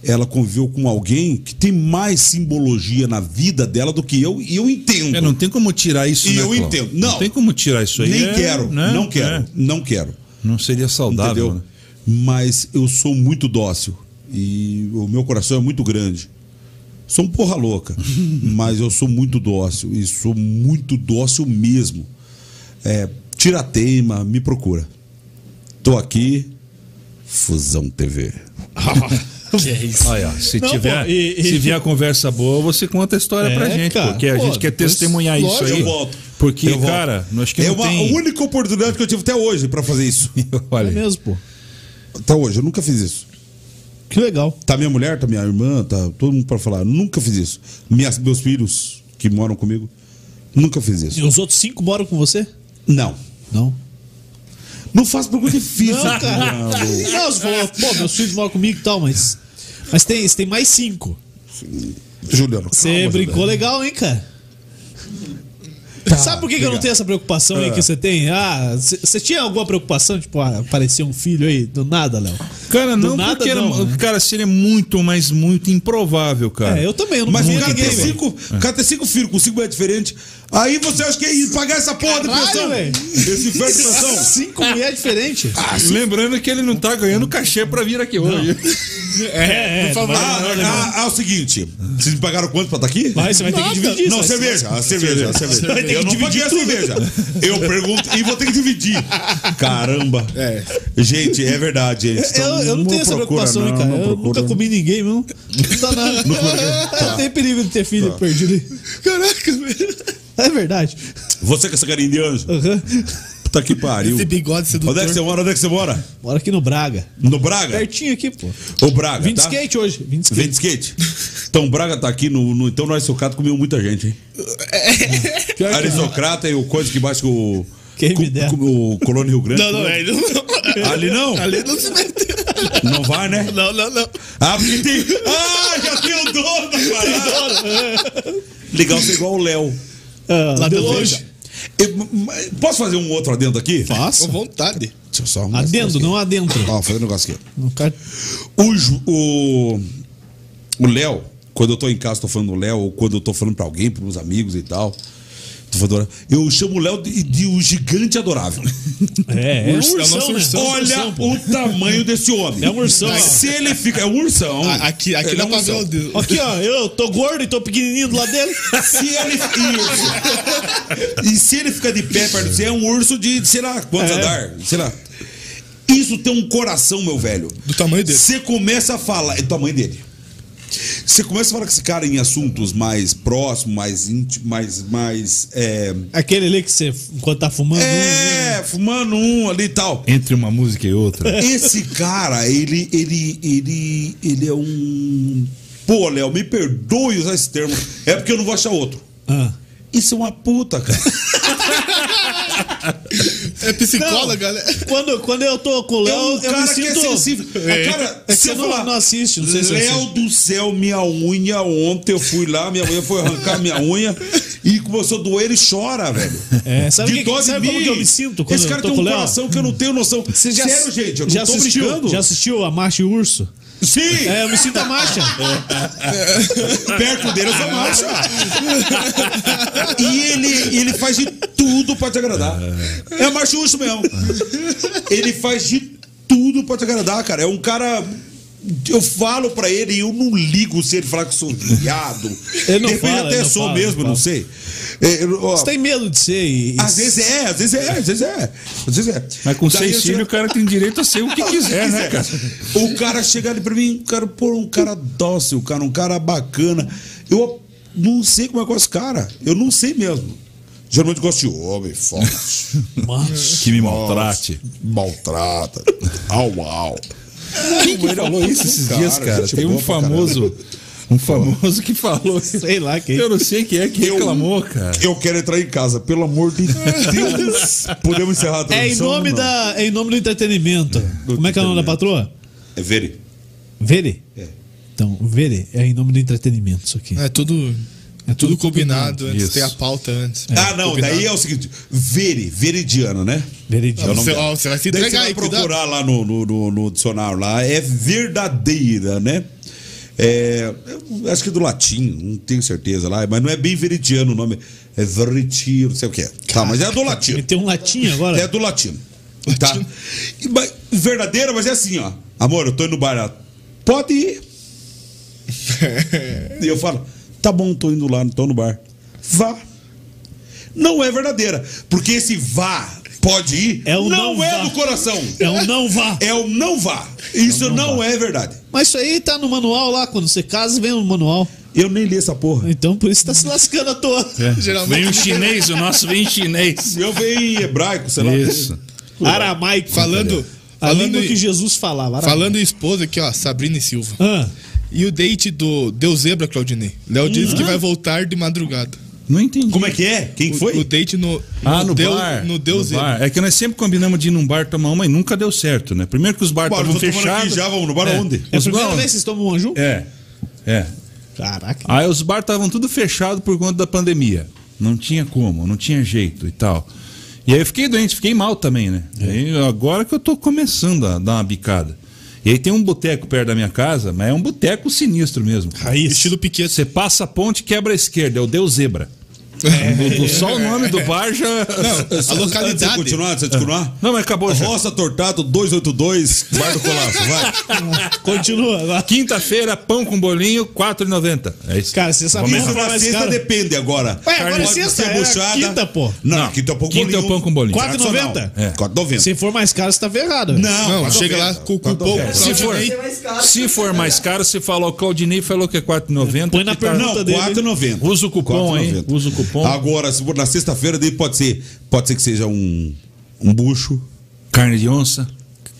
ela conviveu com alguém que tem mais simbologia na vida dela do que eu, e eu entendo.
É, não tem como tirar isso,
E
né,
eu
Cláudio?
entendo. Não.
tem como tirar isso aí.
Nem
é,
quero,
né?
não
É.
quero, não quero.
Não seria saudável.
Entendeu?
Né?
Mas eu sou muito dócil e o meu coração é muito grande. Sou um
*laughs*
porra louca, mas eu sou muito dócil e sou muito dócil mesmo. É, tira teima, me procura. Tô aqui, Fusão TV.
é
Olha, se,
Não,
tiver,
pô, e- e-
se vier a conversa boa, você conta a história
É,
pra gente,
cara.
porque a
Pô,
gente quer
depois-
testemunhar isso
lógico,
aí.
eu volto.
Porque,
Eu volto.
cara, nós que
é
não
uma
tem...
única oportunidade que eu tive até hoje pra fazer isso.
É
*laughs* Olha,
mesmo, pô.
Até hoje, eu nunca fiz isso.
Que legal.
Tá minha mulher, tá minha irmã, tá todo mundo pra falar. Nunca fiz isso. Minhas, meus filhos que moram comigo, nunca fiz isso.
E os outros cinco moram com você?
Não.
Não.
Não faço pergunta difícil.
Não, cara. Não, você falou, pô, meus filhos moram comigo e tal, mas. Mas tem, tem mais cinco.
Juliano.
Você brincou legal, hein, cara? Sabe por que, que eu não tenho essa preocupação aí que você tem? Ah, você tinha alguma preocupação? Tipo, ah, apareceu um filho aí do nada, Léo?
Cara,
Do
não
nada,
porque era,
não, né?
cara, seria muito, mas muito improvável, cara.
É, eu também, eu não
Mas o
nunca
cara tem
dei, velho.
cinco, o cara tem cinco filhos, com cinco é diferente. Aí você acha que é isso, pagar essa porra da
Caralho,
pensão?
velho.
Esse inferno de pensão.
Cinco mulheres diferentes.
Lembrando que ele não tá ganhando cachê pra vir aqui hoje.
É, é. Por
né,
favor.
Ah, ah, ah, é o seguinte, vocês me pagaram quanto pra estar aqui?
Mas você vai ter que dividir
Não,
isso.
cerveja, a cerveja, a cerveja.
Vai ter que
eu não paguei a cerveja. Eu pergunto e vou ter que dividir. Caramba.
É.
Gente, é verdade, gente.
Eu,
Então,
eu não tenho essa
procura,
preocupação, hein,
não,
cara.
não
eu
procura,
nunca
não.
comi ninguém, mesmo. Não dá nada. não tem perigo de ter filho perdido. Caraca, velho. É verdade.
Você com essa carinha de anjo.
Aham.
Puta que pariu.
Esse bigode
Onde é
sedutor.
que você mora? Onde é que você mora?
Bora aqui no Braga.
No Braga?
Pertinho aqui, pô.
O Braga,
Vim de
tá?
skate hoje. Vim de skate.
Vem de skate. Então, o Braga tá aqui no. no- então, nós socato comeu muita gente, hein?
Pior que-
Aristocrata e o coisa que bate com o.
Quem
com-
me dera.
com o Colônia Rio Grande.
Não, não, é. ele Não,
Ali não?
Ali não se meteu.
Não vai, né?
Não, não, não.
Ah, porque tem. Ah, já tem o dono da parada. Legal ser igual o Léo.
Ah,
Lá
deu
do
hoje.
Eu- mas- Posso fazer um outro adendo aqui?
Com
Faça.
vontade.
Deixa eu só arrumar esse
Adendo,
negócio
não adentro.
aqui. Ó, vou fazer um negócio aqui.
O cara-
O Ju- o o Léo, quando eu tô em casa, tô falando do Léo, ou quando eu tô falando pra alguém, pros meus amigos e tal. Tô falando, eu chamo o Léo de, de o gigante adorável.
É, é um
Urso, é o
ursão,
nosso
né?
ursão.
Olha
Ursão, pô.
o tamanho desse homem.
É um ursão, ó.
Se ele fica. É um ursão.
A- Aqui, aqui
Ele
dá
é um
pra ver
ursão.
o dedo.
Aqui, ó, eu tô gordo e tô pequenininho do lado dele.
Se ele. isso. E se ele fica de pé perto de você, é um urso de, sei lá, quantos
É.
andar? Sei lá. Isso tem um coração, meu velho.
Do tamanho dele.
Você começa a falar. É do tamanho dele. Você começa a falar com esse cara em assuntos mais próximos, mais íntimos, mais. mais é,
Aquele ali que você, enquanto tá fumando. um, né?
é, fumando um ali e tal.
Entre uma música e outra.
Esse cara, ele, ele, ele, ele é um. Pô, Léo, me perdoe usar esse termo. É porque eu não vou achar outro.
Ah.
Isso é uma puta, cara.
É
Não,
psicóloga, né?
Quando, quando eu tô com o
É
Léo,
um
eu me
cara que é
sinto...
sensível.
É.
Cara,
É que
se
você
eu
não-
falar,
não assiste, não sei se
Léo
assiste."
do céu, minha unha ontem eu fui lá, minha unha foi arrancar minha unha e começou a doer e chora, velho.
É, sabe, que-
dó de
sabe como
mim.
que eu me sinto quando
Esse cara
eu tô
tem
com
um
o Léo?
coração que eu não tenho noção.
Você já,
Sério, gente, eu
já
não tô
assistiu,
brincando.
Já assistiu a Marcha e o Urso?
Sim,
É, eu me sinto a Marcha.
É. perto dele eu sou macho. e ele, ele faz de tudo pra te agradar. É macho urso mesmo. Ele faz de tudo pra te agradar, cara. É um cara. Eu falo pra ele e eu não ligo se ele falar que eu sou viado.
Ele não
De repente
fala,
até
ele não
sou
fala,
mesmo,
não fala.
não, sei. É, eu- ó,
Você tem medo de ser e... e-
Às vezes é, às vezes é, às vezes é. Às vezes é.
Mas com
Daí eu
seis
chego-
filhos, o cara tem direito a ser o que quiser, né, *laughs* cara?
o cara chega ali pra mim, cara, pô, um cara dócil, cara, um cara bacana. Eu não sei como é com esse cara. Eu não sei mesmo. Geralmente eu gosto de homem, *laughs* forte,
Macho.
Que me maltrate.
maltrata. Au, au.
Quem que falou isso esses
Cara,
dias, cara?
gente
Tem um
boa pra caramba.
famoso. Um famoso que falou.
Sei lá quem.
Eu não sei quem é que reclamou, cara.
Eu quero entrar em casa, pelo amor de Deus. Podemos encerrar a
É em
transmissão?
nome,
ou não?
da, é em nome do entretenimento. Como é que é o nome da patroa?
É Vere.
Vere?
É.
Então, Vere é em nome do entretenimento isso aqui.
É tudo,
É
tudo combinado, antes,
Isso.
tem a pauta antes.
ah, não, daí é o seguinte: Vere, Veridiano, né?
Veridiano.
É o nome
Você-
dela.
ó, você vai se
Daí
entregar
você
aí,
vai
cuidado.
procurar lá no, no, no- no dicionário lá, é verdadeira, né? É, eu acho que é do latim, não tenho certeza lá, mas não é bem veridiano o nome, é veritio, não sei o que é. Tá, mas é do latino.
Meteu um latinho agora.
É do latino. Tá? E, mas, verdadeira, mas é assim, ó. Amor, eu tô indo no bar. ela, Pode ir. e eu falo, tá bom, tô indo lá, tô no bar. Vá. Não é verdadeira. Porque esse vá, pode ir,
É o
não,
não
é
vá.
do coração.
É um não vá.
É o não vá. Isso não, é verdade.
Mas isso aí tá no manual lá. Quando você casa, vem no manual.
Eu nem li essa porra.
Então por isso tá se lascando à toa.
Geralmente-
É. Vem o chinês, o nosso vem em chinês.
Eu vi em hebraico, sei lá.
Isso.
Aramaico.
Falando,
A
falando,
língua que
em,
Jesus falava. aramaico.
falando em esposa aqui, ó, Sabrina e Silva.
Ah,
E o date do Deu Zebra, Claudinei. Léo disse que vai voltar de madrugada.
Não entendi.
Como é que é? Quem
O,
foi?
o date no, no
Ah, no
Deu,
bar.
No Deu
No
Zebra.
bar. É que nós sempre combinamos de ir num bar tomar uma e nunca deu certo, né? Primeiro que os bares
Bora,
estavam
eu tô tomando
fechados.
aqui já, vamos no bar
é.
aonde?
é a
Os
primeira
bar-
vez que vocês tomam um anju?
É. É.
Caraca.
Aí os bares estavam tudo fechado por conta da pandemia. Não tinha como, não tinha jeito e tal. E aí eu fiquei doente, fiquei mal também, né? Aí agora que eu tô começando a dar uma bicada. E aí tem um boteco perto da minha casa, mas é um boteco sinistro mesmo.
Raiz. Estilo Piquet.
Você passa a ponte, quebra a esquerda, é o Deus Zebra.
É.
O- o- Só o nome do bar já.
A localidade-
Antes de continuar, antes de continuar.
Não, mas acabou já.
Roça Tortato 282, Bar do Colasso, vai.
Continua. lá.
Quinta-feira, pão com bolinho, R$ 4,90. É isso.
Cara, você sabia
Isso
que
na
Tá mais
sexta
caro?
depende agora.
Ué, agora
Pode
sexta,
ser
era quinta, pô.
Não, quinta é o pão com
Quinta é o pão com bolinho.
Quatro-
Tradicional.
4,90?
É. 4,90.
Se for mais caro, você tá ferrado. velho.
Não, chega lá com o cupom.
Se for,
Claudinei.
se for mais caro, você fala, o Claudinei falou que é 4,90.
Põe na
que tá-
pergunta.
Não,
dele.
4,90.
Usa o cupom, hein?
4,90.
Usa o cupom.
Agora, se for na sexta-feira, daí pode ser, pode ser que seja um, um bucho.
Carne de onça.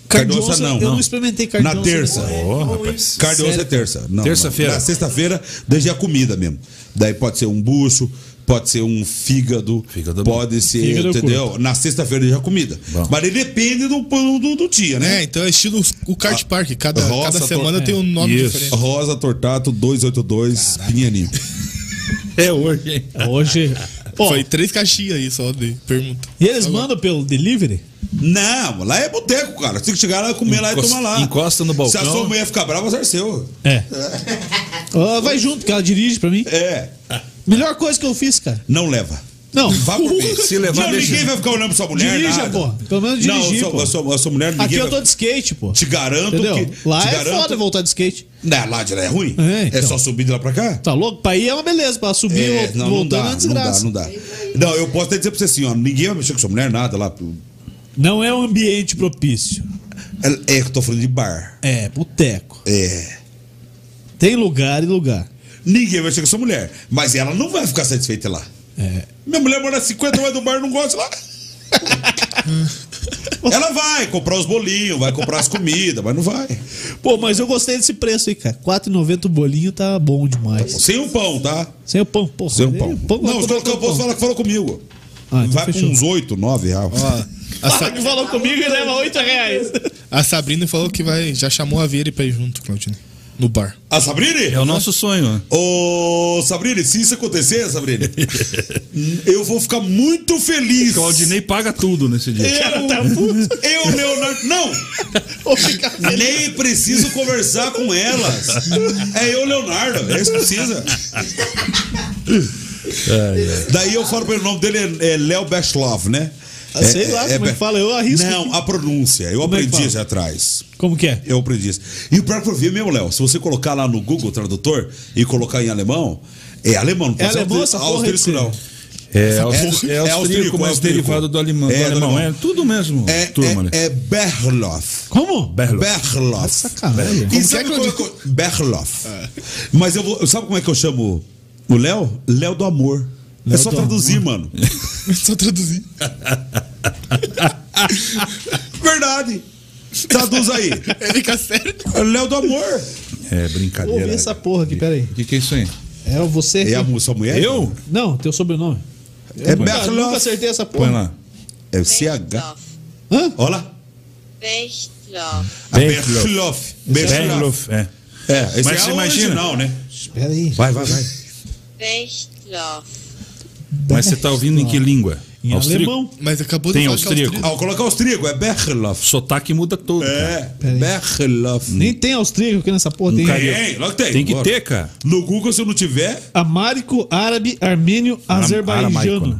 Carne de
Cardoça
onça,
não.
Eu
não.
não experimentei carne de
Na
onça.
terça.
Ó, rapaz.
Cardoso
Sério?
é terça. Não,
Terça-feira.
não. Na sexta-feira, desde a comida mesmo. Daí pode ser um buço, pode ser um fígado,
Fígado
pode ser,
Fígado eu
entendeu? Na sexta-feira desde a comida. Mas ele depende do pão do, do dia,
É,
né?
então é estilo o kart park. Cada,
Roça,
cada semana
É.
tô-
tem um nome
Isso.
diferente.
Rosa Tortato 282 Pinhaninho.
É hoje, hein?
Hoje. Pô,
Foi três caixinhas aí só de pergunta.
e eles mandam pelo delivery?
Não, lá é boteco, cara. Você tem que chegar lá, comer lá e
Encosta-
tomar lá.
encosta no balcão.
Se a sua mulher ficar brava, vai ser seu.
É. Ela vai junto, que ela dirige pra mim.
É.
Melhor coisa que eu fiz, cara.
Não leva.
Não.
Vá
*laughs*
por mim.
Se levar,
não,
deixa.
ninguém vai ficar olhando pra sua mulher.
Dirija,
nada.
pô. Pelo menos dirigir,
Não, a
pô.
sua, a sua, a sua mulher, ninguém
Aqui eu
vai-
tô de skate, pô.
Te garanto
Entendeu?
que.
Lá
te
é
garanto-
foda voltar de skate.
Não, lá de lá é ruim?
É,
É,
então.
só subir de lá pra cá?
Tá louco? Pra ir é uma beleza, pra subir
É,
ou
não, não
voltando é uma
dá, não dá,
desgraça.
não dá. Não, eu posso até dizer pra você assim, ó, ninguém vai mexer com sua mulher, nada lá.
Não é um ambiente propício.
É, é que eu tô falando de bar.
É, boteco.
É.
Tem lugar e lugar.
Ninguém vai mexer com sua mulher, mas ela não vai ficar satisfeita lá.
É.
Minha mulher mora 50 horas do bar e não
*laughs*
gosta lá. ela vai comprar os bolinhos, vai comprar as comidas, mas não vai.
Pô, mas eu gostei desse preço aí, cara. 4,90 o bolinho tá bom demais.
Sem o pão, tá?
Sem o pão, porra.
Sem o pão.
vai
não, os
comprar com
campos fala que falou comigo.
Ah, então
vai
fechou. Ah.
com uns 8, 9 reais.
Ah. A, Sa-
Fala que falou comigo e leva 8
*laughs*
reais.
a Sabrina falou que vai, já chamou a Vieira pra ir junto, Claudinei. No bar.
A Sabrine?
É o nosso sonho. né?
Ô, Sabrine, se isso
*laughs*
acontecer, Sabrine, eu vou ficar muito feliz.
Claudinei paga tudo nesse dia.
cara tá puto.
Eu, Leonardo. Não!
Vou ficar feliz.
Nem preciso conversar com elas. É eu, Leonardo. É isso que precisa. Daí eu falo pra ele, o nome dele é, é Léo Beslov, né?
Ah, sei lá como é que
Be-
fala, eu arrisco.
Não, a pronúncia. Eu
Como é que
aprendi
fala?
já atrás.
Como que é?
Eu aprendi isso. E o pior que eu vi mesmo, Léo, se você colocar lá no Google Tradutor e colocar em alemão, é alemão. Não
É alemão essa porra aí
austríaco,
que você-
não.
É,
austríaco,
é,
é austríaco,
mas
é
derivado do alemão. do
É, do
alemão.
alemão.
É tudo mesmo,
É,
turma. É ali.
é, é Berloff.
Como?
Berlo.
Berloff.
Sacanagem.
E sabe como é que eu... Berloff. Mas eu vou. Sabe como é que eu chamo o Léo? Léo do amor. é só
do
traduzir, mano.
*laughs* Só traduzir.
Verdade. Traduz aí.
Ele É, fica sério.
Léo do amor.
É
Vou
brincadeira.
ouvir essa porra aqui, peraí.
O que, que é isso aí?
É você.
É a mu- sua mulher?
Eu?
Não, teu sobrenome.
É
Nunca, nunca
Berloff.
acertei essa porra.
Põe lá.
É o CH.
Hã?
Olha.
Bechtloff.
A
Berloff.
Berloff. Berloff.
Berloff, é.
É, esse
Mas
é
você
o
imagina-
original, né?
Espera aí.
Vai, vai, vai.
Bechtloff.
Mas você tá ouvindo em que língua?
Em alemão.
Mas acabou
Tem
um
de falar que é
austríaco.
Ah, vou colocar austríaco. É Berloff.
Sotaque muda todo. cara.
É, Berloff.
Nem tem austríaco aqui nessa porra. Tem
Nunca-
Tem, logo tem.
Tem que
Logo.
ter, cara.
No Google, se eu não tiver,
amárico, árabe, armênio,
aramaico,
azerbaijano.
né?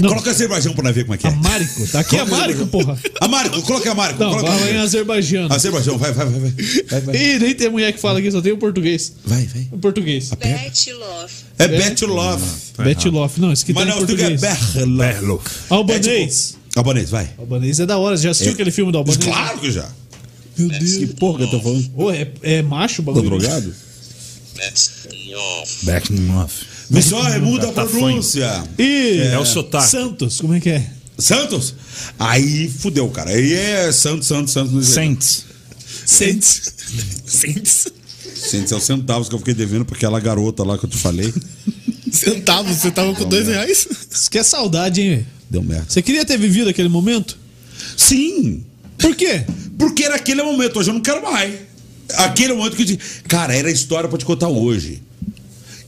Não.
coloca Azerbaijão pra nós ver como é que é.
Amárico. Tá
*laughs*
aqui amárico, porra.
Amarico, coloca Amarico.
Não,
coloca
fala em azerbaijano.
Azerbaijão, vai, vai, vai. vai. Vai, vai.
Ih, nem tem mulher que fala aqui, só tem o português.
vai, vai.
O português.
Tá
Bechtloff.
É Bet Love.
Betloff. Não, esse aqui
Mas
É. tá
não,
em
o que é
português.
Berloff.
Albanês.
Albanês, vai.
Albanês é da hora. Você já assistiu
É.
aquele filme do Albanês?
Claro que já.
Meu Deus.
Que porra que eu tô falando?
Ô, é, é macho o
Tô
Tá
bagulho.
drogado?
Bechtloff.
Berloff.
Mas só é, muda a
Tá
pronúncia.
E
É o sotaque.
Santos, como é que é?
Santos? Aí fudeu, cara. Aí é Santos, Santos, Santos.
Saints.
Santos.
Cent-
Santos é os centavos que eu fiquei devendo pra aquela garota lá que eu te falei.
Centavos, você tava com dois reais?
Isso que é saudade, hein? velho?
Deu merda.
Você queria ter vivido aquele momento?
Sim!
Por quê?
Porque era aquele momento, hoje eu não quero mais. Aquele momento que eu disse, cara, era a história pra te contar hoje.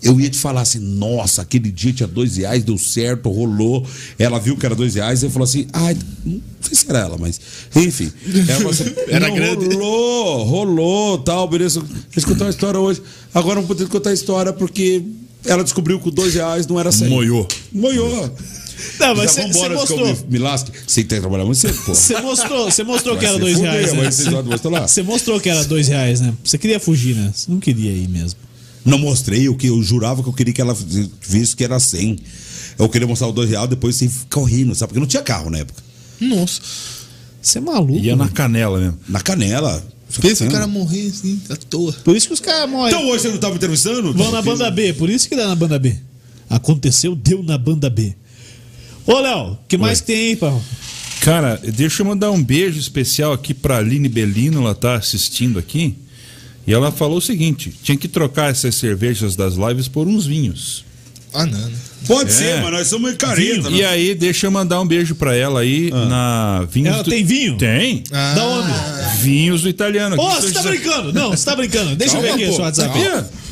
eu ia te falar assim, nossa, aquele dia tinha dois reais, deu certo, rolou. Ela viu que era dois reais e falou assim, ai, não sei se era ela, mas. Enfim. Ela falou *laughs* assim,
Era
"Não,
grande."
Rolou, rolou, tal, beleza. Vou escutar uma história hoje. Agora não poder contar a história porque ela descobriu que o dois reais não era cem.
Moiou.
Moiou.
Não, mas
Já
você você
vambora, que eu
mostrou.
me- Me lasque. Sei que tem que trabalhar muito cedo, pô.
Você mostrou, você mostrou
Vai
que era
se
dois
fuder,
reais,
mas esse lado
né?
mostrou lá.
Você mostrou que era dois reais, né? Você queria fugir, né? Você não queria ir mesmo.
Não mostrei o que eu jurava que eu queria que ela visse que era 100. Eu queria mostrar o dois real depois sem ficar rindo, sabe? Porque não tinha carro na época.
Nossa.
Você é maluco.
Ia na canela mesmo.
Na canela.
Pensa o cara morrer assim, à toa.
Por isso que os caras morrem.
Então hoje você não tá me entrevistando?
Vão
*laughs*
na banda B, por isso que dá na banda B. Aconteceu, deu na banda B. Ô, Léo, que mais que tem aí, pau?
Cara, deixa eu mandar um beijo especial aqui pra Aline Bellino, ela tá assistindo aqui. E ela falou o seguinte: tinha que trocar essas cervejas das lives por uns vinhos.
Ah, não, né?
Pode
É.
ser, mas nós somos careta. né?
E aí, deixa eu mandar um beijo pra ela aí na Vinhos
Ela tem vinho?
Tem.
Ah,
Da onde?
Vinhos do Italiano.
Ô,
aqui em São
você tá
José-
brincando? Não, você tá brincando. Deixa eu ver
Calma,
aqui
pô.
seu WhatsApp.
Sabia? é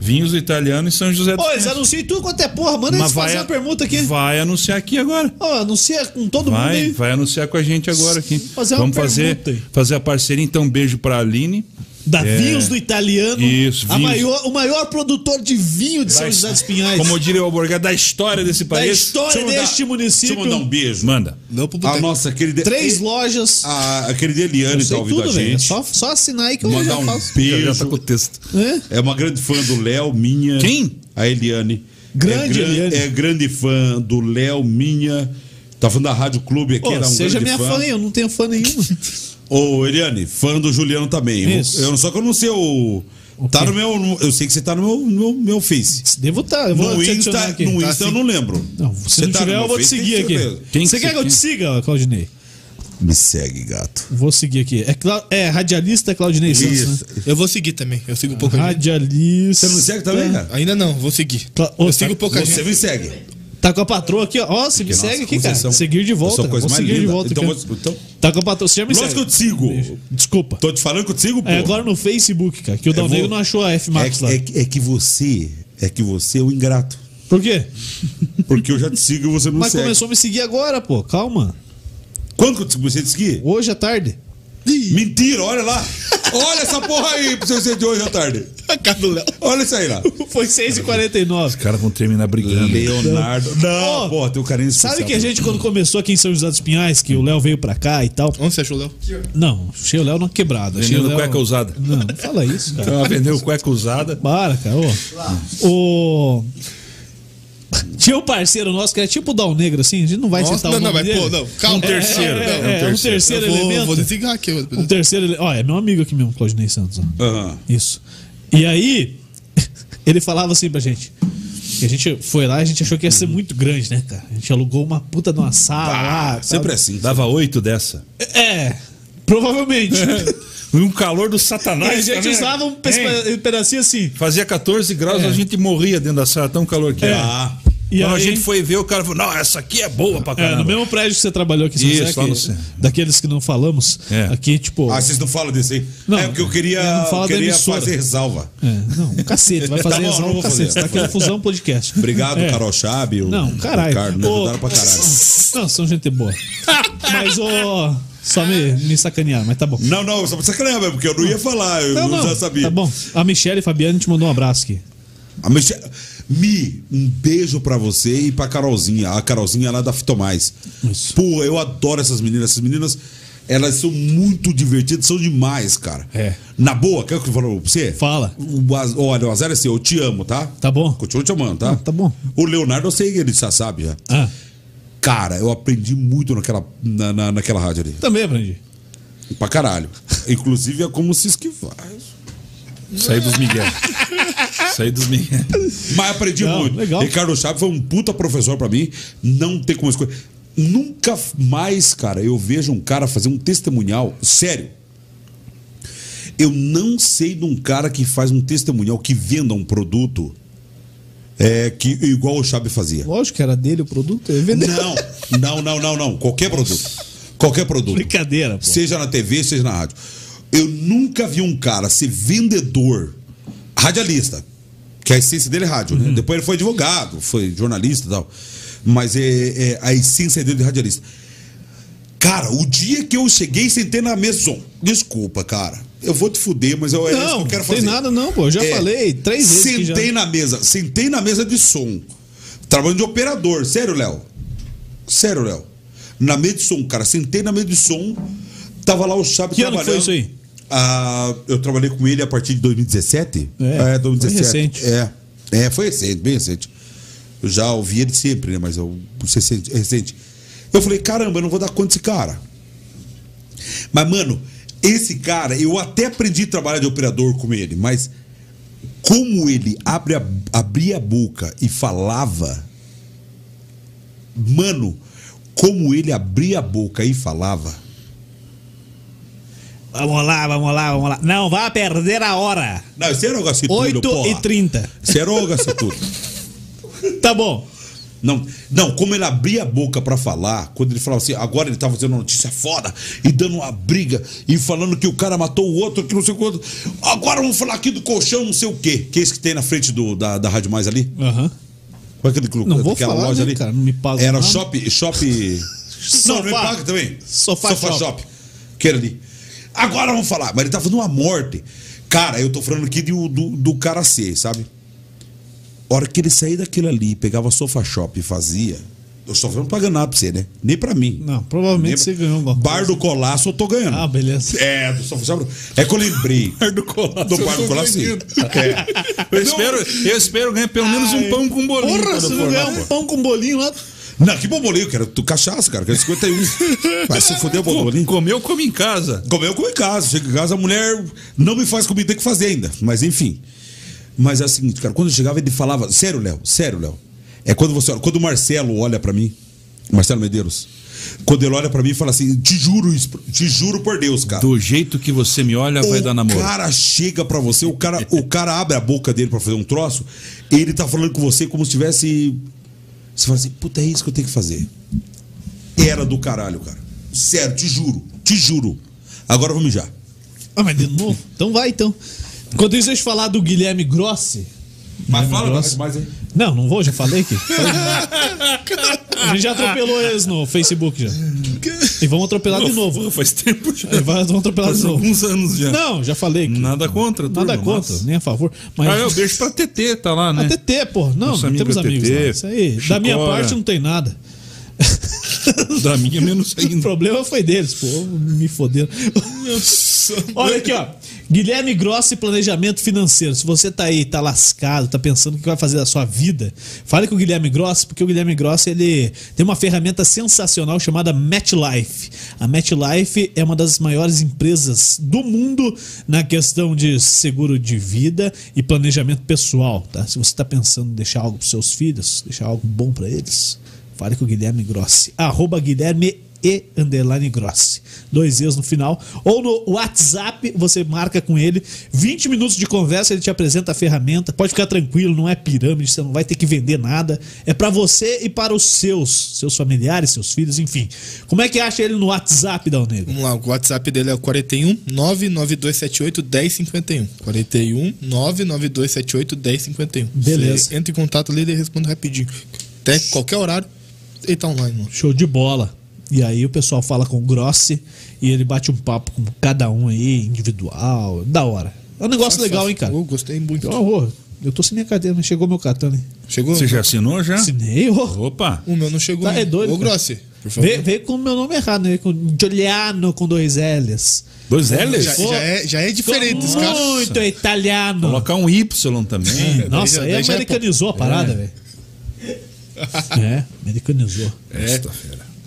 Vinhos do Italiano em São José do
Ô, eles
Campos.
anunciam tudo quanto é porra. Manda
Mas
eles fazer
vai-
uma permuta aqui.
Vai anunciar aqui agora.
Ó, anuncia com todo mundo
Vai,
aí.
vai anunciar com a gente agora aqui.
Fazer uma
Vamos fazer,
pergunta aí.
fazer a parceria. Então, um beijo pra Aline.
Da
É.
Vinhos do Italiano.
Isso,
a
vinhos.
maior, O maior produtor de vinho de São José dos Pinhais.
Como diria o Alborgá, da história desse
É da
país.
história
Deixa eu mandar-
deste
Deixa eu
município.
mandar um beijo.
Manda.
Não pro
A
boteco.
nossa querida.
Três lojas.
A, a querida Eliane
Eu
tá
sei
ouvindo
tudo,
a
velho.
gente.
Só, só assinar aí que eu
Mandar
já
um
faço.
beijo.
Já tá com o texto.
Hã?
É uma grande fã do Léo, minha.
Quem?
A Eliane.
Grande
é gran-
Eliane.
É grande fã do Léo, minha. Tá falando da Rádio Clube aqui,
Pô,
era um
seja
grande
minha fã. eu não tenho fã nenhuma.
Ô, Eliane, fã do Juliano também.
Isso.
Eu, eu- só que eu não sei o. Tá no meu. Eu sei que você tá no meu, no meu, meu Face.
Devo estar, eu vou
No
tá te adicionar
Insta,
aqui.
no
Tá
Insta eu
assim.
não lembro.
Não, se
Você
não
tá
tiver,
no
eu
meu
vou te
Face,
seguir
tem que
aqui.
saber.
Tem que
Você quer
ser
que eu te
aqui.
siga, Claudinei?
Me segue, gato.
Vou seguir aqui. É, Cla- é radialista Claudinei Santos,
Isso.
né?
Eu vou seguir também. Eu sigo um pouco a gente.
Radialista.
Você não me segue
É.
também, cara?
Ainda não, vou seguir.
Cla- Ô,
Eu
tá-
sigo pouca
Você
gente.
me segue.
Tá com a patroa aqui, ó. Ó, você me
Nossa,
segue aqui, cara.
Conceição.
Seguir de volta.
Eu sou a coisa
Vou
mais
seguir de
linda.
volta.
Então,
cara.
vou- então-
Tá com a patroa. Você já me
Lógico
segue.
que eu te sigo.
Desculpa.
Tô te falando que eu te sigo, pô.
É agora no Facebook, cara, que o Dal
vou-
Negro não achou a F Max lá.
É, que- é que você. É que você é o ingrato.
Por quê?
Porque eu já te sigo e você não me
Mas
segue.
começou a me seguir agora, pô. Calma.
Quando que eu te comecei a te seguir?
Hoje à tarde.
Mentira, olha lá. Olha essa porra aí pra você ser de hoje à tarde.
*laughs* A cara do Léo.
Olha isso aí lá.
*laughs* Foi 6h49.
Os caras vão terminar brigando.
Leonardo. Não,
Ó,
pô, tem um carinho especial.
Sabe que a gente, quando começou aqui em São José dos Pinhais, que o Léo veio pra cá e tal.
Onde você achou o Léo?
Não, achei o Léo na quebrada. achei o
Vendendo
Léo...
cueca usada.
Não, não fala isso, cara.
Ela vendeu cueca usada.
Para, cara. Ô. Ô. Tinha um parceiro nosso que era tipo o Dal Negro, assim. A gente não vai
Nossa,
citar
não,
o
não,
nome
mas
dele.
pô, não. né? Calma.
Um terceiro.
É,
Não,
é, é um terceiro
eu vou,
elemento.
vou desligar aqui. eu-
Um terceiro ele... Ó, é meu amigo aqui mesmo, Claudinei Santos. ó.
Aham.
Isso. E aí, *laughs* ele falava assim pra gente. Que a gente foi lá e a gente achou que ia ser muito grande, né, cara? A gente alugou uma puta de uma sala
Ah,
lá.
Sempre assim.
Dava oito
*laughs*
dessa.
sabe? É,
*laughs*
provavelmente.
Um calor do
E a
satanás. né?
gente
também.
usava um pespa- um pedacinho assim.
Fazia 14 graus, a gente morria dentro da sala, tão calor que era.
Ah.
É. E
É. Quando
aí-
a gente foi ver, o cara falou: Não, essa aqui é boa pra
É,
caramba.
no mesmo prédio que você trabalhou aqui, em São
Isso,
José,
lá
que-
no centro.
daqueles que não falamos,
É.
aqui, tipo...
Ah, vocês não falam desse aí?
Não,
é porque eu queria,
eu não falo
eu
da
queria
emissora.
fazer ressalva.
é, não, cacete,
*laughs*
vai fazer
Tá bom,
isso,
não
não,
vou fazer,
cacete, tá
vou
aqui na
fazer.
Fusão Podcast.
Obrigado,
*laughs* É.
Carol Chab. o-
Não,
o
caralho.
Ricardo, me
Ô,
ajudaram pra caralho.
Não, são gente boa. Mas, ô... só me, me sacanearam, mas tá bom.
Não, não, só pra sacanagem, mesmo, porque eu não ia falar, eu
Não,
não,
não.
já sabia.
Tá bom. A Michelle e Fabiane te mandou um abraço aqui.
A Michelle- Mi, um beijo pra você e pra Carolzinha. A Carolzinha lá da Fitomais.
Isso.
Pô, eu adoro essas meninas. Essas meninas, elas são muito divertidas, são demais, cara.
É.
Na boa, quer que eu falo pra você?
Fala.
O Az- olha, o Azar é seu, eu te amo, tá?
Tá bom?
Continuo te amando, tá?
Ah, tá bom.
O Leonardo, eu sei que ele já sabe, já.
Ah,
Cara, eu aprendi muito naquela, na, na- naquela rádio ali.
também aprendi.
Pra caralho. Inclusive é como se esquivar.
Saí dos Miguel. Saí dos Miguel.
Mas aprendi
Não,
muito.
legal.
Ricardo Chaves foi um puta professor pra mim. Não tem como escolher. Nunca mais, cara, eu vejo um cara fazer um testemunhal. Sério. Eu não sei de um cara que faz um testemunhal que venda um produto é, que, igual o Chaves fazia.
Lógico que era dele o produto. é Ele vendeu.
Não, não, não, não, não. Qualquer produto. Qualquer
*laughs*
produto.
Brincadeira, pô.
Seja na TV, seja na rádio. Eu nunca vi um cara ser vendedor, radialista, que a essência dele é rádio,
Uhum.
né? Depois ele foi advogado, foi jornalista e tal. Mas é, é, a essência dele é radialista. Cara, o dia que eu cheguei e sentei na mesa, desculpa, cara. Eu vou te fuder, mas eu, é isso que
Não,
eu quero
tem
fazer.
nada não, pô. Eu já
É,
falei três vezes. que já-
Sentei na mesa, sentei na mesa de som. Trabalhando de operador, sério, Léo. Sério, Léo. Na mesa de som, cara, sentei na mesa de som. Tava lá o Chapa
Que ano que foi isso aí?
Ah, eu trabalhei com ele a partir de 2017.
É,
2017.
foi recente.
É. É, foi recente, bem recente. Eu já ouvi ele sempre, né? Mas eu recente, é recente. Eu falei, caramba, eu não vou dar conta desse cara. Mas, mano, esse cara, eu até aprendi a trabalhar de operador com ele, mas como ele abre a- abria a boca e falava. Mano, como ele abria a boca e falava.
Vamos lá, vamos lá, vamos lá. Não vá perder a hora.
Não, isso é um era o Gacipudo,
8
porra.
e 30.
Isso é um era o Gacipudo.
Tá bom.
Não, não, como ele abria a boca pra falar, quando ele falava assim, agora ele tá fazendo uma notícia foda e dando uma briga e falando que o cara matou o outro, que não sei quanto. Agora vamos falar aqui do colchão, não sei o quê, que é esse que tem na frente do, da, da Rádio Mais ali.
Aham.
Qual é aquele clube?
Não vou
aquela
falar,
loja
né,
ali?
cara? Não me paga
Era o
nada.
Shop.
*laughs*
Shop. não, não me
Sofá.
paga também.
Sofá Shop.
Que era ali. Agora vamos falar, mas ele tá falando uma morte. Cara, eu tô falando aqui de um- do, do cara C, sabe? A hora que ele saía daquilo ali, pegava Sofa Shop e fazia. Eu estou falando pra ganhar pra você, né? Nem pra mim.
Não, provavelmente
Nem pra-
você ganhou alguma
Bar do Colasso eu tô ganhando.
Ah, beleza.
É, do Sofa Shop. É que eu lembrei.
Bar do Colasso.
Do Bar do
eu tô
Colasso, sim.
ganhando.
É.
Eu espero, eu espero ganhar pelo menos um pão com bolinho.
Porra,
quando
se
eu
não
for
ganhar
lá,
um
pô.
pão com bolinho lá.
Não, que bombolinho, cara. Tu cachaça, cara. Que é 51. *laughs* Vai se fuder o bombolinho.
Comeu, come em casa.
Comeu, eu como em casa. Chego em casa, a mulher não me faz comida, tem que fazer ainda. Mas enfim. Mas é o seguinte, cara, quando eu chegava, ele falava. Sério, Léo, sério, Léo. É quando você olha. Quando o Marcelo olha pra mim, Marcelo Medeiros, quando ele olha pra mim e fala assim: te juro isso, te juro por Deus, cara.
Do jeito que você me olha, vai dar namoro.
O cara chega pra você, o cara, o cara abre a boca dele pra fazer um troço, ele tá falando com você como se tivesse. Você fala assim, puta, é isso que eu tenho que fazer. Era do caralho, cara. Sério, te juro, te juro. Agora eu vou mijar.
Ah, mas de novo? Então vai, então. Enquanto isso, deixa eu falar do Guilherme Grossi.
Mas
fala,
mais
Grossi.
mais aí.
Não, não vou, já falei aqui. Falei demais. A gente já atropelou eles no Facebook já. E vamos atropelar de novo.
Pô, Faz tempo já.
E vai- Vamos atropelar de
Faz
novo.
alguns anos já.
Não, já falei aqui.
Nada contra, turma,
Nada contra,
nossa.
nem a favor. Mas...
Ah, eu beijo pra TT, tá lá, né?
A TT, pô. Não,
Nosso
não
amigo
temos
é
amigos.
TT,
não. Isso aí. Da
Chicora.
minha parte não tem nada.
Da minha menos
*laughs* O
ainda.
problema foi deles, pô. Me foderam. *laughs* Olha aqui, ó. Guilherme Grossi Planejamento Financeiro. Se você tá aí, tá lascado, tá pensando o que vai fazer da sua vida, fale com o Guilherme Grossi, porque o Guilherme Grossi ele tem uma ferramenta sensacional chamada MetLife. A MetLife é uma das maiores empresas do mundo na questão de seguro de vida e planejamento pessoal, tá? Se você tá pensando em deixar algo pros seus filhos, deixar algo bom para eles, fale com o Guilherme Grossi. Arroba Guilherme e underline grossi. Dois E's no final. Ou no WhatsApp, você marca com ele. 20 minutos de conversa, ele te apresenta a ferramenta. Pode ficar tranquilo, não é pirâmide, você não vai ter que vender nada. É para você e para os seus, seus familiares, seus filhos, enfim. Como é que acha ele no WhatsApp, Dal Negro?
Vamos lá, o WhatsApp dele é o 41 99278 1051. 41 99278 1051.
Beleza.
Você entra em contato ali e ele responde rapidinho. Até qualquer horário, ele tá online, mano.
Show de bola. E aí o pessoal fala com o Grossi e ele bate um papo com cada um aí, individual. Da hora. É um negócio legal, hein, cara?
Eu Tá gostei muito.
Ó, ô, um eu tô sem minha cadeira, mas chegou meu catano, hein?
Chegou?
Você já assinou
Ah.
já?
Assinei, ô.
Opa.
O meu não chegou.
Tá,
ainda.
é doido,
Ô,
cara.
Grossi, por favor.
Vê, vê com o meu nome errado, né? Com Giuliano com dois L's.
Dois
Já,
L's?
já é, já é diferente, esse
Sou
cara.
Muito italiano.
Colocar um Y também.
Nossa,
Daí
aí
já- daí já é
americanizou a parada, velho. É, americanizou.
É.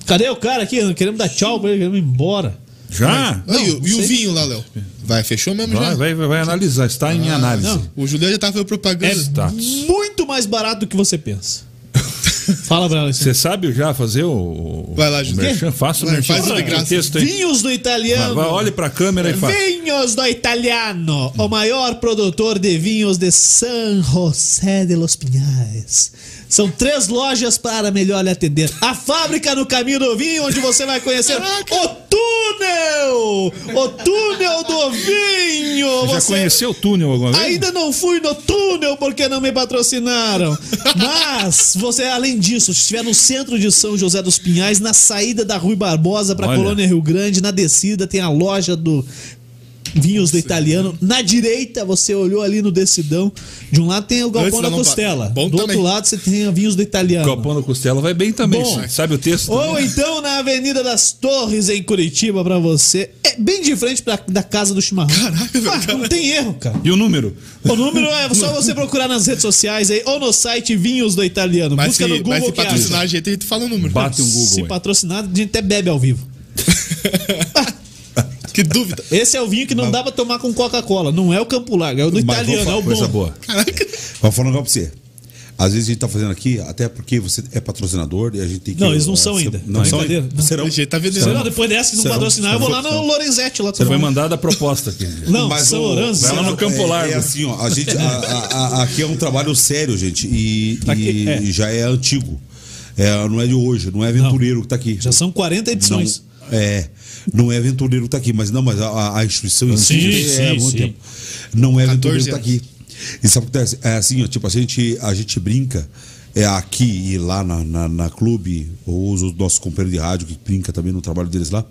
Cadê o cara aqui? Queremos dar tchau pra ele, queremos ir embora.
Já?
Ah, e, o- e o
sei.
vinho lá, Léo? Vai, fechou mesmo já?
Vai, vai, vai analisar. Está em análise. tá.
não.
O Julião já tava fazendo
É
propaganda.
status.
muito mais barato do que você pensa.
*laughs*
Fala pra ela isso.
Você sabe já fazer o. o-
Vai lá,
o
José.
merchan? Faça o
Vai,
merchan.
faz o de graça.
texto, hein?
Vinhos do
Vai,
italiano.
vai, olhe pra câmera e faz.
Vinhos do Italiano, o maior produtor de vinhos de San José de los Pinhais. São três lojas para melhor lhe atender. A fábrica no caminho do vinho, onde você vai conhecer o túnel! O túnel do vinho!
Já
Você
conheceu o túnel alguma vez?
Ainda não fui no túnel porque não me patrocinaram. Mas você, além disso, se estiver no centro de São José dos Pinhais, na saída da Rui Barbosa para
Olha.
Colônia Rio Grande, na descida tem a loja do Vinhos do Italiano. Na direita, você olhou ali no decidão. De um lado tem o Galpão da
Antes da não-
Costela.
Bom
do outro
também.
lado você tem a Vinhos do
O
Italiano.
Galpão da Costela vai bem também.
Bom.
sim. Sabe o texto?
Ou então na Avenida das Torres, em Curitiba, pra você. É bem de frente pra, da casa do chimarrão.
Caraca, velho,
Ah, não tem erro, cara.
E o número?
O número é só você procurar nas redes sociais aí ou no site Vinhos do Italiano.
Mas
Busca
se,
no Google
mas se
que acha.
patrocinar a gente, a gente fala o número.
Bate um Google.
Se
aí.
patrocinar, a gente até bebe ao vivo.
Que dúvida.
Esse é o vinho que não dá pra tomar com Coca-Cola. Não é o Campo Largo, é o do
Mas vou
italiano, é
falar
o
coisa
bom.
boa. Vou falar um negócio pra você. Às vezes a gente tá fazendo aqui, até porque você é patrocinador e a gente tem que.
Não, eles não são ainda. Tá
Não são
Brincadeira.
ainda. Serão.
A gente tá vendo
Sei lá, depois dessa, se não
Será?
patrocinar, eu vou lá no Lorenzetti lá
Você foi
tomar.
mandada a proposta aqui.
Não,
Mas
São
o-
Lourenço.
vai lá
São-
no Campo Largo.
É, é assim, ó. A gente, a- a- a- aqui é um trabalho sério, gente. E,
Aqui,
e
é.
já é antigo. É, não é de hoje, não é aventureiro que tá aqui.
Já são 40
não,
edições.
é, não é aventureiro que tá aqui, mas não, mas a, a instituição em si
Sim,
já é há
sim,
muito
sim.
tempo. Não é aventureiro
14
que tá aqui. E sabe o que acontece? É assim, ó, tipo, a gente, a gente brinca é, aqui e lá na, na, na clube, ou os nossos companheiros de rádio que brinca também no trabalho deles lá.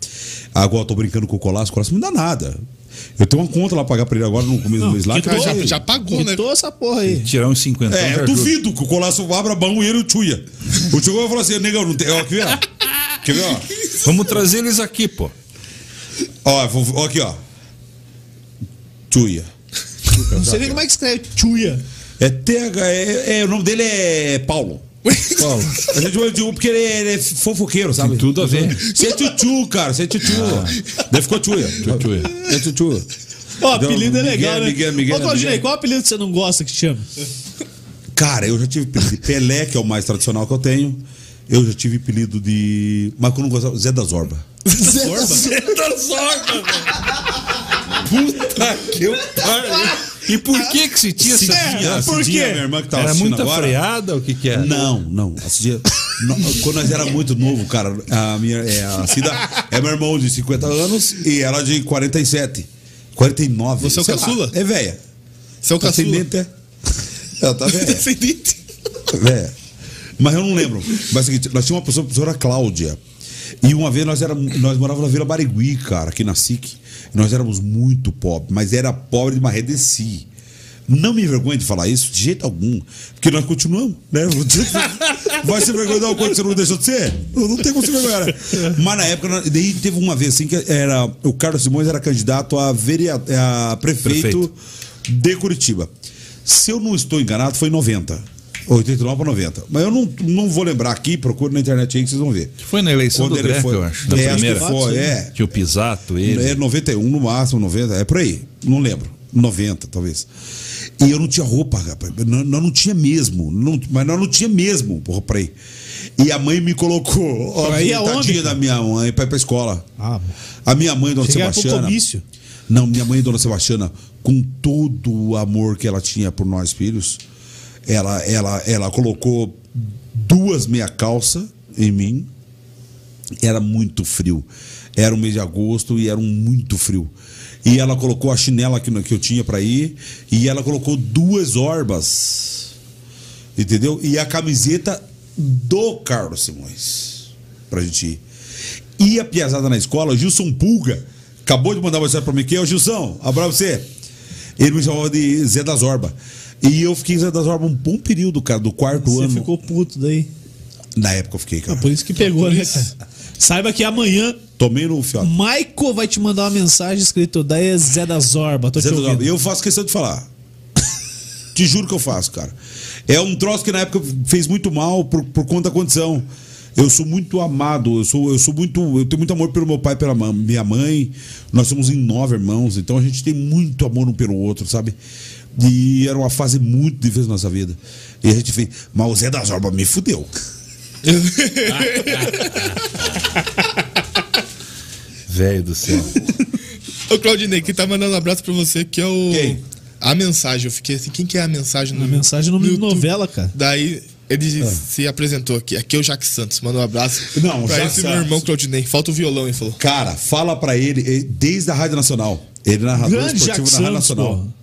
Agora eu tô brincando com o Colasso, o Colasso não me dá nada. Eu tenho uma conta lá pra pagar pra ele agora no começo do mês lá.
que
cara,
dó,
já-
hein?
já-
Já pagou, né?
Quitou essa porra aí.
Tirar uns então 50.
é, eu duvido que o Colasso abra mão e ele o Tchuia. O Tchuia vai falar assim, negão, não tem. Ó, quer ver? ó? Quer ver, ó?
Vamos trazer eles aqui, pô.
Ó, vou- ó, aqui, ó. Tuia.
Não sei nem como é que escreve Tchuia.
É TH, é, é, o nome dele é *laughs* Paulo. Paulo. A gente chama de um porque ele é, ele é fofoqueiro, sabe?
Tem tudo a ver. Ah.
Você é tchutchu, cara, você é tchutchu. Daí ficou tchuia.
Tchuia.
É tchutchu.
Ó, apelido é
Miguel,
legal, né?
Miguel, Miguel,
Ô, Claudinei,
Miguel.
qual apelido que você não gosta que te chama?
Cara, eu já tive apelido de Pelé, que é o mais tradicional que eu tenho. Eu já tive apelido de. Mas quando eu não gostava, Zé da Zorba.
Zé da Zorba, velho. Puta que eu pariu. E por que que se tinha essa
a
vinha?
por
Cidinha,
quê?
Minha irmã que tava
Era
assistindo
muita
agora.
freada ou o que que
É.
era?
Não, não. Assistia- no- quando nós era muito novo, cara, a minha é, a Cida é meu irmão de 50 anos e ela de 47. 49.
Você é o
sei lá.
caçula?
É velha.
Seu caçula.
Ascendente é. Ela
*laughs*
tá velha.
Descendente.
velha. É. Mas eu não lembro. Mas é o seguinte, nós tínhamos uma pessoa, a professora Cláudia. E uma vez nós, era, nós morávamos na Vila Barigui, cara, aqui na SIC. Nós éramos muito pobres, mas era pobre de maré de si. Não me envergonhe de falar isso de jeito algum, porque nós continuamos, né? *laughs* Vai se envergonhar o quanto você não deixou de ser? Eu não tenho como se envergonhar. né? Mas na época, nós- daí teve uma vez assim que era, o Carlos Simões era candidato a, verea, a prefeito,
Prefeito.
de Curitiba. Se eu não estou enganado, foi em 90. 89 para 90. Mas eu não, não vou lembrar aqui, procura na internet aí que vocês vão ver.
Foi na eleição
Quando
do
ele
Greco,
foi-
eu acho. Da
É, acho que
primeira.
foi, é.
Que o Pisato, ele.
É 91 no máximo, 90, é por aí. Não lembro. 90, talvez. E eu não tinha roupa, rapaz. Nós nós não tinha mesmo. Não, mas nós não tinha mesmo roupa pra ir. E a mãe me colocou. Ó,
Pra ir aonde,
tadinha
cara?
da minha mãe, pra ir pra escola.
Ah,
a minha mãe, dona
chegar pro
Sebastiana.
comício.
Não, minha mãe, dona Sebastiana, com todo o amor que ela tinha por nós filhos, ela, ela, ela colocou duas meia calça em mim era muito frio. Era o mês de agosto e era um muito frio. E ela colocou a chinela que, que eu tinha pra ir e ela colocou duas orbas. Entendeu? E a camiseta do Carlos Simões pra gente ir. E a piazada na escola, Gilson Pulga acabou de mandar uma mensagem pra mim aqui. Ô Gilson, abraço pra você. Ele me chamava de Zé das Orba. E eu fiquei em Zé das Orba um bom período, cara, do quarto
você
ano.
ficou puto daí.
Na época eu fiquei,
Ah,
cara.
por isso que pegou, né, cara? Saiba que amanhã
Tomei no fiote.
Maico vai te mandar uma mensagem escrito daí é Zé da Zorba. Tô
Zé
te
do
ouvindo.
Gabi, Eu faço questão de falar. *laughs* Te juro que eu faço, cara. É um troço que na época fez muito mal por, por conta da condição. Eu sou muito amado, eu sou, eu sou muito. Eu tenho muito amor pelo meu pai, pela ma- minha mãe. Nós somos em nove irmãos, então a gente tem muito amor um pelo outro, sabe? E era uma fase muito difícil na nossa vida. E a gente fez. Mas o Zé das Orbas me fudeu. *laughs*
Velho do céu.
*laughs* Ô, Claudinei, quem tá mandando um abraço pra você, que é o.
Quem?
A mensagem. Eu fiquei assim, quem que é a mensagem no
A mensagem é o nome de novela, cara.
Daí Ele se apresentou aqui. Aqui é o Jaque Santos. Manda um abraço.
Ah. Não, o
pra
Jaque
esse meu
Santos.
irmão Claudinei. Falta o violão, ele falou.
Cara, fala pra ele, ele- desde a Rádio Nacional. Ele é narrador
Grande
esportivo
Jack
na Rádio
Santos,
Nacional.
pô.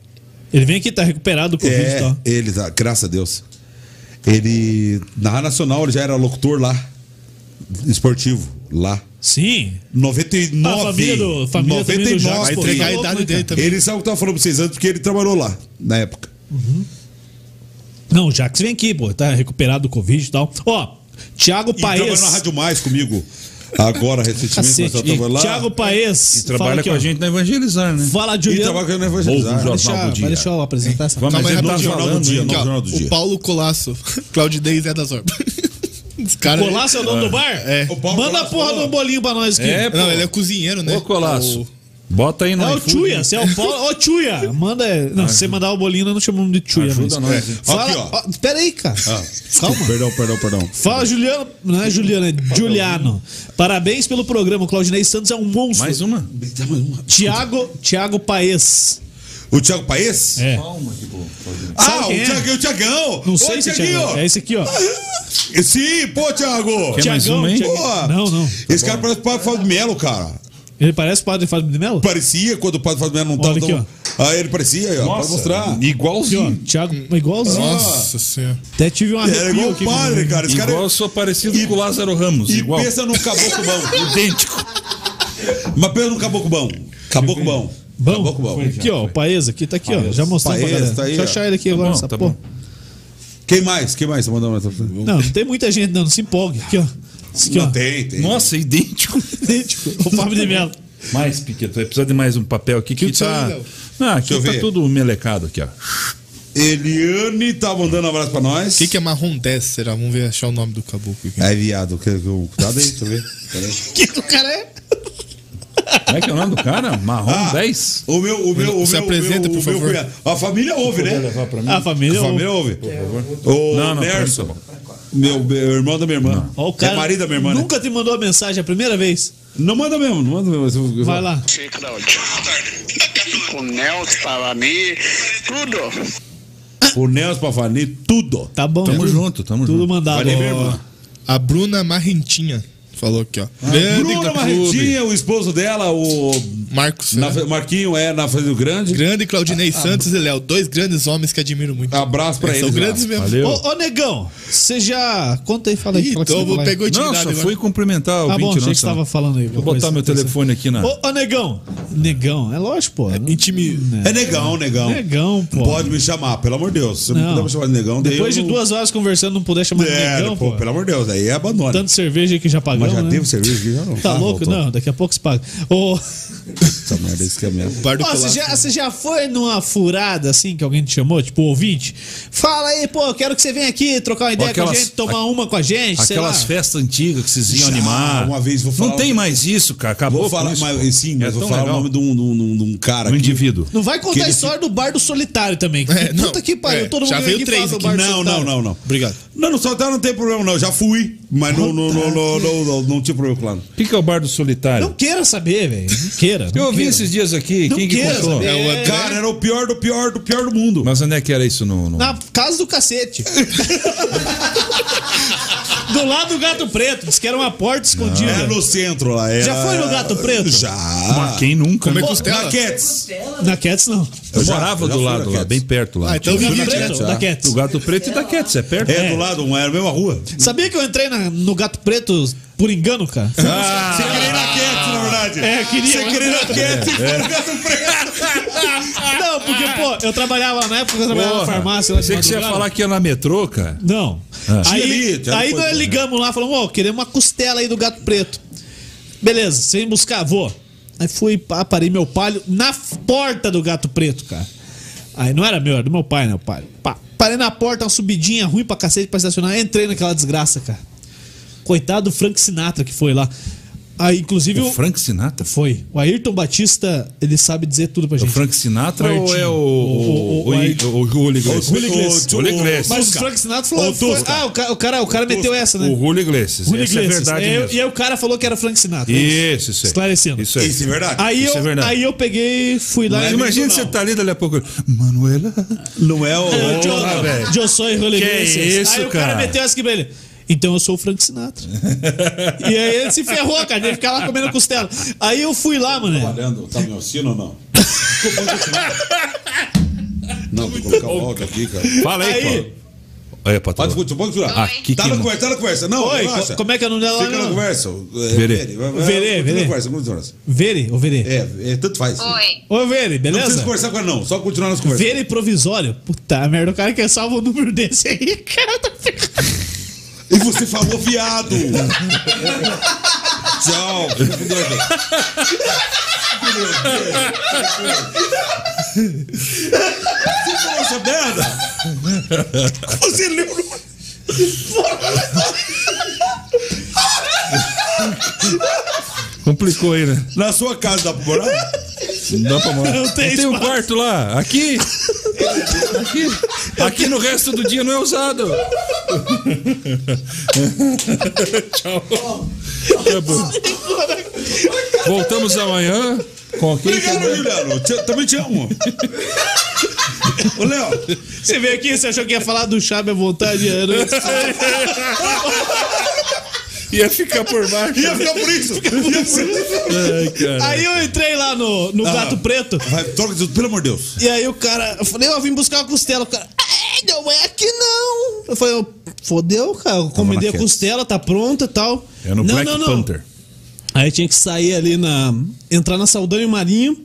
Ele vem aqui, tá recuperado do Covid e
É,
tal.
ele, tá, graças a Deus. Ele, na Rádio Nacional, ele já era locutor lá. Esportivo, lá.
Sim.
99.
A Ah, família do- família também do Jack,
Vai
pô,
entregar
tá
a
louco,
idade
né,
dele
cara?
também.
Ele sabe o que eu tava falando pra vocês antes, porque ele trabalhou lá, na época.
Não, o Jax vem aqui, pô. Tá recuperado do Covid e tal. Ó, Thiago
E trabalhou
Paes.
na Rádio Mais comigo. Agora, recentemente, nós
Cacete.
já tava lá.
E Thiago Paes.
E trabalha
fala aqui,
com
ó.
a gente na Evangelizar, né?
Fala,
E
Juliano.
trabalha com a
Ouve o
Vai
Evangelizar.
deixar,
Jornal do
vai
Dia.
deixar eu apresentar essa.
Vamos,
Calma
mas
aí,
ele tá
rapidinho.
é Jornal
falando,
do Dia,
hein?
não.
Aqui, ó,
Jornal do Dia.
o Paulo Colasso. *laughs* Claudinei Zé das *laughs* Orbas. Os caras.
Colasso é o dono do bar?
É.
O Paulo
Manda a
Colasso
porra
falou.
do bolinho pra nós aqui.
É, pô.
Não, ele é cozinheiro, né?
Ô, Colasso.
O-
Bota aí no
É o
iFood,
Tchuia,
hein?
se é o Paulo. Ô, Tchuia! *laughs* Manda. é, Não, se você mandar o bolinho, nós não chamamos de Tchuia,
Ajuda
mas. é.
nós. hein?
Fala.
Aqui, ó.
ó, pera aí, cara.
Calma. Perdão, perdão, perdão.
Fala, Juliano. Não é Juliano, é Juliano. Parabéns pelo programa. O Claudinei Santos é um monstro.
Mais uma.
Tiago, Tiago Paes.
O Thiago Paes?
É.
Ah,
Sabe
o,
quem é?
Thiago, o Thiagão!
Não sei
Ô,
se é
Thiaguinho!
Thiago. É esse aqui, ó.
Sim, pô, Thiago!
Quer mais uma, hein?
Thiago-
Boa.
é Não, não.
Esse cara parece o Padre Fábio de Melo, cara.
Ele parece o padre Fábio de Mello?
Parecia quando o Padre Fábio de Melo não
Olha
tava.
aqui,
tão... Ah, ele parecia, aí, ó. pode mostrar.
Aqui, ó.
Igualzinho.
Tiago, igualzinho.
É Nossa senhora.
Até tive um uma
Era é igual o padre, cara. Esse cara é
Igual eu sou parecido com o Lázaro Ramos.
E
igual.
pensa num
*laughs*
caboclo bom.
Idêntico.
Mas pensa num caboclo bom. Caboclo bom.
Bom,
Caboclo bom.
aqui, ó. O Paes aqui, tá aqui, ó. Já mostrei pra
Paes,
galera.
tá aí,
Deixa eu
ó.
achar ele aqui agora,
bom,
essa
tá
porra.
Quem mais? Quem mais? Manda mais. Não,
Não, não tem muita gente, não. Não se empolgue. Aqui, ó. Isso aqui, ó.
tem, tem.
Nossa, idêntico.
idêntico. O Fábio de Mello.
Mais, Piqueto, vai precisar de mais um papel aqui que,
Que isso
tá.
aí, Léo?
Não, aqui
eu
tá
ver.
tudo melecado aqui, ó.
Eliane tá mandando um abraço pra nós.
O que, que é marrom 10, será? Vamos ver, achar o nome do caboclo aqui.
Aí, viado, que, que, cuidado aí, tá vendo? Pera aí.
Que que o cara é?
Como é que é o nome do cara? Marrom
Ah,
10?
O meu, o meu, o
Se
meu,
apresenta,
o meu,
por
o meu
favor.
cunhado. A família ouve, né?
pra mim?
A família.
A família ouve. O
Não, não, pra mim tá
Nerson,
bom.
meu, meu irmão da minha irmã.
Ó, o cara
é marido da minha irmã. né?
Nunca te mandou a mensagem a primeira vez.
Não manda mesmo, não manda mesmo. Eu-
Vai lá.
Sei, Claudio. O Nelson tava ali, tudo.
O Nelson Pafani, tudo.
Tá bom.
Tamo
Tudo-
junto, tamo
Tudo
junto.
mandado.
Valeu, meu
ó.
irmão.
A Bruna Marrentinha falou aqui, ó.
É,
Grande
Ah, Bruna
Cla-
Marretinha, o esposo dela, o
Marcos.
na-
será?
Marquinho, é na Fazenda do Grande.
Grande Claudinei Santos e Léo. Dois grandes homens que admiro muito.
Abraço pra
Eles
eles.
São grandes mesmo.
Valeu.
Ô, ô, negão, você já. Conta aí, fala aí.
Ih,
fala que
então
você
eu vou
vai falar aí.
pegou
Não,
intimidade
só
agora.
fui cumprimentar o
Ah, bom,
né,
ouvinte
achei que
nosso.
você tava falando aí.
Vou botar meu telefone aqui na.
Ô, ô, negão. Negão, é lógico, pô.
Intimi...
É negão, negão.
Negão, pô.
Pode me chamar, pelo amor de Deus. Se não
Não.
puder me chamar de negão, daí
Depois
eu
de
não-
duas horas conversando, não puder chamar de
É,
negão,
pô,
pô.
pelo amor de Deus, aí abandona.
Tanto cerveja que já pagamos.
Mas já
né?
teve serviço aqui, já não.
Tá
Ah,
louco?
voltou.
Não, daqui a pouco se paga. Ô,
Essa merda, isso que é mesmo.
Bar do
ó, você,
Colasso.
já, você já foi numa furada assim que alguém te chamou, tipo ouvinte? Fala aí, pô, eu quero que você venha aqui trocar uma ideia com a
aquelas-
gente, tomar uma com a gente, sei lá.
Aquelas festas antigas que vocês iam
Já,
animar.
uma vez, vou falar- um-
Não tem mais isso, cara. Acabou.
Vou falar,
com isso, pô.
mas, sim, mas
É
vou
tão
falar
legal.
o nome de um, de um- de um cara
Um
aqui.
indivíduo.
Não vai
Que
contar a
ele
história do bar do solitário também. que
É, não,
Puta que pariu,
é,
todo mundo
já veio
aqui
três
fala do bar do
aqui.
Não, não,
solitário.
não, não.
Obrigado.
Não, no Saltar não tem problema, não. Eu Já fui, mas não, não, não, não, não, não, não tinha problema, claro.
O que, que é o bar do solitário?
Não queira saber, velho. Não queira.
eu
não
ouvi
queira.
esses dias aqui.
Não
quem que
quero
contou?
saber.
É, o
É,
André.
Cara, era o pior do pior do pior do mundo.
Mas onde é que era isso no. no-
Na casa do cacete. do lado do gato preto. Diz que era uma porta escondida.
Era no centro lá. Era...
Já foi no Gato Preto?
Já.
Mas quem nunca?
é
Comer
né?
costela.
Na Cats.
Na Cats, não.
Eu
já-
morava
eu já
do
fui
lado
na
lá,
Cats.
bem perto lá.
Ah, então eu
Do
vi
Gato
na
Preto?
Cats.
Da Cats.
Do Gato Preto e da Cats, é perto.
É, do lado, não era a mesma rua.
Sabia que eu entrei na- no Gato Preto por engano, cara?
Você queria ir na Cats, na verdade.
É, queria.
Você queria ir na Cats e foi no Gato
Não, porque, pô, eu trabalhava na época, eu trabalhava na
Porra,
farmácia. Lá de
Pensei que você ia
madrugada.
falar que ia na metrô, cara.
Não.
Tinha
Aí,
ali, tinha
aí
depois,
nós
né?
ligamos lá, falamos, ó, queremos uma costela aí do gato preto. Beleza, você vem buscar, vou. Aí fui, pá, parei meu palho na f- porta do gato preto, cara. Aí não era meu, era do meu pai, né, o palho. Pá, parei na porta, uma subidinha ruim pra cacete pra estacionar. Entrei naquela desgraça, cara. Coitado do Frank Sinatra que foi lá. Ah, inclusive
O
o
Frank Sinatra?
foi. O Ayrton Batista, ele sabe dizer tudo pra
É O
gente.
Frank Sinatra
Martinho.
ou é o.
O- o-
O
o-
o- o- o Julio Iglesias?
Julio Iglesias.
O Julio Iglesias.
Mas o Frank Sinatra falou.
O Tusca.
ah, o cara, o cara, o cara meteu essa, né?
O Julio Iglesias.
Julio
Essa é
Iglesias.
verdade
É,
mesmo.
E aí o cara falou que era Frank Sinatra. é
Isso, isso aí.
Esclarecendo.
Isso aí.
Isso é verdade.
Aí,
Isso
eu,
é verdade.
aí eu peguei, fui lá
Mas
e.
imagina você tá ali dali a pouco.
*laughs*
Manuela.
Não é o.
Eu,
Porra, velho.
eu sou o Julio
Que
Iglesias.
isso,
Aí o cara
cara.
meteu essa aqui pra ele. Então eu sou o Frank Sinatra. e aí ele se ferrou, cara. Ele ficar lá comendo costela. Aí eu fui lá, mano.
Trabalhando, tá me ouvindo ou não? Não, vou colocar o áudio aqui, cara.
Fala aí,
Aí.
Paulo. Olha, patrão.
Pode continuar, pode
Ah,
continuar.
Aqui
tá
que
na
não.
conversa, tá na conversa. Não,
Oi,
relaxa.
co- como é que é o nome dela?
Fica na
mesmo?
conversa. É,
Verê.
vai- vai-
Verê,
continua
Verê.
a Conversa, continua a conversa.
Vere, ô Vere.
É, é, tanto faz.
Oi.
Ô Vere,
Não precisa
beleza?
conversar agora, não. Só continuar nas conversas.
Vere provisório. Puta merda, o cara quer salvar o número desse aí, *laughs* cara. Tá ferrado.
E você falou viado. Tchau. Você falou essa merda? Você lembrou?
Complicou aí, né?
Na sua casa tá né? dá pra morar?
Não dá pra morar.
*laughs* Não tem
Eu tenho um
espaço.
quarto lá. Aqui. Aqui. Aqui no resto do dia não
*laughs*
é usado. Tchau. Tá bom. Voltamos amanhã com né? aquele.
Obrigado, Juliano. Te- Também te amo. Ô, Léo.
Você veio aqui, você achou que ia falar do Chave à vontade? Eu não-
Ia ficar por baixo.
Ia ficar por isso. Ia por isso.
Ai, cara.
*laughs* Aí eu entrei lá no, no Gato Preto.
Vai, troca tudo, pelo amor de Deus.
E aí o cara, eu falei, eu vim buscar uma costela. O cara, "Ai, não é aqui não. Eu falei, "Ô, fodeu, cara. Eu
na
Encomendei a
quietas.
costela, tá pronta e tal.
É no
não,
Black
não, não.
Panther.
Aí tinha que sair ali na. entrar na Saudânia e Marinho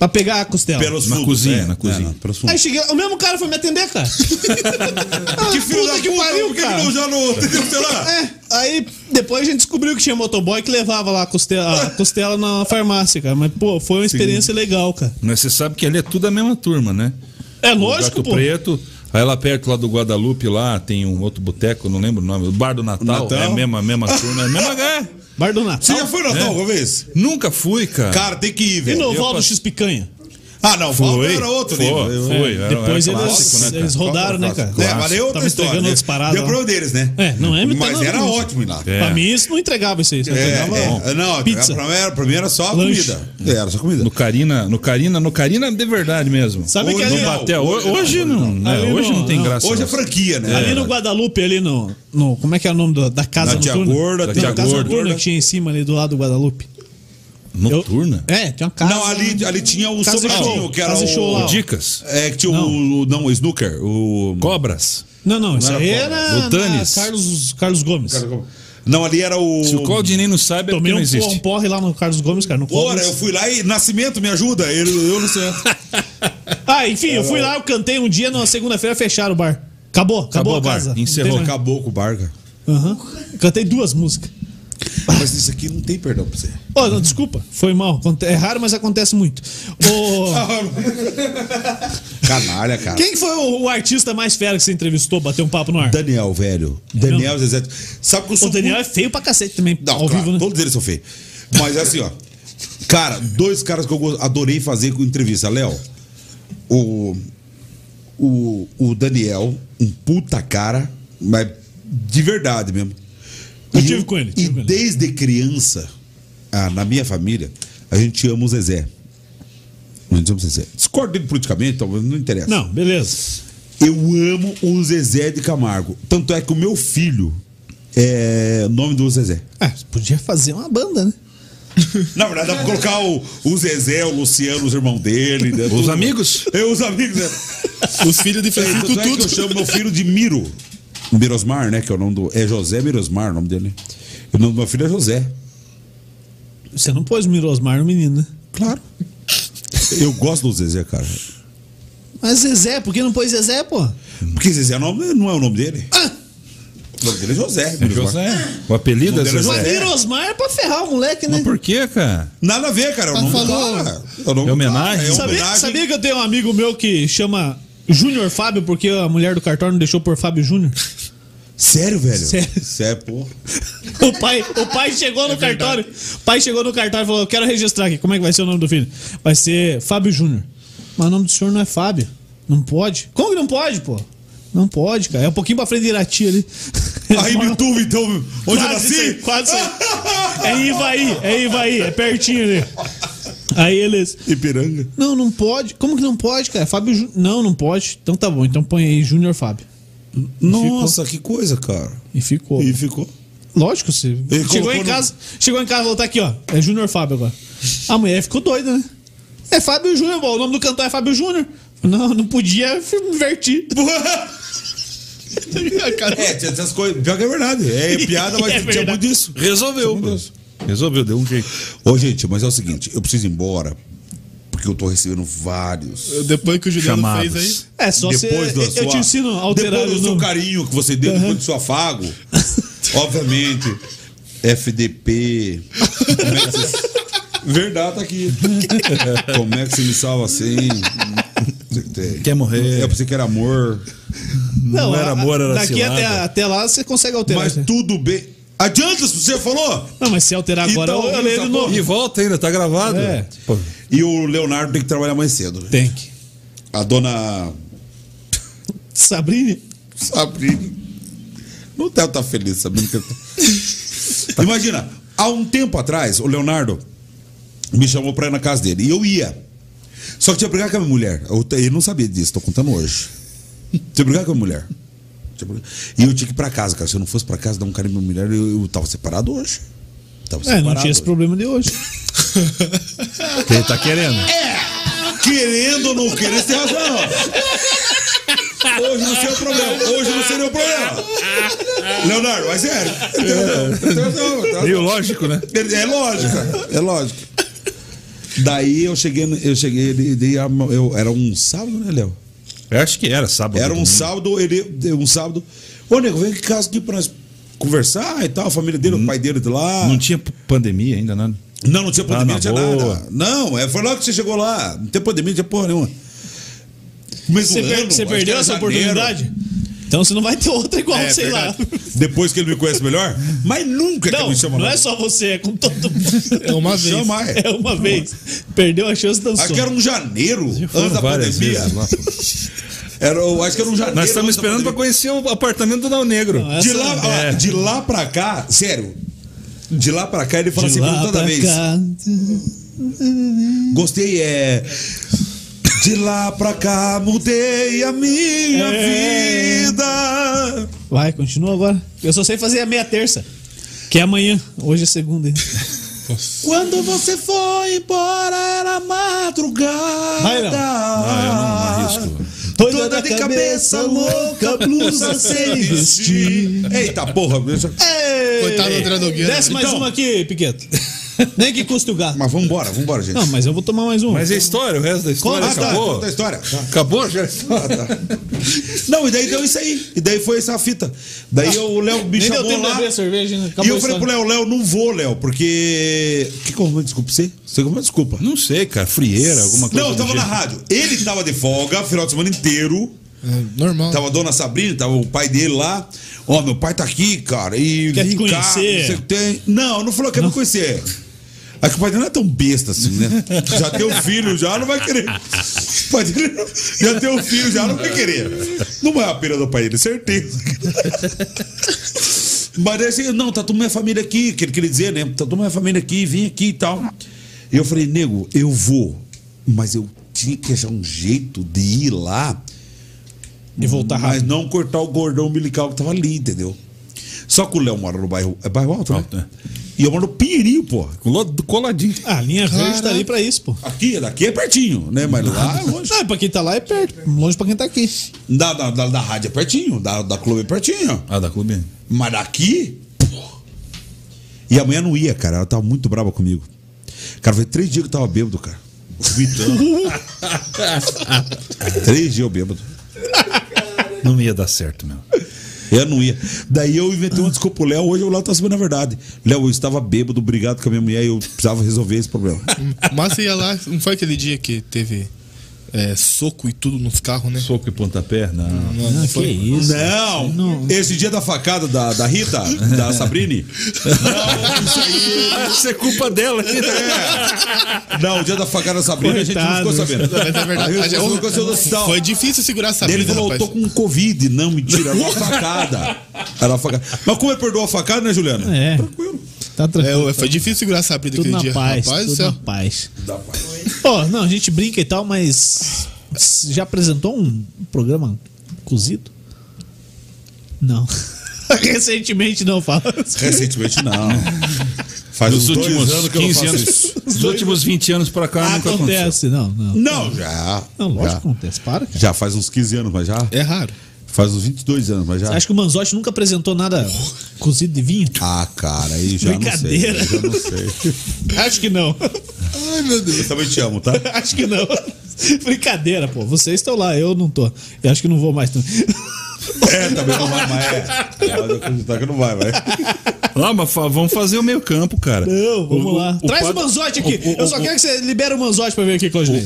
pra pegar a costela.
Pelos
Na
fundos,
cozinha,
é,
na
é,
cozinha.
não, pelos
Aí
fundos.
cheguei, o mesmo cara foi me atender, *laughs* cara. Ah,
Que filho da Tá puta,
que pariu,
por que que
cara.
não já não... Sei lá.
É, aí depois a gente descobriu que tinha motoboy que levava lá a costela,
*laughs*
a costela na farmácia, cara. Mas, pô, foi uma experiência legal, cara.
Mas você sabe que ali é tudo a mesma turma, né?
É
O
lógico,
Gato
pô.
Preto. Aí lá perto lá do Guadalupe, lá tem um outro boteco, não lembro o nome. O Bar do Natal.
Natal.
É a mesma, a mesma turma, é
*laughs*
a mesma H.
Bar do Natal.
Você já foi no Natal
É.
alguma vez?
Nunca fui, cara.
Cara, tem que ir,
E
velho.
no
eu
Valdo
passo-
X Picanha.
Ah, não, Valdo
Foi.
era outro
Foi,
nível. Eu-
foi. Era-
Depois
era
eles,
clássico, né, cara?
eles rodaram, né, cara?
Clássico,
É, mas é outra
Tava
história.
entregando
Né?
outras paradas
Deu
lá.
problema deles, né?
É, não é
Mas
mitando,
era
não.
ótimo ir lá.
É.
Pra mim, isso não entregava isso aí. Só
É,
entregava
é. Não,
pizza.
a primeira, a primeira era só a
Lanche.
comida. É, era só comida.
No Carina, no Carina, no Carina de verdade mesmo.
Sabe que
Hoje
ali,
no
não.
Batel. Ho-
Hoje
Hoje,
não,
não, né?
Ali
hoje
não,
não tem
não.
graça.
Hoje é
não.
franquia, né?
ali no Guadalupe, ali no, no. Como é que é o nome da, da casa
Na Tia
noturna?
Gorda,
Não,
tem
a
a
casa
Gorda.
noturna que tinha em cima ali do lado do Guadalupe.
Noturna?
É, tinha uma casa.
Não, ali, ali tinha o
Casa e
Sobradinho,
show.
que era
Casa e
o...
show lá.
o di-
Dicas.
É, que tinha o... Não, o snooker. O...
Cobras.
Não, não, isso aí
né?
era.
No Tânis.
na Carlos, Carlos Gomes.
Não, ali era o...
Se o Claudinei não sabe, é porque
Tomei
não
um, porra, um
existe.
porre lá no Carlos Gomes, cara. No
Ora,
Cobras.
eu fui lá e... Nascimento, me ajuda. Ele, eu não sei.
Ah, enfim, eu
É.
fui lá, eu cantei um dia, na segunda-feira fecharam o bar. Acabou, acabou,
Acabou
a
o bar,
casa.
encerrou,
Não tem mais.
Acabou com o barca.
Aham. Cantei duas músicas.
Mas isso aqui não tem perdão pra você.
Ô, não, desculpa, foi mal. Aconte- É raro, mas acontece muito. Ô,
Canalha, cara.
quem que foi o, o artista mais fera que você entrevistou, bateu um papo no ar?
Daniel, velho. Daniel Zezé. Sabe que eu
O
sou
Daniel
muito-
é feio pra cacete também,
Não,
ao
claro,
vivo, né?
todos eles são feios. Mas é assim, ó. Cara, dois caras que eu go- adorei fazer com entrevista. Léo, o, o, o Daniel, um puta cara, mas de verdade mesmo.
Eu
E
tive com ele,
E
tive com ele.
desde criança, ah, na minha família, a gente ama o Zezé. A gente ama o Zezé. Discordo dele politicamente, talvez não interessa.
Não, beleza.
Eu amo o Zezé de Camargo. Tanto é que o meu filho é nome do Zezé.
Ah, você podia fazer uma banda, né?
Na verdade, dá pra colocar o, o Zezé, o Luciano, os irmãos dele. né,
Os
tudo.
amigos?
Eu, os amigos, né?
Os filhos de
Tanto
Francisco
é que eu
tudo.
chamo meu filho de Miro. Mirosmar, né? Que é o nome do. É José Mirosmar, o nome dele. né? E o nome do meu filho é José.
Você não pôs o Mirosmar no menino, né?
Claro. Eu gosto do Zezé, cara.
Mas Zezé, por que não pôs Zezé, pô? Ah,
Porque Zezé é o nome- não é o nome dele. O nome dele é José. Mirosmar.
O apelido é
Modelo
Mas
José.
José.
Mirosmar é pra ferrar o moleque, né?
Mas por que, cara?
Nada a ver, cara. É o
Tá
nome do
falou.
cara. É o nome
É
do
homenagem?
cara, É
Sabia,
homenagem.
sabia que eu tenho um amigo meu que chama Júnior Fábio porque a mulher do cartório não deixou por Fábio Júnior?
Sério, velho?
Sério.
Sério, porra.
O pai, o pai chegou
É
no cartório. O pai chegou no cartório e falou: Eu quero registrar aqui. Como é que vai ser o nome do filho? Vai ser Fábio Júnior. Mas o nome do senhor não é Fábio. Não pode. Como que não pode, pô? Não pode, cara. É um pouquinho pra frente de Irati ali.
*laughs*
*laughs*
Aí me tuve, então. Onde eu
Quase
nasci?
isso aí, quase isso aí. É em Ivaí, é em Ivaí, é pertinho ali. Aí eles.
Ipiranga.
Não, não pode. Como que não pode, cara? Fábio Jú- Não, não pode. Então tá bom. Então põe aí Júnior Fábio.
Nossa, que coisa, cara.
E ficou.
E ficou. *laughs*
Lógico, você. Chegou
colocou
em
no-
casa, chegou em casa, voltar aqui, ó. É Júnior Fábio agora. A mulher ficou doida, né? É Fábio Júnior, bom, o nome do cantor é Fábio Júnior. Não, não podia me invertir. *laughs*
É, tinha essas coisas. Pior que é verdade. É piada,
*laughs*
mas
É
tinha
verdade.
muito disso.
Resolveu.
Meu
pô.
Deus.
Resolveu, deu um jeito.
Ô, gente, mas é o seguinte, eu preciso ir embora. Porque eu tô recebendo vários.
Depois que o Juliano
Chamados.
fez aí.
É só você.
depois da
Eu,
sua,
te ensino a alterar
Depois
o
do seu
nome.
carinho que você deu, depois do
*laughs*
seu afago. obviamente. FDP. Como é que você- *laughs* Verdade
*laughs*
tá aqui. Como é que você me salva assim?
Quer morrer.
É pra você que era amor.
Não era amor, era
Daqui
cilada.
até, até lá você consegue alterar.
Mas
né?
tudo bem. Adianta se você falou!
Não, mas se alterar agora,
Então,
eu, eu leio de
essa
novo.
E volta ainda, tá gravado.
É.
Pô,
E o Leonardo tem que trabalhar mais cedo. né?
Tem que.
A dona
Sabrine?
Sabrina. Não deve estar feliz sabendo que. eu
*laughs* Tá.
tô- Imagina, há um tempo atrás, o Leonardo me chamou pra ir na casa dele. E eu ia. Só que tinha brigado com a minha mulher. Eu, te- eu não sabia disso, tô contando hoje. Tinha brigado com a minha mulher. Tinha brigado- E eu tinha que ir pra casa, cara. Se eu não fosse pra casa dar um carinho pra minha mulher, eu, eu tava separado hoje. Tava
É,
separado.
não tinha esse problema de hoje.
Quem tá querendo?
Querendo ou não querendo, você tem razão. Hoje não seria o problema. Hoje não seria o problema. Leonardo, mas sério. Tem razão, tem razão.
Meio lógico, né?
Ele- É lógico, é lógico. Daí eu cheguei, no- eu cheguei, ele, ele- eu, era um sábado, né, Léo?
Eu acho que era sábado.
Era um
sábado.
sábado, ele, deu um sábado. Ô, nego, vem aqui em casa aqui pra nós conversar e tal, a família dele, o pai dele de lá.
Não tinha p- pandemia ainda, né? nada.
Não, não tinha pandemia,
Tá na
não tinha
boa.
nada. Não, é, foi logo que você chegou lá. Não tem pandemia, não tinha porra nenhuma. Começo
Você,
do
per-
ano,
você
acho que
perdeu
era
essa
é janeiro.
oportunidade? Então você não vai ter outra igual,
É,
sei
verdade.
lá.
Depois que ele me conhece melhor, mas nunca que
Não,
me chama
não
mais.
é só você, é com todo mundo. *laughs*
É uma vez.
Chama, é.
É uma vez. Perdeu a chance, dançou.
Acho que era um janeiro, antes
Foram
da
várias
pandemia.
vezes lá, pô.
Era, eu acho que era um janeiro.
Nós estamos
antes da
esperando pra
pandemia.
conhecer o apartamento do Dal Negro.
Não, é-
de lá, ó,
É.
de lá pra cá, sério. De lá pra cá ele fala assim pra mim toda vez. Gostei, é. De lá pra cá mudei a minha
É.
vida.
Vai, continua agora. Eu só sei fazer a meia terça. Que é amanhã. Hoje é segunda. hein?
Quando você foi embora era madrugada.
Vai, Léo.
Ah, eu não arrisco.
*laughs* Toda de cabeça louca,
*laughs*
blusa *laughs* sem vestir. Eita porra, deixa-
Ei!
Coitado do André Nogueira.
Desce mais
Então.
uma aqui, Piqueto. Nem que custe o gato.
Mas vambora, vambora, gente.
Não, mas eu vou tomar mais uma.
Mas é história, o resto da história
Ah, tá,
acabou.
Conta a história. Tá.
Acabou já a história.
Não, e daí deu isso aí. E daí foi essa fita. Daí eu- o Léo me
Nem deu
chamou
tempo de
lá.
abrir a cerveja, né? Acabou
E eu
a
falei pro
história.
Léo, Léo, não vou, Léo, porque. Que que eu arrumei desculpa pra você? Você arrumou desculpa.
Não sei, cara. Frieira, alguma coisa.
Não, eu
do
tava na
gênero.
rádio. Ele tava de folga, final de semana inteiro.
É, normal.
Tava a dona Sabrina, tava o pai dele lá. Ó, meu pai tá aqui, cara. E
Quer te
vem cá,
conhecer.
não sei o que tem. Não, não falou que quer me conhecer. Acho que o pai dele não é tão besta assim, né? Já tem um filho, já não vai querer. O pai dele não- já tem um filho, já não vai querer. Não é a pira do pai dele, certeza. Mas daí assim, não, tá toda minha família aqui, que ele queria dizer, né? Tá toda minha família aqui, vim aqui e tal. E eu falei, nego, eu vou, mas eu tinha que achar um jeito de ir lá
E voltar
mas
rápido.
não cortar o gordão umbilical que tava ali, entendeu? Só que o Léo mora no bairro. É bairro alto,
Alto,
né?
né?
E eu moro no Pinheirinho, pô.
Colo- Coladinho.
Ah, a linha verde tá ali pra isso, pô.
Aqui, daqui é pertinho, né? Mas
*laughs*
lá é longe.
Ah, pra quem tá lá é perto. Longe pra quem tá aqui.
Da, da, da, da rádio é pertinho, da, da clube é pertinho.
Ah, da clube.
Mas daqui. pô. E amanhã não ia, cara. Ela tava muito brava comigo. Cara, foi três dias que eu tava bêbado, cara. Vomitando. *laughs* três dias eu bêbado.
Não ia dar certo, meu.
Eu não ia. Daí eu inventei uma desculpa pro Léo, hoje o Léo tá sabendo a verdade. Léo, eu estava bêbado, brigado com a minha mulher e eu precisava resolver esse problema.
Mas você ia lá, não foi aquele dia que teve é, soco e tudo nos carros, né?
Soco e pontapé? Não.
Não,
Ah,
não
que
foi.
isso?
Não,
Não.
esse dia da facada da, da Rita, da Sabrine. *laughs*
Isso é culpa dela.
Não, o dia da facada da Sabrine a gente não
Coitado.
ficou sabendo.
Mas é
Aí
verdade.
o pessoal ficou assim, no hospital.
Foi difícil segurar essa
Daí ele
vida,
falou,
rapaz.
tô com Covid. Não,
*laughs*
mentira, era uma facada. Era uma facada. Mas como é perdoou a facada, né, Juliana?
É. Tá
É,
tranquilo.
ué, foi difícil segurar essa briga
tudo
aquele
na
dia.
paz,
rapaz, do
tudo
céu.
na paz.
Dá pra-
Ó, não, a gente brinca e tal, mas já apresentou um programa cozido? Não. *laughs* Recentemente não fala.
Recentemente, não. Faz
Nos
uns dois
últimos
anos que eu não
15
faço
anos.
isso.
Dos últimos 20 anos pra cá nunca aconteceu.
Ah, Acontece, não, não.
Não, já.
Não, lógico
já.
que acontece, para, cara.
Já faz uns 15 anos, mas já.
É raro.
Faz uns 22 anos, mas já.
Acho que o Manzotti nunca apresentou nada cozido de vinho?
Ah, cara, aí já não sei.
Brincadeira.
aí Já não sei.
Acho que *laughs* não.
Ai, meu Deus.
Eu também te amo, tá?
*laughs* Acho que não. Brincadeira, pô. Vocês estão lá, eu não tô. Eu acho que não vou mais. também.
É, também não vai, mas é. Pode acreditar que não vai, vai.
Ah, mas fa- vamos fazer o meio campo, cara.
Não, vamos
O- o-
lá.
o
Traz o,
quadro-
Manzotti aqui.
o- o-
eu só
o-
quero que você libere o Manzotti pra vir aqui, Claudinei.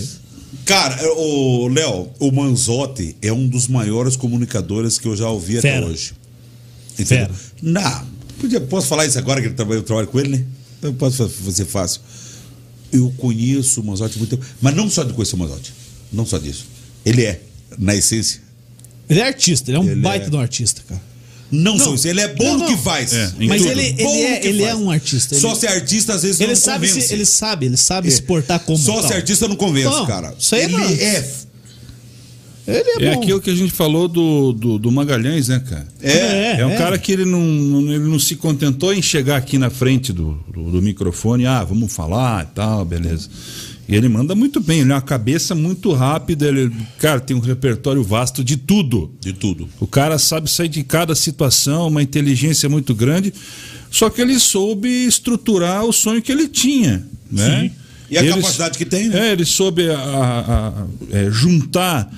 Cara, o Léo, o Manzotti é um dos maiores comunicadores que eu já ouvi
Fera.
até hoje. Entendeu?
Fera.
Não, podia, posso falar isso agora que ele trabalha- eu trabalho com ele, né? Eu posso fa- fazer fácil. Eu conheço o Manzotti há muito tempo, mas não só de conhecer o Manzotti, não só disso. Ele é, na essência,
Ele é artista, ele é um
Ele
baita
é.
de um artista, cara.
não, só isso. Ele é bom
Não,
no que
não.
faz.
É, em
Mas
tudo.
ele,
Bom
ele,
no
é,
que
ele é
faz.
um artista. Ele,
Só ser artista às vezes
ele
não
sabe
convence.
se, ele sabe, ele
É.
sabe se portar como.
Só
tal.
ser artista não convence,
Não,
cara.
isso aí
ele
não.
é.
Ele é,
É
bom.
aquilo que a gente falou do, do, do Magalhães, né, cara?
É.
É, um cara que ele não, não- ele não se contentou em chegar aqui na frente do, do, do microfone, ah, vamos falar e tal, beleza. E ele manda muito bem, ele é uma cabeça muito rápida, ele, cara, tem um repertório vasto de tudo.
De tudo.
O cara sabe sair de cada situação, uma inteligência muito grande. Só que ele soube estruturar o sonho que ele tinha, né?
Sim. E a
Ele-
capacidade que tem, né?
É, ele soube a- a- a- é, juntar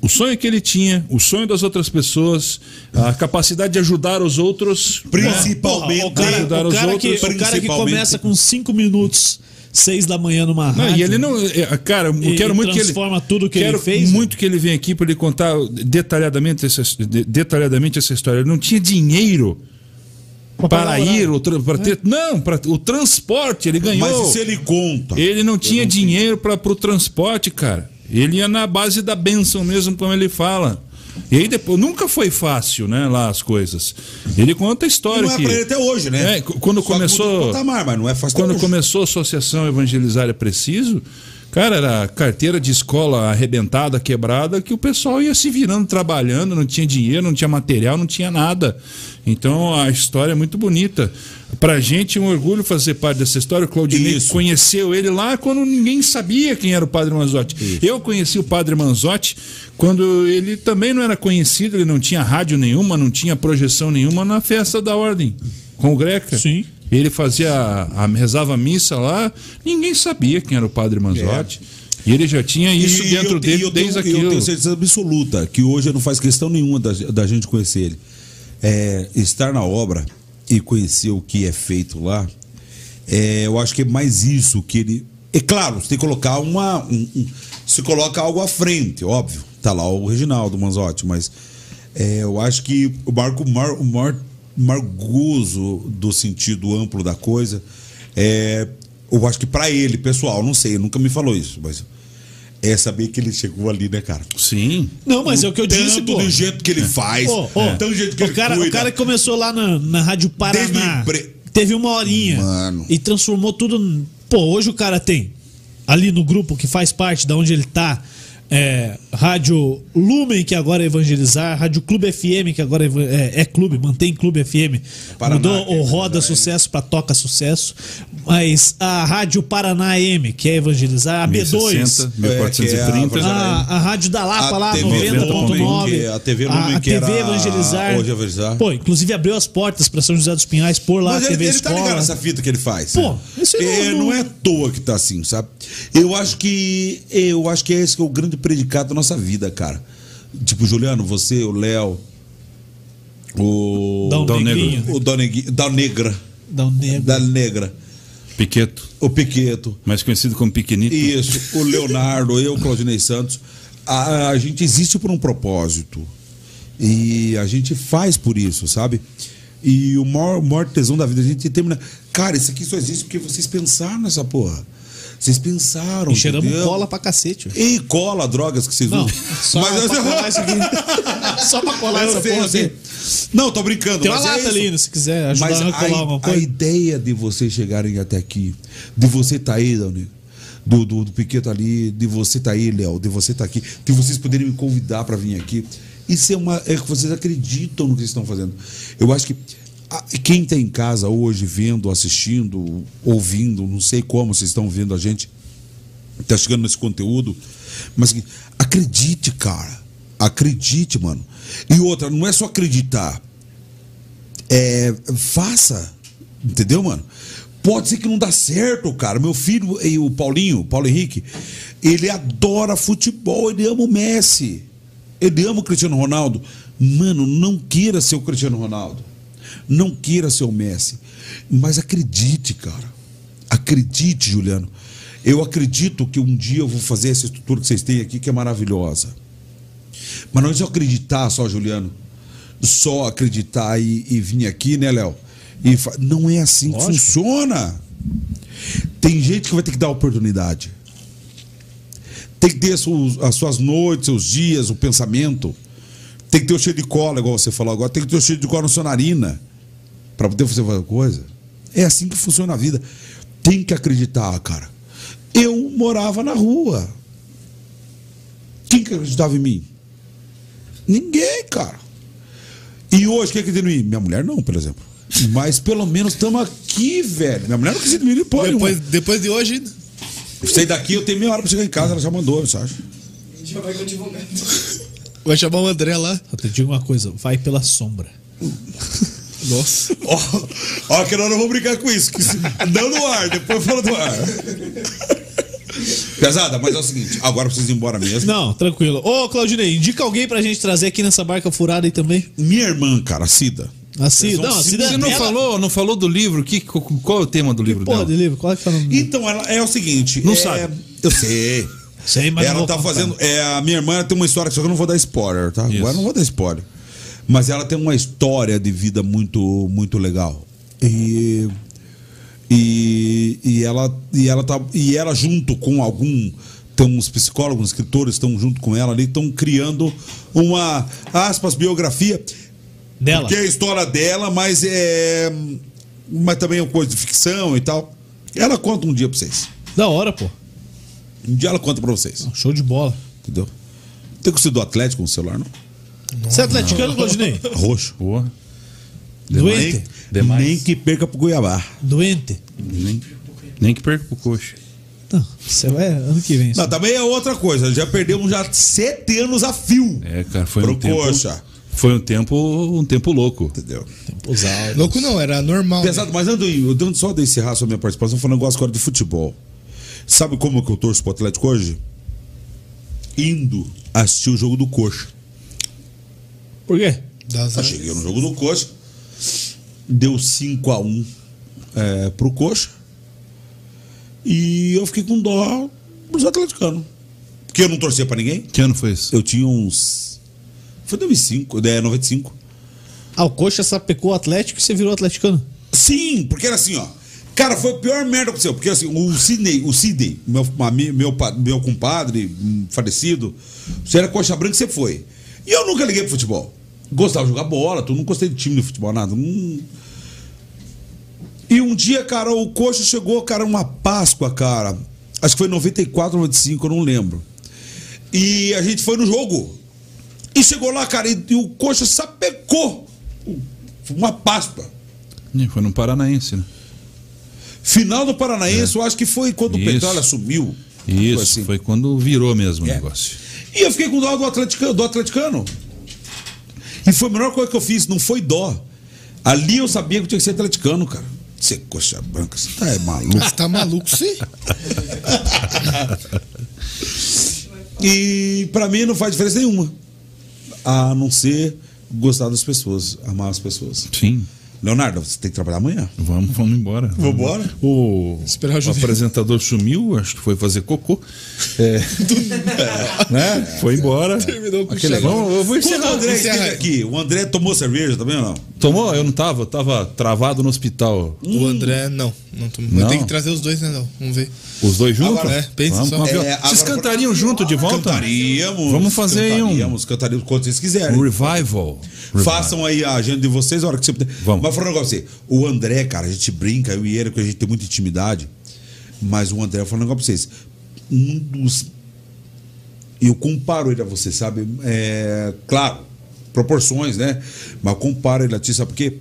o sonho que ele tinha, o sonho das outras pessoas, a capacidade de ajudar os outros. né?
Principalmente.
O cara,
ajudar
É, o
os
cara que,
outros,
o cara que
principalmente.
começa com 5 minutos, 6 da manhã numa
Não,
rádio.
e ele não. é, Cara, eu
E-
quero
e
muito que ele.
transforma tudo que ele
quero
fez, né?
muito que ele venha aqui para ele contar detalhadamente essa, de- detalhadamente essa história. Ele não tinha dinheiro
Pra
para
elaborar.
ir, ou tra- para ter. Não, para o transporte ele ganhou.
Mas é se ele conta.
Ele não tinha dinheiro para o transporte, cara. Ele ia na base da benção mesmo, como ele fala. E aí depois, nunca foi fácil, né, lá as coisas. Ele conta a história
Não é
que...
pra ele até hoje, né?
É, qu- quando
Só que mudou de
começou...
patamar, mas não é fácil
Quando
até hoje.
começou a Associação Evangelizar é Preciso, cara, era carteira de escola arrebentada, quebrada, que o pessoal ia se virando, trabalhando, não tinha dinheiro, não tinha material, não tinha nada. Então a história é muito bonita. Pra gente é um orgulho fazer parte dessa história. O Claudinei
Isso.
conheceu ele lá quando ninguém sabia quem era o Padre Manzotti. Eu conheci o Padre Manzotti quando ele também não era conhecido, ele não tinha rádio nenhuma, não tinha projeção nenhuma na festa da ordem com o Greca.
Sim.
Ele fazia a, a- rezava a missa lá, ninguém sabia quem era o padre Manzotti. E ele já tinha isso
E
dentro
eu te-
dele
e eu
desde
tenho, Eu
aquilo.
tenho certeza absoluta que hoje não faz questão nenhuma da, da gente conhecer ele. É, estar na obra e conhecer o que é feito lá, é, eu acho que é mais isso que ele. É claro, você tem que colocar uma. Um, um- você coloca algo à frente, óbvio. Tá lá o Reginaldo Manzotti, mas é, eu acho que o Marco Mar, o maior maior gozo do sentido amplo da coisa é. Eu acho que pra ele, pessoal, não sei, nunca me falou isso, mas é saber que ele chegou ali, né, cara?
Sim.
Não, mas é o que eu
Tanto
disse, pô.
do jeito que ele faz,
Pô, pô,
tanto do um jeito que
né? o,
ele
cara,
cuida. um
o cara que tá começou lá na, na Rádio Paraná.
Desde o empre-
Teve uma horinha.
Mano.
E transformou tudo. n- Pô, hoje o cara tem ali no grupo que faz parte da onde ele tá. é, Rádio Lumen, que agora é evangelizar, Rádio Clube FM, que agora é, eva- é- é clube, mantém Clube FM.
Paraná,
Mudou
que é
o Roda
evangelizar,
Sucesso pra Toca Sucesso. Mas a Rádio Paraná M, que é evangelizar, a B2.
1060, 1430.
É, que é
A, a Rádio da Lapa
A
lá,
TV
90.9.
Lumen, que- a TV Lumen,
a
que era
TV Evangelizar.
a Hoje Evangelizar.
Pô, inclusive abriu as portas pra São José dos Pinhais por lá,
Mas
a
ele,
TV
ele tá
Escola.
ligado nessa fita que ele faz.
Pô, isso aí
é,
não-
não é à toa que tá assim, sabe? Eu acho que. Eu acho que é esse que é o grande predicado da nossa vida, cara. Tipo, Juliano, você, o Léo. O.
Dá um
Dá um
negrinho.
O Dal um Negra.
Dá um negro.
Da Negra.
Piqueto,
o Piqueto,
mais conhecido como Piquenito.
Isso, o Leonardo, eu, Claudinei Santos. A, a gente existe por um propósito. E a gente faz por isso, sabe? E o maior, o maior tesão da vida, a gente termina. Cara, isso aqui só existe porque vocês pensaram nessa porra. Vocês pensaram.
E cheiramos
entendeu?
cola pra cacete. velho.
E cola, drogas que vocês
Não,
usam.
só pra
*laughs*
colar isso aqui. Só pra colar
eu
essa
sei,
porra
eu sei.
aqui.
Não, tô brincando.
Tem uma
mas é
lata
isso.
ali, se quiser ajudar
Mas
a colar
a,
alguma
a
coisa.
ideia de vocês chegarem até aqui, de você tá aí, Dani, do, do, do Piqueto ali, de você tá aí, Léo, de você tá aqui, de vocês poderem me convidar para vir aqui, isso é uma. É que vocês acreditam no que vocês estão fazendo. Eu acho que a- quem tá em casa hoje, vendo, assistindo, ouvindo, não sei como vocês estão vendo a gente, tá chegando nesse conteúdo. Mas assim, acredite, cara. Acredite, mano. E outra, não é só acreditar. É, faça. Entendeu, mano? Pode ser que não dá certo, cara. Meu filho, e o Paulinho, Paulo Henrique, ele adora futebol, ele ama o Messi. Ele ama o Cristiano Ronaldo. Mano, não queira ser o Cristiano Ronaldo. Não queira ser o Messi. Mas acredite, cara. Acredite, Juliano. Eu acredito que um dia eu vou fazer essa estrutura que vocês têm aqui, que é maravilhosa. Mas não é só acreditar só, Juliano. Só acreditar e, e vir aqui, né, Léo? E fa- Não é assim que funciona. Tem gente que vai ter que dar oportunidade. Tem que ter as suas- as suas noites, seus dias, o pensamento. Tem que ter o cheiro de cola, igual você falou agora. Tem que ter o cheiro de cola na sua narina para poder fazer qualquer coisa. É assim que funciona a vida. Tem que acreditar, cara. Eu morava na rua. Quem que acreditava em mim? Ninguém, cara. E hoje, é quem acredita em mim? Minha mulher não, por exemplo. Mas pelo menos estamos aqui, velho. Minha mulher não acredita em mim, pode.
Depois, depois de hoje,
Sei daqui, eu tenho meia hora pra chegar em casa, ela já mandou, você acha?
vai chamar o André lá.
Só te digo uma coisa, vai pela sombra.
Nossa.
Ó, ó, que nós não vamos brincar com isso. que se- Não no ar, depois fala do ar. Pesada, mas é o seguinte, agora eu preciso ir embora mesmo.
Não, tranquilo. Ô, Claudinei, indica alguém pra gente trazer aqui nessa barca furada aí também.
Minha irmã, cara, a Cida.
A Cida. Não, a Cida
Você não
ela-
falou, não falou do livro? Que, qual é o tema do livro
Pô,
dela?
de livro, qual é que tá o nome? dela?
Então, ela é o seguinte.
Não
é-
sabe.
Eu sei.
Sei, mas não
ela
vou
tá
contar.
fazendo. É, a minha irmã ela tem uma história, só que eu não vou dar spoiler, tá? Agora eu não vou dar spoiler. Mas ela tem uma história de vida muito, muito legal. E. E, e ela e ela tá e ela junto com algum tem uns psicólogos, uns escritores estão junto com ela ali, estão criando uma aspas biografia
Dela.
que é a história dela, mas é. Mas também é uma coisa de ficção e tal. Ela conta um dia pra vocês.
Da hora, pô.
Um dia ela conta pra vocês.
Show de bola.
Entendeu? Não Tem conseguido do Atlético no celular, não?
Você é atleticano, Claudinei?
Roxo.
Boa.
Doente.
Nem, nem que perca pro Cuiabá.
Doente.
Nem, nem que perca pro coxa.
Não, você vai ano que vem.
Não, também é outra coisa. Já perdemos já sete anos a fio.
É, cara, foi
Pro
um tempo.
coxa.
Foi um tempo, um tempo louco.
Entendeu?
Usar.
Louco não, era normal. né?
Pesado, mas Andoinho, eu dando só de encerrar só minha participação falando um negócio agora de futebol. Sabe como que eu torço pro Atlético hoje? Indo assistir o jogo do Coxa.
Por quê?
Das-
Eu cheguei no jogo do Coxa. Deu 5x1 é, pro Coxa. E eu fiquei com dó dos atleticanos. Porque eu não torcia pra ninguém.
Que ano foi isso?
Eu tinha uns. Foi 2005, é 95.
Ah, o Coxa sapecou o Atlético e você virou atleticano.
Sim, porque era assim, ó. Cara, foi a pior merda que aconteceu. Porque assim, o Sidney, o Sidney, meu, ami- meu, pa- meu compadre hum, falecido, você era coxa branca, você foi. E eu nunca liguei pro futebol. Gostava de jogar bola, tu não gostei de time de futebol, nada. Não- E um dia, cara, o coxa chegou, cara, numa Páscoa, cara. Acho que foi 94, 95, eu não lembro. E a gente foi no jogo. E chegou lá, cara, e, e o coxa sapecou. Uma Páscoa.
Ih, Foi no Paranaense, né?
Final do Paranaense, eu acho que foi quando o
É. Isso.
Petróleo assumiu.
Isso,
Foi assim.
foi quando virou mesmo
É.
o negócio.
E eu fiquei com dó do atleticano, do atleticano. E foi a melhor coisa que eu fiz, não foi dó. Ali eu sabia que eu tinha que ser atleticano, cara. Você é coxa branca, você tá é
*laughs*
maluco.
Você tá maluco, sim?
E pra mim não faz diferença nenhuma. A não ser gostar das pessoas, amar as pessoas.
Sim.
Leonardo, você tem que trabalhar amanhã.
Vamos, vamos embora. Vamos
embora?
O,
Esperar o
o
Juninho.
apresentador sumiu, acho que foi fazer cocô. É, né? Foi embora.
Terminou com
Aquele-
chave.
Vamos, eu vou
Quando o
encerrar.
André
encerra
esteve
aí.
aqui, o André tomou cerveja tá também ou não?
Tomou? Eu não tava, eu tava travado no hospital.
O André, não. Não, tô...
Não?
Tem que trazer os dois, né, não? Vamos ver.
Os dois juntos?
Agora, é, pensa
vamos,
só.
vamos ver.
É, agora-
Vocês cantariam junto de volta?
Cantaríamos.
Vamos fazer aí um-
Cantaríamos, cantaríamos quanto vocês quiserem.
Um Revival. Revival.
Façam aí a agenda de vocês a hora que você puder.
Vamos.
Mas falando com você, o André, cara, a gente brinca, eu e ele, porque a gente tem muita intimidade. Mas o André, falando com vocês, um dos. Eu comparo ele a você, sabe? É, claro, proporções, né? Mas eu comparo ele a ti, sabe por quê?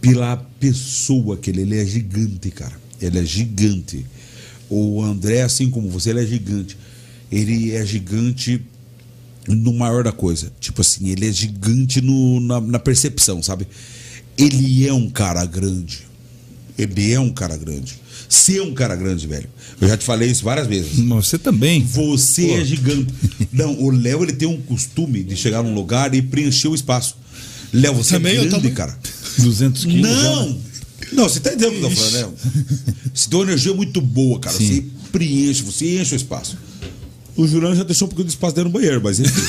Pela pessoa que ele, é, ele é gigante, cara. Ele é gigante. O André, assim como você, ele é gigante. Ele é gigante no maior da coisa. Tipo assim, ele é gigante no- na, na percepção, sabe? Ele é um cara grande. Ele é um cara grande. Ser um cara grande, velho. Eu já te falei isso várias vezes.
Mas Você também.
Você é gigante. Não, o Léo ele tem um costume de chegar num lugar e preencher o espaço. Léo, você
Também
é
eu
grande,
também.
cara.
200 quilos. né?
Não! Não, você tá entendendo o que eu
*laughs*
tô falando, né? Você tem uma energia muito boa, cara. Você preenche, você enche o espaço. O Juliano já deixou um pouquinho de espaço dentro do banheiro, mas enfim.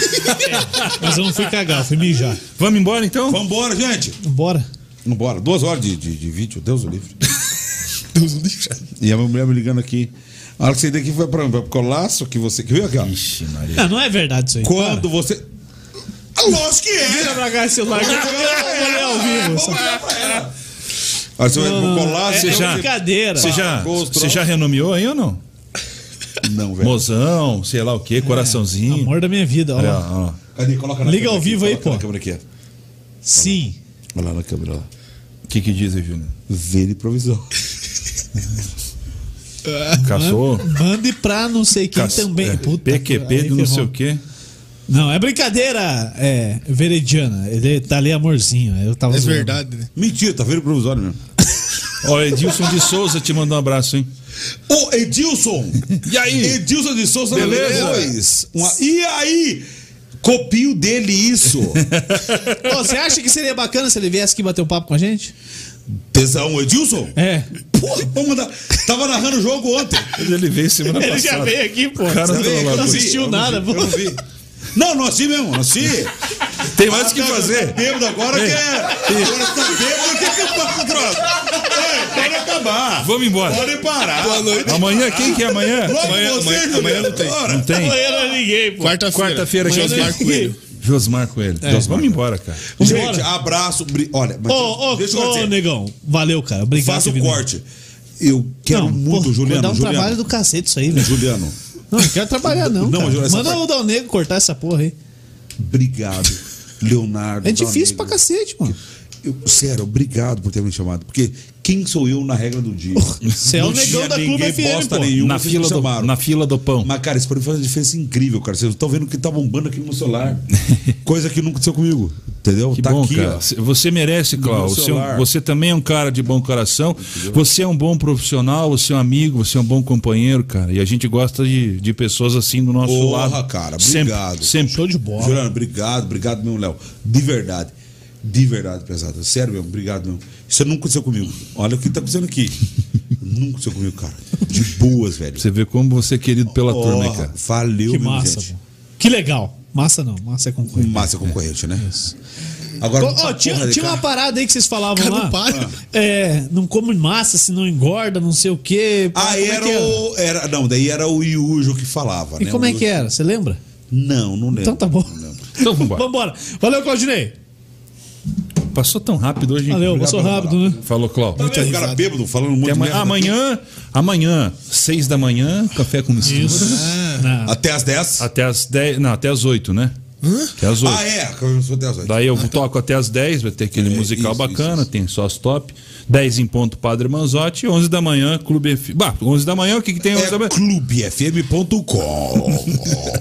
*laughs*
Mas eu não fui cagar, eu fui mijar.
Vamos embora então?
Vambora, gente!
Bora.
Vambora, duas horas de, de, de vídeo, Deus o *laughs* livre. E a minha mulher me ligando aqui. A hora que você daqui foi pra mim, porque o laço que você. Que veio aqui, ó.
Ixi, Maria.
Não, não é verdade isso aí.
Quando você. Ah, Lógico que é!
Vira pra cá esse celular que eu vou olhar ao vivo.
Vamos olhar pra ela. Aí você vai pro colar,
É,
você
é
já.
brincadeira.
Você já,
Gosto,
você já renomeou aí ou não?
Não, velho.
Mozão, sei lá o quê, coraçãozinho.
Amor da minha vida, ó.
Olha
Ah, É.
lá, olha lá.
Cadê? Coloca na
Liga
câmera
ao vivo aí,
aqui, coloca
pô.
Na câmera aqui.
Sim.
ó. Olha lá na câmera lá.
O que que diz aí, Júnior?
Verde *laughs* provisório.
Caçou?
Mande pra não sei quem
Caçou.
também.
É,
Puta,
PQP
aí
de não
ferrou.
sei o quê.
Não, é brincadeira, é, Verediana. Ele tá ali amorzinho. Eu tava
É
zoando.
verdade, né?
Mentira, tá verde provisório mesmo.
Ó, Edilson de Souza te manda um abraço, hein?
Ô, Edilson!
E aí?
Edilson de Souza
Beleza?
Beleza? Uma... E aí? Copio dele isso. *laughs*
Ô, você acha que seria bacana se ele viesse aqui bater um papo com a gente?
Tesão, Edilson?
É.
Porra, vamos mandar. Tava narrando o jogo ontem.
Ele veio semana
Ele já
passada.
veio aqui, pô.
Cara,
Você
não
vê que
trollador.
não assistiu
Eu
nada,
vi,
pô.
Eu não vi. Não, não assisti mesmo, não assisti.
Tem mais o que
Tá
fazer.
Bêbado agora que é. Agora você tá bêbado, o que que eu faço, droga? É, pode acabar.
Vamos embora.
Podem parar. Ah, Boa noite.
Amanhã, quem que é amanhã?
Logo
Amanhã-
vocês,
amanhã- amanhã não tem.
Ora,
Não tem?
Amanhã não é ninguém, pô.
Quarta-feira.
Quarta-feira que
Amanhã
eu
nós
marco ele. Josmar Coelho.
É.
Vamos embora, cara.
Gente, abraço. bri- Olha, mas
Ô, ô,
deixa eu
ô,
dizer.
negão. Valeu, cara. Obrigado.
Faça o
Vinão.
corte. Eu quero
Não,
muito,
pô, Vai
Juliano.
dar um
Juliano.
trabalho do cacete isso aí, velho.
Juliano,
Não, não quero trabalhar, não.
*laughs* Não,
cara.
Júlio, essa
Manda
parte-
o Dal Negro cortar essa porra aí.
obrigado. Leonardo.
É difícil pra
Dalnego.
cacete, mano.
Eu- sério, obrigado por ter me chamado. Porque quem sou eu na regra
*laughs*
do dia?
Você é o
Não
negão
tinha
da Clube
ninguém
FM,
bosta
pô.
nenhuma. E um
Na
vocês
fila,
me
do,
chamaram.
na fila do pão.
Mas, cara, isso pra mim faz uma diferença incrível, cara. Vocês estão vendo que tá bombando aqui no meu
*laughs*
celular. Coisa que nunca aconteceu comigo. Entendeu?
Que
tá
bom,
aqui,
cara.
ó.
Você merece, Cláudio.
meu
Você, é um-
celular.
você também é um cara de bom coração. Você é um bom profissional, você é um amigo, você é um bom companheiro, cara. E a gente gosta de, de pessoas assim do nosso
Porra,
lado.
cara,
Sempre-
obrigado.
Sempre.
Show de bola.
Juliano, obrigado, obrigado mesmo, Léo. De verdade. De verdade, pesado. Sério mesmo, obrigado mesmo. Isso nunca aconteceu comigo. Olha o que tá acontecendo
*laughs*
aqui. nunca aconteceu comigo, cara. De boas, velho.
Você vê como você é querido pela turma, hein,
Porra,
cara.
Valeu,
Que
mesmo,
massa,
gente.
pô. Que legal. Massa não, massa é concorrente.
Massa concorrente, né? Agora,
Ô, ô, tinha,
porra de
tinha uma
cara-
parada aí que vocês falavam
Cara,
lá.
não para.
É, não come massa, se não engorda, não sei o quê.
Ah,
Como é
era
que era?
o. Era, não, daí era o Yujo que falava,
E
né?
como
O
é que
Yujo-
era? Você lembra?
Não, não lembro.
Então tá bom.
Não lembro.
Então vambora.
Vambora. Valeu, Claudinei.
Passou tão rápido hoje.
Valeu, passou rápido, né?
Falou, Cláudio.
Tá vendo? O cara bêbado falando muito
Até amanhã,
merda.
amanhã, amanhã, seis da manhã, café com mistura.
É.
Não.
Até as 10?
Até as 10, não, até as 8, né? Até as 8.
Ah, é. Eu sou até as 8.
Daí eu toco até as 10, vai ter aquele
É,
musical
isso,
bacana,
isso, isso.
tem só as top. 10 em ponto Padre Manzotti, 11 da manhã, Clube F. Bah, 11 da manhã, o que, que tem 11 da
É
manhã?
clubefm.com.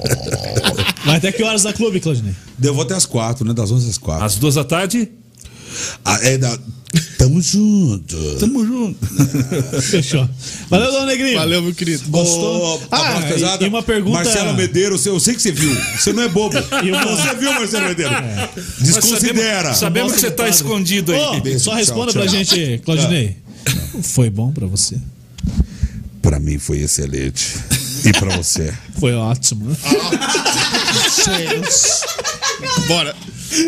*laughs*
Vai até que horas da clube, Claudinei?
Daí Eu vou até as 4, né? Das 11 às 4.
Às 2 da tarde,
Ah, é da- Tamo junto.
Tamo junto.
Fechou. Valeu, Dom Negrinho.
Valeu, meu querido.
Gostou?
Ô, a
Ah,
voz pesada,
e- e uma pergunta-
Marcelo Medeiros, eu sei que você viu. Você não é bobo.
E uma-
Você viu, Marcelo Medeiros? Desconsidera.
Sabemos, sabemos
Mostra
que você
pro
tá
padre.
escondido aí.
Ô,
Beijo,
só
tchau,
responda
tchau. Ah.
pra gente, Claudinei. Foi bom pra você?
Pra mim foi excelente. E pra você?
Foi ótimo. né?
Ah.
*laughs*
Bora.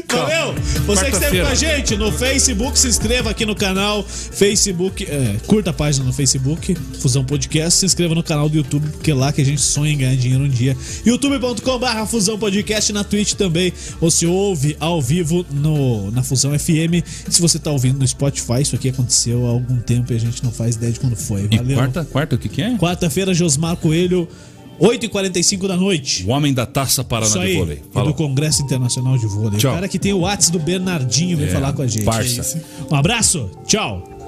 Valeu! Você que esteve
Quarta-feira.
com a gente no Facebook, se inscreva aqui no canal Facebook, é, curta a página no Facebook, Fusão Podcast, se inscreva no canal do YouTube, porque é lá que a gente sonha em ganhar dinheiro um dia. youtube.com.br Fusão Podcast na Twitch também. Você ouve ao vivo no, na Fusão FM. Se você tá ouvindo no Spotify, isso aqui aconteceu há algum tempo e a gente não faz ideia de quando foi.
E
Valeu!
quarta, quarta, o que que é?
Quarta-feira, Josmar Coelho, 8h45 da noite.
O homem da taça Paraná
Isso
de
aí,
vôlei.
e do Congresso Internacional de Vôlei.
Tchau.
O cara que tem o Whats do Bernardinho vem
É,
falar com a gente. É
parça.
isso. Um abraço, tchau.